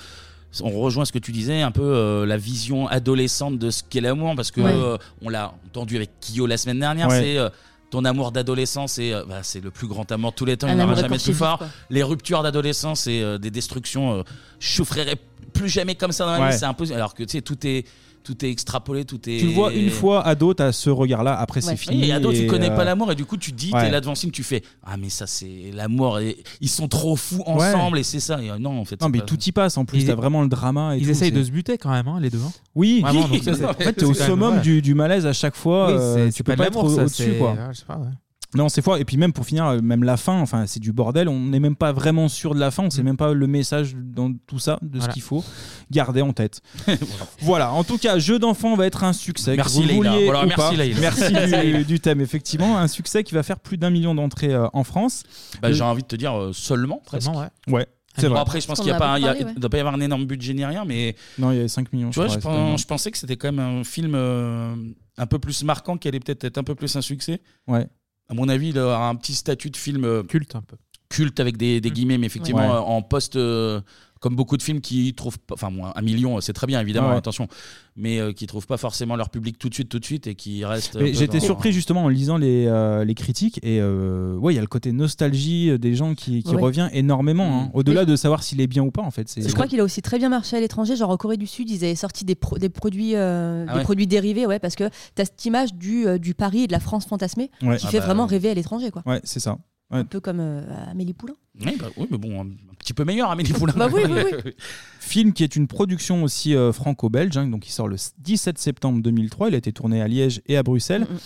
[SPEAKER 12] On rejoint ce que tu disais, un peu euh, la vision adolescente de ce qu'est l'amour, parce que
[SPEAKER 14] Ouais.
[SPEAKER 12] euh, on l'a entendu avec Kyo la semaine dernière,
[SPEAKER 14] Ouais.
[SPEAKER 12] c'est euh, ton amour d'adolescence, c'est euh, bah, c'est le plus grand amour de tous les temps,
[SPEAKER 14] Un
[SPEAKER 12] il n'y en aura
[SPEAKER 14] amour
[SPEAKER 12] jamais plus
[SPEAKER 14] réconciliant,
[SPEAKER 12] fort.
[SPEAKER 14] quoi.
[SPEAKER 12] Les ruptures d'adolescence et euh, des destructions, euh, je souffrirai plus jamais comme ça dans ma
[SPEAKER 11] Ouais.
[SPEAKER 12] vie, c'est impossible. Alors que tu sais, tout est, tout est extrapolé, tout est.
[SPEAKER 11] Tu le vois une fois ado, t'as ce regard-là, après c'est fini.
[SPEAKER 12] Oui, Et ado, tu connais
[SPEAKER 11] euh,
[SPEAKER 12] pas l'amour et du coup tu dis,
[SPEAKER 11] ouais.
[SPEAKER 12] t'es là devant le signe, tu fais ah mais ça c'est l'amour, et ils sont trop fous ensemble et c'est ça. Et, euh, non en fait.
[SPEAKER 11] Non,
[SPEAKER 12] c'est
[SPEAKER 11] mais
[SPEAKER 12] pas-
[SPEAKER 11] tout y passe en plus,
[SPEAKER 12] Ils-
[SPEAKER 11] t'as vraiment le drama. Et
[SPEAKER 14] Ils
[SPEAKER 11] tout,
[SPEAKER 14] essayent
[SPEAKER 11] c'est-
[SPEAKER 14] de se buter quand même, hein, les deux. hein.
[SPEAKER 11] Oui,
[SPEAKER 14] Vraiment,
[SPEAKER 11] oui.
[SPEAKER 14] donc ça, c'est-
[SPEAKER 11] en fait, t'es au
[SPEAKER 14] c'est quand même-
[SPEAKER 11] summum
[SPEAKER 14] ouais.
[SPEAKER 11] du, du malaise à chaque fois.
[SPEAKER 14] Oui,
[SPEAKER 11] euh,
[SPEAKER 14] c'est-
[SPEAKER 11] tu
[SPEAKER 14] c'est pas
[SPEAKER 11] peux
[SPEAKER 14] de
[SPEAKER 11] pas être
[SPEAKER 14] l'amour,
[SPEAKER 11] au-
[SPEAKER 14] ça,
[SPEAKER 11] au-dessus,
[SPEAKER 14] c'est-
[SPEAKER 11] quoi.
[SPEAKER 14] ouais, je sais pas, ouais.
[SPEAKER 11] Non, c'est fort. Et puis même pour finir, euh, même la fin, enfin, c'est du bordel. On n'est même pas vraiment sûr de la fin. On sait même pas le message dans tout ça, de ce
[SPEAKER 14] Voilà.
[SPEAKER 11] qu'il faut garder en tête. voilà. En tout cas, Jeu d'enfant va être un succès. que
[SPEAKER 12] Merci,
[SPEAKER 11] vous le
[SPEAKER 12] Leïla.
[SPEAKER 11] vouliez
[SPEAKER 12] Voilà,
[SPEAKER 11] ou
[SPEAKER 12] merci,
[SPEAKER 11] pas.
[SPEAKER 12] Leïla.
[SPEAKER 11] Merci du, du thème. Effectivement, un succès qui va faire plus d'un million d'entrées euh, en France.
[SPEAKER 12] Bah,
[SPEAKER 11] Euh,
[SPEAKER 12] J'ai envie de te dire euh, seulement, presque.
[SPEAKER 11] Seulement, ouais. Ouais, c'est
[SPEAKER 12] Bon,
[SPEAKER 11] vrai.
[SPEAKER 12] Après, je pense
[SPEAKER 11] On
[SPEAKER 12] qu'il ne
[SPEAKER 11] en a pas
[SPEAKER 12] doit
[SPEAKER 11] parlé, ouais.
[SPEAKER 12] pas y avoir un énorme budget ni rien, mais.
[SPEAKER 11] Non, il y avait 5 millions.
[SPEAKER 12] Tu vois,
[SPEAKER 11] crois,
[SPEAKER 12] je,
[SPEAKER 11] c'est
[SPEAKER 12] pense-
[SPEAKER 11] tellement.
[SPEAKER 12] je pensais que c'était quand même un film euh, un peu plus marquant, qui allait peut-être être un peu plus un succès.
[SPEAKER 11] Ouais.
[SPEAKER 12] À mon avis, il aura un petit statut de film. euh,
[SPEAKER 14] culte, un peu.
[SPEAKER 12] Culte avec des,
[SPEAKER 11] Mm.
[SPEAKER 12] des guillemets, mais effectivement,
[SPEAKER 14] Ouais.
[SPEAKER 12] euh, en poste. euh, comme beaucoup de films qui trouvent pas, enfin bon, un million, euh, c'est très bien évidemment,
[SPEAKER 11] Ouais.
[SPEAKER 12] attention, mais euh, qui trouvent pas forcément leur public tout de suite, tout de suite, et qui restent. un
[SPEAKER 11] Mais
[SPEAKER 12] peu
[SPEAKER 11] J'étais
[SPEAKER 12] dans-
[SPEAKER 11] surpris justement en lisant les, euh, les critiques et euh, ouais il y a le côté nostalgie euh, des gens qui, qui
[SPEAKER 2] Ouais.
[SPEAKER 11] revient
[SPEAKER 12] Mm.
[SPEAKER 11] énormément hein. au-delà de savoir s'il est bien ou pas en fait c'est
[SPEAKER 2] Je crois qu'il a aussi très bien marché à l'étranger, genre en Corée du Sud, ils avaient sorti des, pro- des produits, euh,
[SPEAKER 11] Ah
[SPEAKER 2] des
[SPEAKER 11] ouais.
[SPEAKER 2] produits dérivés, ouais, parce que t'as cette image du, euh, du Paris et de la France fantasmée
[SPEAKER 11] Ouais.
[SPEAKER 2] qui
[SPEAKER 11] Ah
[SPEAKER 2] fait
[SPEAKER 11] bah,
[SPEAKER 2] vraiment
[SPEAKER 11] oui.
[SPEAKER 2] rêver à l'étranger, quoi.
[SPEAKER 11] ouais c'est ça Ouais.
[SPEAKER 2] Un peu comme euh, Amélie Poulain.
[SPEAKER 12] Oui, bah, oui, mais bon, un, un petit peu meilleur, Amélie Poulain.
[SPEAKER 2] Bah oui, oui, oui.
[SPEAKER 11] Film qui est une production aussi euh, franco-belge, hein, donc il sort le 17 septembre 2003. Il a été tourné à Liège et à Bruxelles.
[SPEAKER 2] Mm,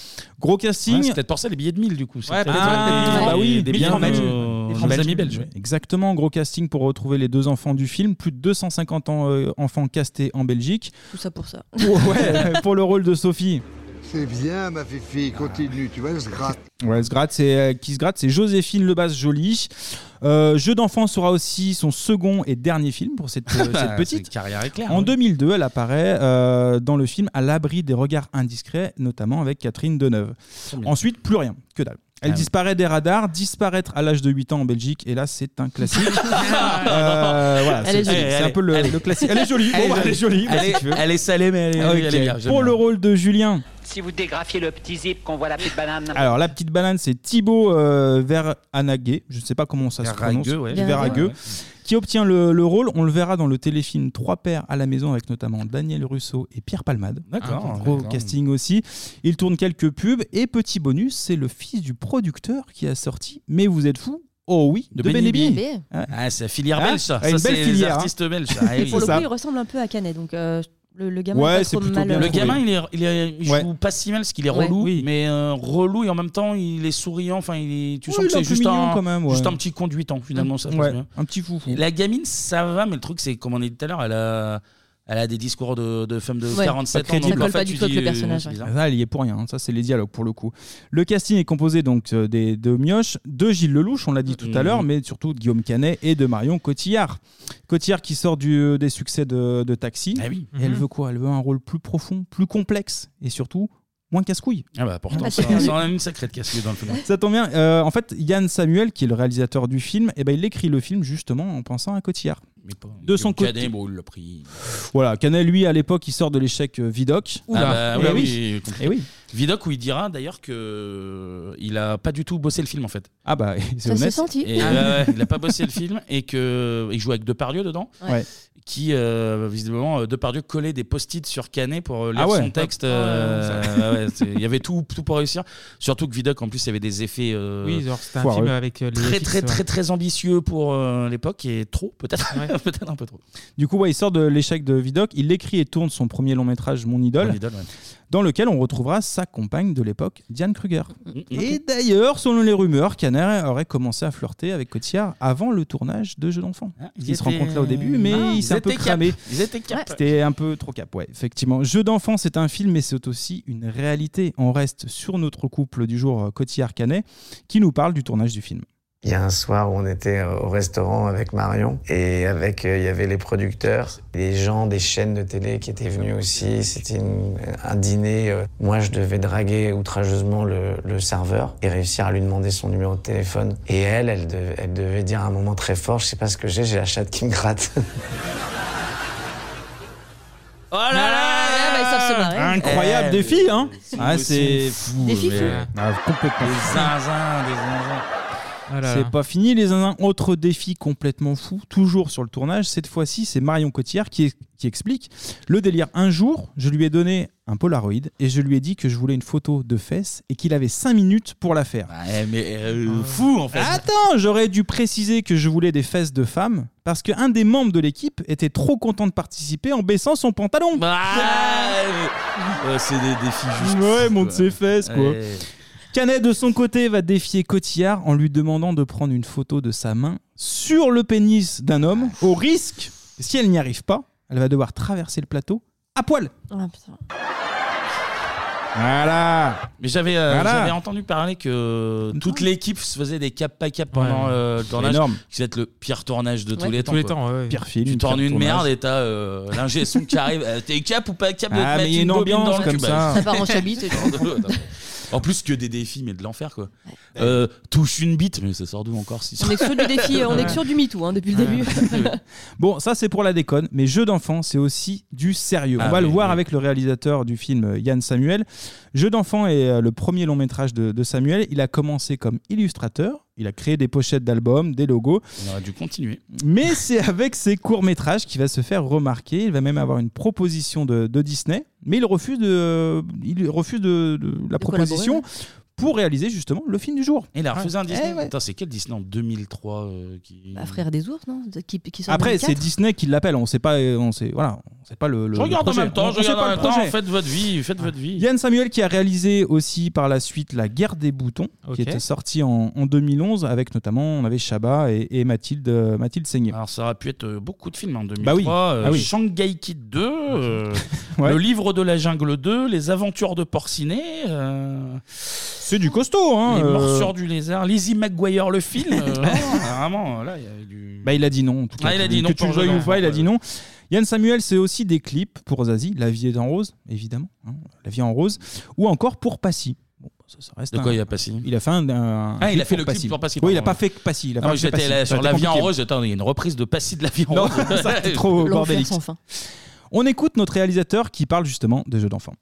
[SPEAKER 11] Gros casting.
[SPEAKER 12] Ouais, c'est peut-être pour ça les billets de 1000 du coup. c'est
[SPEAKER 11] Ouais,
[SPEAKER 12] peut-être,
[SPEAKER 11] ah,
[SPEAKER 12] euh, des-
[SPEAKER 11] bah oui,
[SPEAKER 12] des
[SPEAKER 11] bien
[SPEAKER 12] billets
[SPEAKER 11] vu.
[SPEAKER 12] belges.
[SPEAKER 11] Des
[SPEAKER 12] Nos
[SPEAKER 11] francs
[SPEAKER 12] amis belges, ouais.
[SPEAKER 11] Exactement, gros casting pour retrouver les deux enfants du film. Plus de 250 en- euh, enfants castés en Belgique.
[SPEAKER 2] Tout ça pour ça.
[SPEAKER 11] Pour, ouais, pour le rôle de Sophie.
[SPEAKER 10] C'est bien, ma fifi, continue, tu vois, elle se gratte.
[SPEAKER 11] Ouais, elle se gratte, c'est, euh, qui se gratte, c'est Joséphine Lebas Jolie. Euh, Jeu d'enfant sera aussi son second et dernier film pour cette, euh,
[SPEAKER 12] Bah,
[SPEAKER 11] cette petite.
[SPEAKER 12] c'est carrière éclair, hein.
[SPEAKER 11] En
[SPEAKER 12] oui.
[SPEAKER 11] 2002, elle apparaît euh, dans le film À l'abri des regards indiscrets, notamment avec Catherine Deneuve.
[SPEAKER 12] Très bien.
[SPEAKER 11] Ensuite, plus rien, que dalle. Elle
[SPEAKER 12] Ah oui.
[SPEAKER 11] disparaît des radars, disparaître à l'âge de 8 ans en Belgique, et là c'est un classique. Euh, voilà,
[SPEAKER 12] Elle est
[SPEAKER 11] c'est
[SPEAKER 12] jolie.
[SPEAKER 11] c'est
[SPEAKER 12] Elle
[SPEAKER 11] un
[SPEAKER 12] est-
[SPEAKER 11] peu le,
[SPEAKER 12] elle est-
[SPEAKER 11] le classique. Elle est jolie, bon, bah, elle est jolie.
[SPEAKER 12] Elle
[SPEAKER 11] si
[SPEAKER 12] est-
[SPEAKER 11] tu veux.
[SPEAKER 12] elle est salée, mais elle est- elle est
[SPEAKER 11] Ok.
[SPEAKER 12] bien, j'aime
[SPEAKER 11] Pour
[SPEAKER 12] bien.
[SPEAKER 11] le rôle de Julien,
[SPEAKER 15] Si vous dégrafiez le petit zip qu'on voit la petite banane.
[SPEAKER 11] alors la petite banane, c'est Thibaut euh, Verhanaguet, je ne sais pas comment ça se
[SPEAKER 12] Verhaguet,
[SPEAKER 11] prononce,
[SPEAKER 12] ouais.
[SPEAKER 11] Verhaguet,
[SPEAKER 12] Ouais, ouais.
[SPEAKER 11] qui obtient le, le rôle. On le verra dans le téléfilm Trois pères à la maison avec notamment Daniel Russo et Pierre Palmade.
[SPEAKER 12] D'accord,
[SPEAKER 11] Un gros
[SPEAKER 12] d'accord.
[SPEAKER 11] casting aussi. Il tourne quelques pubs et petit bonus, c'est le fils du producteur qui a sorti. Mais vous êtes fous Oh oui, de, Benny
[SPEAKER 2] Eh
[SPEAKER 11] B.
[SPEAKER 2] ben.
[SPEAKER 11] Hein
[SPEAKER 12] Ah, c'est la filière
[SPEAKER 11] Hein
[SPEAKER 12] belge, ça.
[SPEAKER 11] Ah, une
[SPEAKER 12] Ça, c'est
[SPEAKER 11] belle filière,
[SPEAKER 12] les
[SPEAKER 11] hein.
[SPEAKER 12] artistes belges. ça. Ah
[SPEAKER 2] Et
[SPEAKER 12] oui.
[SPEAKER 2] pour le coup, il ressemble un peu à Canet, donc euh, le, le gamin est
[SPEAKER 11] Ouais,
[SPEAKER 2] pas
[SPEAKER 11] c'est
[SPEAKER 2] trop
[SPEAKER 11] plutôt
[SPEAKER 2] mal. euh,
[SPEAKER 11] bien
[SPEAKER 12] Le
[SPEAKER 11] trouvé.
[SPEAKER 12] gamin, il, est, il, est- il
[SPEAKER 11] Ouais.
[SPEAKER 12] joue pas si mal parce qu'il est
[SPEAKER 2] Ouais.
[SPEAKER 12] relou,
[SPEAKER 11] Oui.
[SPEAKER 12] mais euh, relou et en même temps il est souriant. Enfin, il est- tu
[SPEAKER 11] Oui,
[SPEAKER 12] sens que
[SPEAKER 11] il est un
[SPEAKER 12] c'est
[SPEAKER 11] peu
[SPEAKER 12] juste,
[SPEAKER 11] mignon
[SPEAKER 12] un-
[SPEAKER 11] quand même, ouais.
[SPEAKER 12] juste un petit conduitant finalement. Ça passe
[SPEAKER 11] Ouais,
[SPEAKER 12] bien.
[SPEAKER 11] un petit fou.
[SPEAKER 12] La gamine, ça va, mais le truc c'est comme on a dit tout à l'heure, elle a, elle a des discours de, de femme de
[SPEAKER 11] Ouais.
[SPEAKER 12] 47
[SPEAKER 11] Pas
[SPEAKER 12] ans. donc,
[SPEAKER 11] crédible.
[SPEAKER 12] en fait, tu dis, euh, c'est bizarre.
[SPEAKER 11] Ça, elle y est pour rien. hein. Ça, c'est les dialogues pour le coup. Le casting est composé donc euh, des de Mioche, de Gilles Lelouch, on l'a dit tout à
[SPEAKER 12] Mhm.
[SPEAKER 11] l'heure, mais surtout de Guillaume Canet et de Marion Cotillard. Cotillard qui sort du, euh, des succès de, de Taxi. Et elle
[SPEAKER 12] Mhm.
[SPEAKER 11] veut quoi Elle veut un rôle plus profond, plus complexe et surtout moins casse-couille.
[SPEAKER 12] Ah bah pourtant,
[SPEAKER 11] Ah,
[SPEAKER 12] ça,
[SPEAKER 11] c'est-
[SPEAKER 12] ça en a une sacrée de casse dans le film.
[SPEAKER 11] Ça tombe bien. Euh, en fait, Yann Samuel, qui est le réalisateur du film, eh ben, il écrit le film justement en pensant à Cotillard. de son côté.
[SPEAKER 12] Cadet, bon, il l'a pris.
[SPEAKER 11] Voilà, Canet, lui, à l'époque, il sort de l'échec euh, Vidocq.
[SPEAKER 12] Ah bah,
[SPEAKER 11] Eh
[SPEAKER 12] oui, oui.
[SPEAKER 11] Eh oui.
[SPEAKER 12] Vidocq où il dira d'ailleurs que euh, il a pas du tout bossé le film en fait.
[SPEAKER 11] Ah bah, c'est Ça honnête. s'est senti.
[SPEAKER 12] Et, euh,
[SPEAKER 11] Ah.
[SPEAKER 12] ouais, ouais, il a pas bossé le film et que il joue avec Depardieu dedans.
[SPEAKER 11] Ouais.
[SPEAKER 12] Qui euh, visiblement euh, Depardieu collait des post-it sur Canet pour euh, lire
[SPEAKER 11] Ah ouais.
[SPEAKER 12] son texte.
[SPEAKER 11] Ah ouais,
[SPEAKER 12] euh,
[SPEAKER 11] ça-
[SPEAKER 12] ouais, ouais, c'est- il y avait tout, tout pour réussir. Surtout que Vidocq en plus il y avait des effets. euh,
[SPEAKER 14] Oui, genre, c'était un
[SPEAKER 12] foireux.
[SPEAKER 14] film avec, euh, les
[SPEAKER 12] très
[SPEAKER 14] effets,
[SPEAKER 12] très
[SPEAKER 14] ouais.
[SPEAKER 12] très très ambitieux pour euh, l'époque et trop peut-être peut-être un peu trop.
[SPEAKER 11] Du coup, ouais, il sort de l'échec de Vidocq, il écrit et tourne son premier long métrage Mon idole,
[SPEAKER 12] Mon idole, ouais.
[SPEAKER 11] dans lequel on retrouvera sa compagne de l'époque, Diane Kruger. Et d'ailleurs, selon les rumeurs, Canet aurait commencé à flirter avec Cotillard avant le tournage de Jeux d'enfants.
[SPEAKER 12] Ah, ils
[SPEAKER 11] ils se
[SPEAKER 12] étaient-
[SPEAKER 11] rencontrent là au début, mais
[SPEAKER 12] Ah,
[SPEAKER 11] il
[SPEAKER 12] ils
[SPEAKER 11] s'est un peu
[SPEAKER 12] étaient cap.
[SPEAKER 11] cramé.
[SPEAKER 12] Ils étaient cap.
[SPEAKER 11] C'était un peu trop cap, ouais, effectivement. Jeux d'enfants, c'est un film, mais c'est aussi une réalité. On reste sur notre couple du jour, Cotillard-Canet, qui nous parle du tournage du film.
[SPEAKER 3] Il y a un soir où on était au restaurant avec Marion et avec euh, il y avait les producteurs, les gens des chaînes de télé qui étaient venus aussi. C'était une- un dîner. euh. Moi, je devais draguer outrageusement le, le serveur et réussir à lui demander son numéro de téléphone. Et elle, elle, de- elle devait dire un moment très fort. Je sais pas ce que j'ai, j'ai la chatte qui me gratte.
[SPEAKER 12] Oh là là
[SPEAKER 2] Ah, bah,
[SPEAKER 11] Incroyable,
[SPEAKER 12] Eh,
[SPEAKER 11] des filles, hein
[SPEAKER 12] c'est-
[SPEAKER 11] Ah, c'est
[SPEAKER 12] c'est
[SPEAKER 11] fou.
[SPEAKER 12] Des filles
[SPEAKER 11] mais-
[SPEAKER 12] fous.
[SPEAKER 11] Ah, complètement
[SPEAKER 12] Des
[SPEAKER 11] fou.
[SPEAKER 12] zinzins, des zinzins. Ah là là.
[SPEAKER 11] C'est pas fini, les zinzins. Autre défi complètement fou, toujours sur le tournage. Cette fois-ci, c'est Marion Cotillard qui, qui explique le délire. Un jour, je lui ai donné un Polaroid et je lui ai dit que je voulais une photo de fesses et qu'il avait 5 minutes pour la faire.
[SPEAKER 12] mais
[SPEAKER 11] Ah.
[SPEAKER 12] euh, fou en fait.
[SPEAKER 11] Attends, j'aurais dû préciser que je voulais des fesses de femme parce qu'un des membres de l'équipe était trop content de participer en baissant son pantalon.
[SPEAKER 12] Bah, Ouais, c'est des défis juste.
[SPEAKER 11] Ouais,
[SPEAKER 12] fous,
[SPEAKER 11] monte
[SPEAKER 12] quoi.
[SPEAKER 11] ses fesses, quoi.
[SPEAKER 12] Ouais.
[SPEAKER 11] Canet, de son côté, va défier Cotillard en lui demandant de prendre une photo de sa main sur le pénis d'un homme, Ah. au risque, si elle n'y arrive pas, elle va devoir traverser le plateau à poil. Voilà.
[SPEAKER 12] Mais j'avais euh,
[SPEAKER 11] Voilà.
[SPEAKER 12] j'avais entendu parler que toute l'équipe se faisait des cap by cap pendant
[SPEAKER 11] Ouais.
[SPEAKER 12] euh, le
[SPEAKER 11] C'est
[SPEAKER 12] tournage.
[SPEAKER 11] énorme.
[SPEAKER 12] C'est être le pire tournage de tous
[SPEAKER 11] Ouais.
[SPEAKER 12] les
[SPEAKER 11] De
[SPEAKER 12] temps.
[SPEAKER 11] tous les
[SPEAKER 12] quoi.
[SPEAKER 11] temps, ouais, ouais. Pire film,
[SPEAKER 12] Tu
[SPEAKER 11] pire
[SPEAKER 12] tournes une
[SPEAKER 11] tournage.
[SPEAKER 12] merde et t'as euh, l'ingé son qui arrive. euh, T'es cap ou pas cap de
[SPEAKER 11] Ah,
[SPEAKER 12] te
[SPEAKER 11] mais
[SPEAKER 12] mettre
[SPEAKER 11] il y a une
[SPEAKER 12] bobine
[SPEAKER 11] ambiance
[SPEAKER 12] dans le
[SPEAKER 11] comme
[SPEAKER 12] cul,
[SPEAKER 11] ça.
[SPEAKER 12] bah,
[SPEAKER 11] Ça part en chabit,
[SPEAKER 12] c'est genre de- attends. En plus que des défis, mais de l'enfer quoi. Euh, touche une bite, mais ça sort d'où encore si
[SPEAKER 2] On est sur du défi, on est
[SPEAKER 11] Ouais.
[SPEAKER 2] sur du MeToo hein, depuis le début.
[SPEAKER 11] Bon, ça c'est pour la déconne, mais Jeu d'enfant, c'est aussi du sérieux.
[SPEAKER 12] Ah
[SPEAKER 11] On va le
[SPEAKER 12] oui,
[SPEAKER 11] voir
[SPEAKER 12] oui.
[SPEAKER 11] avec le réalisateur du film euh, Yann Samuel. Jeu d'enfant est euh, le premier long métrage de, de Samuel. Il a commencé comme illustrateur, il a créé des pochettes d'albums, des logos.
[SPEAKER 12] On aurait dû continuer.
[SPEAKER 11] Mais c'est avec ses courts-métrages qu'il va se faire remarquer. Il va même avoir une proposition de, de Disney, mais il refuse, de, il refuse de, de
[SPEAKER 12] collaborer,
[SPEAKER 11] la proposition
[SPEAKER 12] ouais.
[SPEAKER 11] pour réaliser justement le film du jour.
[SPEAKER 12] Et là,
[SPEAKER 11] Ouais.
[SPEAKER 12] faisait un Disney.
[SPEAKER 11] Eh ouais.
[SPEAKER 12] Putain, c'est quel Disney en 2003 euh, qui...
[SPEAKER 2] Bah, Frère des ours, non De- qui, qui sort en
[SPEAKER 11] Après,
[SPEAKER 2] 2004.
[SPEAKER 11] c'est Disney qui l'appelle, on sait pas, euh, on sait, voilà, on sait pas le. le-
[SPEAKER 12] Je regarde
[SPEAKER 11] le
[SPEAKER 12] en
[SPEAKER 11] projet.
[SPEAKER 12] même temps,
[SPEAKER 11] On-
[SPEAKER 12] je
[SPEAKER 11] on sait
[SPEAKER 12] regarde
[SPEAKER 11] pas
[SPEAKER 12] en
[SPEAKER 11] le
[SPEAKER 12] même temps.
[SPEAKER 11] projet.
[SPEAKER 12] Faites votre vie, faites votre vie.
[SPEAKER 11] Yann Samuel qui a réalisé aussi par la suite La guerre des boutons,
[SPEAKER 12] Ok.
[SPEAKER 11] qui était sorti en, en 2011 avec notamment on avait Chabat et, et Mathilde euh, Mathilde Seigné.
[SPEAKER 12] Alors ça aurait pu être euh, beaucoup de films en 2003.
[SPEAKER 11] Bah oui.
[SPEAKER 12] euh,
[SPEAKER 11] Ah oui.
[SPEAKER 12] Shanghai Kid 2, euh,
[SPEAKER 11] Ouais.
[SPEAKER 12] Le livre de la jungle 2, Les aventures de Porcinet, euh,
[SPEAKER 11] C'est du costaud, hein.
[SPEAKER 12] Les
[SPEAKER 11] euh,
[SPEAKER 12] morsures du lézard, Lizzie McGuire le film. euh, non, vraiment, là, il y a du...
[SPEAKER 11] Bah, il a dit non, en tout cas.
[SPEAKER 12] Ah, il a
[SPEAKER 11] Que-
[SPEAKER 12] dit non
[SPEAKER 11] Que tu
[SPEAKER 12] pour
[SPEAKER 11] le veuilles
[SPEAKER 12] Jolan,
[SPEAKER 11] ou pas, il a dit non. Yann Samuel, c'est aussi des clips pour Zazie, La vie est en rose, évidemment, hein, La vie en rose, ou encore pour Passy. Bon, bah, ça, ça reste
[SPEAKER 12] De quoi
[SPEAKER 11] un-
[SPEAKER 12] il a passé
[SPEAKER 11] Il a fait un.
[SPEAKER 12] Ah,
[SPEAKER 11] un
[SPEAKER 12] il a
[SPEAKER 11] clip
[SPEAKER 12] fait
[SPEAKER 11] pour
[SPEAKER 12] le clip pour Passy.
[SPEAKER 11] Oui, il a
[SPEAKER 12] pardon.
[SPEAKER 11] pas fait que Passy. Il a
[SPEAKER 12] Ah,
[SPEAKER 11] pas
[SPEAKER 12] oui,
[SPEAKER 11] fait
[SPEAKER 12] j'étais
[SPEAKER 11] Passy.
[SPEAKER 12] là
[SPEAKER 11] Ça
[SPEAKER 12] sur
[SPEAKER 11] aurait
[SPEAKER 12] la
[SPEAKER 11] été
[SPEAKER 12] vie en
[SPEAKER 11] compliqué.
[SPEAKER 12] rose. Attends, il y a une reprise de Passy de la vie en
[SPEAKER 11] Non,
[SPEAKER 12] rose.
[SPEAKER 11] ça c'était trop
[SPEAKER 12] L'enfer
[SPEAKER 11] bordélique.
[SPEAKER 12] sans fin.
[SPEAKER 11] On écoute notre réalisateur qui parle justement de jeux d'enfants.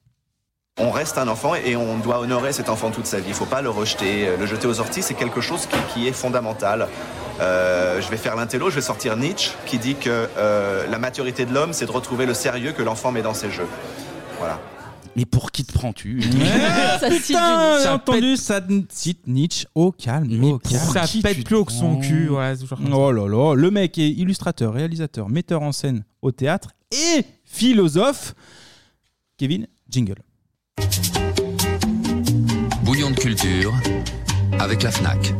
[SPEAKER 5] On reste un enfant et on doit honorer cet enfant toute sa vie. Il ne faut pas le rejeter. Le jeter aux orties, c'est quelque chose qui, qui est fondamental. Euh, je vais faire l'intello, je vais sortir Nietzsche qui dit que euh, la maturité de l'homme, c'est de retrouver le sérieux que l'enfant met dans ses jeux. Voilà.
[SPEAKER 12] Mais pour qui te prends-tu
[SPEAKER 11] ça Putain, j'ai entendu, ça n- cite Nietzsche au calme. Mais
[SPEAKER 14] calme. Ça pète plus haut que son cul, ouais, ce genre comme ça.
[SPEAKER 11] oh là là, le mec est illustrateur, réalisateur, metteur en scène au théâtre et philosophe. Kevin, jingle.
[SPEAKER 16] Bouillon de culture avec la FNAC.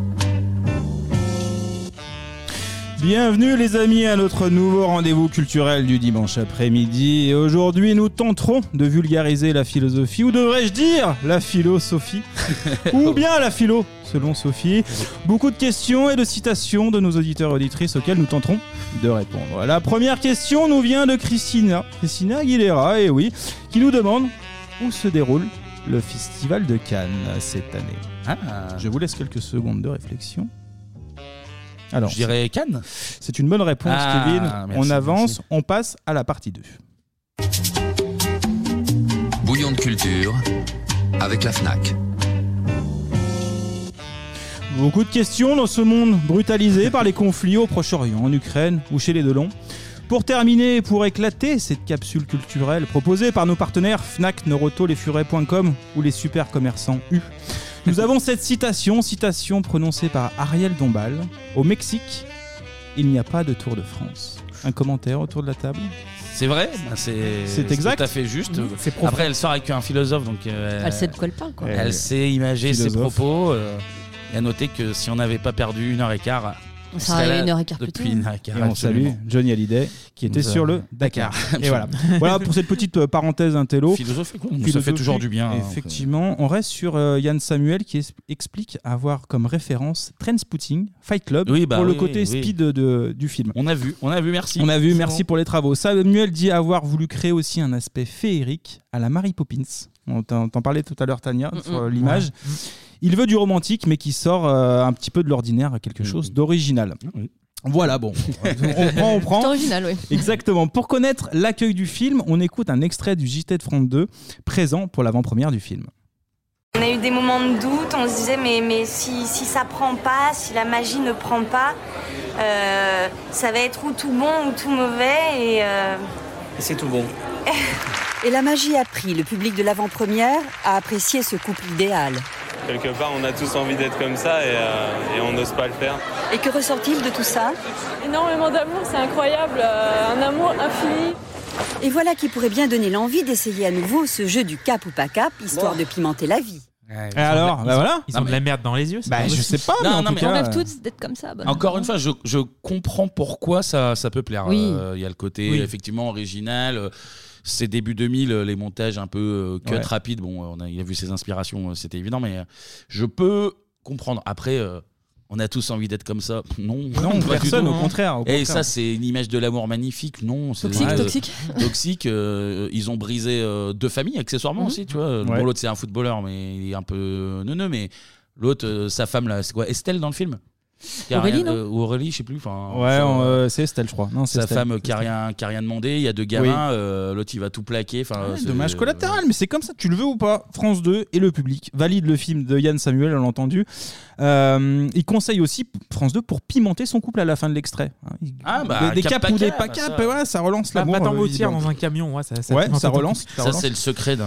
[SPEAKER 11] Bienvenue les amis à notre nouveau rendez-vous culturel du dimanche après-midi. Et aujourd'hui, nous tenterons de vulgariser la philosophie, ou devrais-je dire la philosophie, ou bien la philo, selon Sophie. Beaucoup de questions et de citations de nos auditeurs et auditrices auxquelles nous tenterons de répondre. La première question nous vient de Christina, Christina Aguilera, et oui, qui nous demande où se déroule le festival de Cannes cette année.
[SPEAKER 12] Ah,
[SPEAKER 11] Je vous laisse quelques secondes de réflexion. Alors,
[SPEAKER 12] Je dirais Cannes.
[SPEAKER 11] C'est une bonne réponse,
[SPEAKER 12] Ah,
[SPEAKER 11] Kevin.
[SPEAKER 12] merci,
[SPEAKER 11] on avance, on passe à la partie 2.
[SPEAKER 16] Bouillon de culture avec la FNAC.
[SPEAKER 11] Beaucoup de questions dans ce monde brutalisé par les conflits au Proche-Orient, en Ukraine ou chez les Delon. Pour terminer et pour éclater cette capsule culturelle proposée par nos partenaires Fnac, Noroto, lesfurets.com ou les super commerçants U, nous avons cette citation, citation prononcée par Ariel Dombal. Au Mexique, il n'y a pas de Tour de France. Un commentaire autour de la table
[SPEAKER 12] C'est vrai, ben, c'est
[SPEAKER 11] C'est exact.
[SPEAKER 12] tout à fait juste.
[SPEAKER 11] Mhm. C'est profond.
[SPEAKER 12] Après, elle sort avec un philosophe, donc euh,
[SPEAKER 2] Elle sait de Ah, quoi elle parle, quoi.
[SPEAKER 12] Elle sait imager ses
[SPEAKER 2] Philosophe.
[SPEAKER 12] propos. euh, et à noter que si on n'avait pas perdu une heure et quart,
[SPEAKER 2] On serait
[SPEAKER 12] serait
[SPEAKER 2] arrivé
[SPEAKER 12] là
[SPEAKER 2] une heure et quart plus
[SPEAKER 12] depuis
[SPEAKER 2] tôt.
[SPEAKER 12] une heure et quart.
[SPEAKER 11] Et on salue
[SPEAKER 12] absolument.
[SPEAKER 11] Johnny Hallyday qui était
[SPEAKER 12] Nous, euh,
[SPEAKER 11] sur le Dakar.
[SPEAKER 12] Dakar.
[SPEAKER 11] Et voilà. voilà pour cette petite euh, parenthèse intello.
[SPEAKER 12] Philosophique, oui, ça fait toujours du bien, hein,
[SPEAKER 11] Effectivement, on reste sur euh, Yann Samuel qui es- explique avoir comme référence Trainspotting, Fight Club
[SPEAKER 12] Oui, bah
[SPEAKER 11] pour le
[SPEAKER 12] oui,
[SPEAKER 11] côté
[SPEAKER 12] oui.
[SPEAKER 11] speed de- du film.
[SPEAKER 12] On a vu, on a vu, merci.
[SPEAKER 11] On a vu,
[SPEAKER 12] C'est
[SPEAKER 11] merci
[SPEAKER 12] bon.
[SPEAKER 11] pour les travaux. Samuel dit avoir voulu créer aussi un aspect féerique à la Mary Poppins. On t'en t'en parlait tout à l'heure, Tania,
[SPEAKER 12] Mm,
[SPEAKER 11] sur
[SPEAKER 12] mm.
[SPEAKER 11] l'image.
[SPEAKER 12] Ouais.
[SPEAKER 11] Il veut du romantique, mais qui sort euh, un petit peu de l'ordinaire, quelque
[SPEAKER 12] Mm,
[SPEAKER 11] chose d'original. Voilà, bon, on prend, on prend.
[SPEAKER 2] C'est original, oui.
[SPEAKER 11] Exactement. Pour connaître l'accueil du film, on écoute un extrait du JT de France 2, présent pour l'avant-première du film.
[SPEAKER 22] On a eu des moments de doute, on se disait mais, mais si, si ça prend pas, si la magie ne prend pas, euh, ça va être ou tout bon ou tout mauvais et... euh,
[SPEAKER 18] C'est tout bon.
[SPEAKER 23] Et la magie a pris. Le public de l'avant-première a apprécié ce couple idéal.
[SPEAKER 24] Quelque part, on a tous envie d'être comme ça et, euh, et on n'ose pas le faire.
[SPEAKER 23] Et que ressort-il de tout ça
[SPEAKER 25] Énormément d'amour, c'est incroyable, euh, un amour infini.
[SPEAKER 23] Et voilà qui pourrait bien donner l'envie d'essayer à nouveau ce jeu du cap ou pas cap, histoire de pimenter la vie.
[SPEAKER 11] Et alors, bah voilà.
[SPEAKER 14] Ils ont de la merde dans les yeux. c'est
[SPEAKER 11] Bah,
[SPEAKER 14] pas
[SPEAKER 11] je
[SPEAKER 14] possible.
[SPEAKER 11] sais pas, mais en tout cas,
[SPEAKER 2] on
[SPEAKER 11] euh,
[SPEAKER 2] rêve tous d'être comme ça. bah.
[SPEAKER 12] Encore une fois, je, je comprends pourquoi ça, ça peut plaire. Euh,
[SPEAKER 2] Oui.
[SPEAKER 12] Il y a le côté
[SPEAKER 2] Oui.
[SPEAKER 12] effectivement original. euh, C'est début 2000, euh, les montages un peu euh, cut
[SPEAKER 11] Ouais.
[SPEAKER 12] rapide. Bon, euh, on a, il a vu ses inspirations, euh, c'était évident, mais euh, je peux comprendre. Après, euh, on a tous envie d'être comme ça. Non,
[SPEAKER 11] Non,
[SPEAKER 12] pas du
[SPEAKER 11] personne,
[SPEAKER 12] tout. hein.
[SPEAKER 11] au contraire, au
[SPEAKER 12] Et
[SPEAKER 11] contraire.
[SPEAKER 12] ça, c'est une image de l'amour magnifique. Non, c'est
[SPEAKER 2] Toxique,
[SPEAKER 12] vrai, euh,
[SPEAKER 2] toxique.
[SPEAKER 12] toxique. euh, ils ont brisé euh, deux familles accessoirement
[SPEAKER 2] Mhm.
[SPEAKER 12] aussi, tu vois.
[SPEAKER 11] Ouais.
[SPEAKER 12] Bon, l'autre euh, c'est un footballeur, mais il est un peu neuneux. Mais l'autre, euh, sa femme là, c'est quoi Estelle dans le film qui a rien-
[SPEAKER 2] Aurélie, non
[SPEAKER 12] euh, ou Aurélie, je sais plus. enfin,
[SPEAKER 11] Ouais,
[SPEAKER 12] ça-
[SPEAKER 11] on, euh, c'est Estelle, je crois. Non, c'est
[SPEAKER 12] Sa
[SPEAKER 11] Estelle.
[SPEAKER 12] femme qui a rien, qui a rien demandé, il y a deux
[SPEAKER 11] Oui.
[SPEAKER 12] gamins, euh, l'autre il va tout plaquer. Enfin,
[SPEAKER 11] Ouais,
[SPEAKER 12] c'est-
[SPEAKER 11] Ah, dommage collatéral, mais c'est comme ça, tu le veux ou pas France 2 et le public valident le film de Yann Samuel, on l'a entendu. Euh, il conseille aussi France 2 pour pimenter son couple à la fin de l'extrait. Hein, il-
[SPEAKER 12] Ah, bah,
[SPEAKER 11] des, des
[SPEAKER 12] cap
[SPEAKER 11] caps ou des
[SPEAKER 12] paca,
[SPEAKER 11] pas
[SPEAKER 12] bah,
[SPEAKER 11] caps,
[SPEAKER 12] ça-
[SPEAKER 11] ouais, ça relance
[SPEAKER 14] La
[SPEAKER 11] la
[SPEAKER 14] batte en vautière dans un camion, ouais, ça, ça,
[SPEAKER 11] Ouais,
[SPEAKER 14] pimente
[SPEAKER 11] ça
[SPEAKER 14] un peu
[SPEAKER 11] relance.
[SPEAKER 14] plus.
[SPEAKER 12] Ça, c'est le secret d'un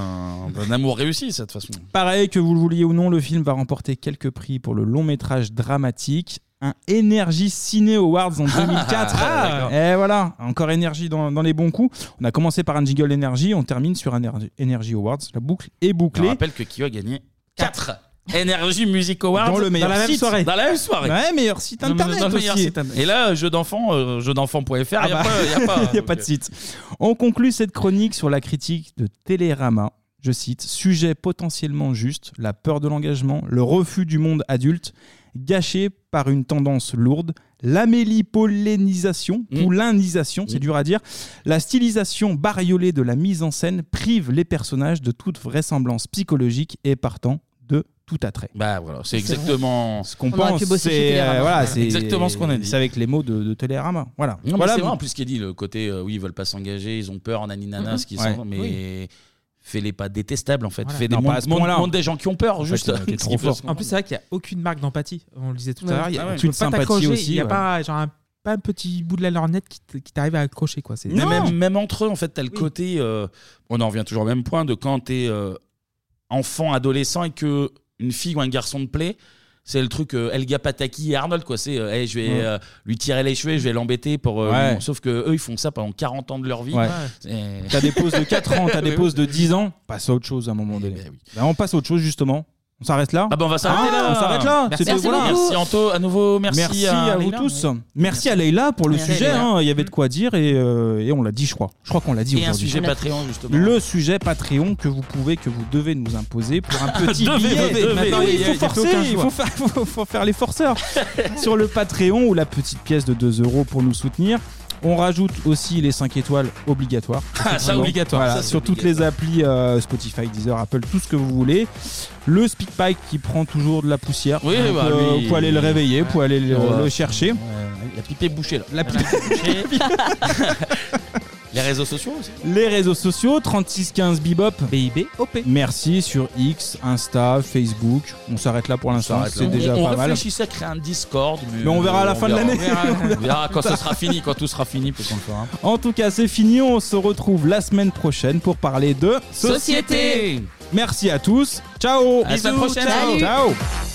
[SPEAKER 12] d'un amour réussi, ça, de toute façon.
[SPEAKER 11] Pareil, que vous le vouliez ou non, le film va remporter quelques prix pour le long métrage dramatique. Un Energy Ciné Awards en 2004.
[SPEAKER 12] Ah, d'accord.
[SPEAKER 11] et Eh, voilà, encore énergie dans, dans les bons coups. On a commencé par un jingle énergie, on termine sur un Ener- Energy Awards. La boucle est
[SPEAKER 12] Je
[SPEAKER 11] bouclée.
[SPEAKER 12] rappelle que Kyo a gagné 4 Energy Music Awards
[SPEAKER 11] Dans le meilleur
[SPEAKER 12] la même
[SPEAKER 11] site.
[SPEAKER 12] soirée. Dans la même soirée.
[SPEAKER 11] Ouais, meilleur site
[SPEAKER 12] Dans le-
[SPEAKER 11] internet
[SPEAKER 12] dans le meilleur
[SPEAKER 11] aussi.
[SPEAKER 12] site internet. Et là, jeu d'enfant, euh, jeu d'enfant.fr, il n'y a,
[SPEAKER 11] Ah bah.
[SPEAKER 12] pas- y a pas. hein, euh.
[SPEAKER 11] Il y a pas de site. On conclut cette chronique sur la critique de Télérama. Je cite Sujet potentiellement juste, la peur de l'engagement, le refus du monde adulte, gâché par une tendance lourde, l'amélipolénisation,
[SPEAKER 12] Mm.
[SPEAKER 11] poulanisation, c'est dur à dire. La stylisation bariolée de la mise en scène prive les personnages de toute vraisemblance psychologique et partant de tout attrait.
[SPEAKER 12] Bah voilà, c'est exactement ce
[SPEAKER 11] qu'on pense, c'est euh, voilà, c'est
[SPEAKER 12] exactement ce qu'on a dit.
[SPEAKER 11] C'est avec les mots de, de Télérama. Voilà.
[SPEAKER 12] Non, mais
[SPEAKER 11] voilà
[SPEAKER 12] c'est vrai, en plus, ce qui est dit, le côté, euh, oui, ils veulent pas s'engager, ils ont peur, naninana,
[SPEAKER 11] Mhm.
[SPEAKER 12] ce qu'ils
[SPEAKER 11] Ouais.
[SPEAKER 12] sont, mais fais-les pas détestables, en fait.
[SPEAKER 11] Voilà.
[SPEAKER 12] Fais des
[SPEAKER 11] Non, pas
[SPEAKER 12] mondes-
[SPEAKER 11] à ce point-là.
[SPEAKER 12] mondes- mondes des gens qui ont peur,
[SPEAKER 11] En fait,
[SPEAKER 12] juste.
[SPEAKER 11] il y en a qui est
[SPEAKER 12] Ce
[SPEAKER 11] trop
[SPEAKER 12] qu'ils peuvent
[SPEAKER 11] fort.
[SPEAKER 12] se
[SPEAKER 14] En plus, c'est vrai qu'il n'y a aucune marque d'empathie. On le disait tout
[SPEAKER 12] Ouais.
[SPEAKER 14] à l'heure. Il y a
[SPEAKER 12] Ah ouais.
[SPEAKER 14] tu
[SPEAKER 12] Aucune
[SPEAKER 14] peux pas
[SPEAKER 12] sympathie
[SPEAKER 14] t'accrocher,
[SPEAKER 12] aussi,
[SPEAKER 14] Il n'y a
[SPEAKER 12] ouais.
[SPEAKER 14] pas, genre, un, pas un petit bout de la lorgnette qui t- qui t'arrive à accrocher. Quoi. C'est-
[SPEAKER 12] Non, même, même entre eux, en fait, t'as le côté. euh, on en revient toujours au même point de quand t'es euh, enfant, adolescent et que une fille ou un garçon te plaît. C'est le truc euh, Elga Pataki et Arnold, quoi. C'est, euh, Hey, je vais
[SPEAKER 11] Ouais.
[SPEAKER 12] euh, lui tirer les cheveux, je vais l'embêter pour. euh,
[SPEAKER 11] Ouais.
[SPEAKER 12] bon, sauf que eux, ils font ça pendant 40 ans de leur vie. Eh
[SPEAKER 11] Ouais.
[SPEAKER 12] Et-
[SPEAKER 11] T'as des pauses de 4 ans, t'as des pauses de 10 ans, passe à autre chose à un moment donné. Bah, on passe à autre chose justement. On s'arrête là.
[SPEAKER 12] Ah bah, on va s'arrêter
[SPEAKER 11] Ah,
[SPEAKER 12] là.
[SPEAKER 11] On s'arrête là.
[SPEAKER 12] Merci,
[SPEAKER 11] C'était-
[SPEAKER 12] merci,
[SPEAKER 11] voilà.
[SPEAKER 12] beaucoup. Merci, Anto. À nouveau, bah, merci,
[SPEAKER 11] Merci
[SPEAKER 12] à
[SPEAKER 11] à, vous
[SPEAKER 12] Leïla.
[SPEAKER 11] tous. Merci à Leïla pour le
[SPEAKER 12] Merci à
[SPEAKER 11] sujet.
[SPEAKER 12] Leïla.
[SPEAKER 11] hein. Il y avait de quoi dire et, euh, et on l'a dit, je crois. Je crois qu'on l'a dit
[SPEAKER 12] Et un
[SPEAKER 11] aujourd'hui.
[SPEAKER 12] sujet Patreon, justement.
[SPEAKER 11] Le sujet Patreon que vous pouvez, que vous devez nous imposer pour un petit
[SPEAKER 12] Devez,
[SPEAKER 11] billet.
[SPEAKER 12] devez,
[SPEAKER 11] Maintenant,
[SPEAKER 12] devez. Il y
[SPEAKER 11] oui, il
[SPEAKER 12] a- il y a
[SPEAKER 11] faut
[SPEAKER 12] plus
[SPEAKER 11] forcer,
[SPEAKER 12] aucun
[SPEAKER 11] il
[SPEAKER 12] choix.
[SPEAKER 11] faut faire, faut- faut faire les forceurs sur le Patreon ou la petite pièce de 2 euros pour nous soutenir. On rajoute aussi les 5 étoiles obligatoires.
[SPEAKER 12] Ah, ça, obligatoire.
[SPEAKER 11] Voilà,
[SPEAKER 12] Ça, c'est
[SPEAKER 11] sur toutes les applis euh, Spotify, Deezer, Apple, tout ce que vous voulez. Le Speakpipe qui prend toujours de la poussière.
[SPEAKER 12] Oui,
[SPEAKER 11] Donc,
[SPEAKER 12] bah,
[SPEAKER 11] euh,
[SPEAKER 12] lui,
[SPEAKER 11] vous pouvez aller le réveiller, vous pouvez aller le,
[SPEAKER 12] Ouais.
[SPEAKER 11] Euh, le chercher.
[SPEAKER 12] euh, La pipe est bouchée, là.
[SPEAKER 11] La pipe
[SPEAKER 12] Les réseaux sociaux aussi.
[SPEAKER 11] Les réseaux sociaux 3615 Bibop BIBOP. Merci sur X, Insta, Facebook. On s'arrête là pour l'instant,
[SPEAKER 12] Arrête, là.
[SPEAKER 11] c'est déjà
[SPEAKER 12] on,
[SPEAKER 11] pas
[SPEAKER 12] on
[SPEAKER 11] mal.
[SPEAKER 12] réfléchissait à créer un Discord. Mais,
[SPEAKER 11] Mais on verra à la fin de l'année.
[SPEAKER 12] On verra, on verra quand ce
[SPEAKER 11] Plus tard.
[SPEAKER 12] sera fini, quand tout sera fini, peut-être qu'on le hein. fera.
[SPEAKER 11] En tout cas, c'est fini, on se retrouve la semaine prochaine pour parler de
[SPEAKER 12] Société.
[SPEAKER 11] Merci à tous. Ciao.
[SPEAKER 12] À la semaine
[SPEAKER 11] Bisous.
[SPEAKER 12] prochaine.
[SPEAKER 11] Ciao.
[SPEAKER 12] Salut.
[SPEAKER 11] Ciao.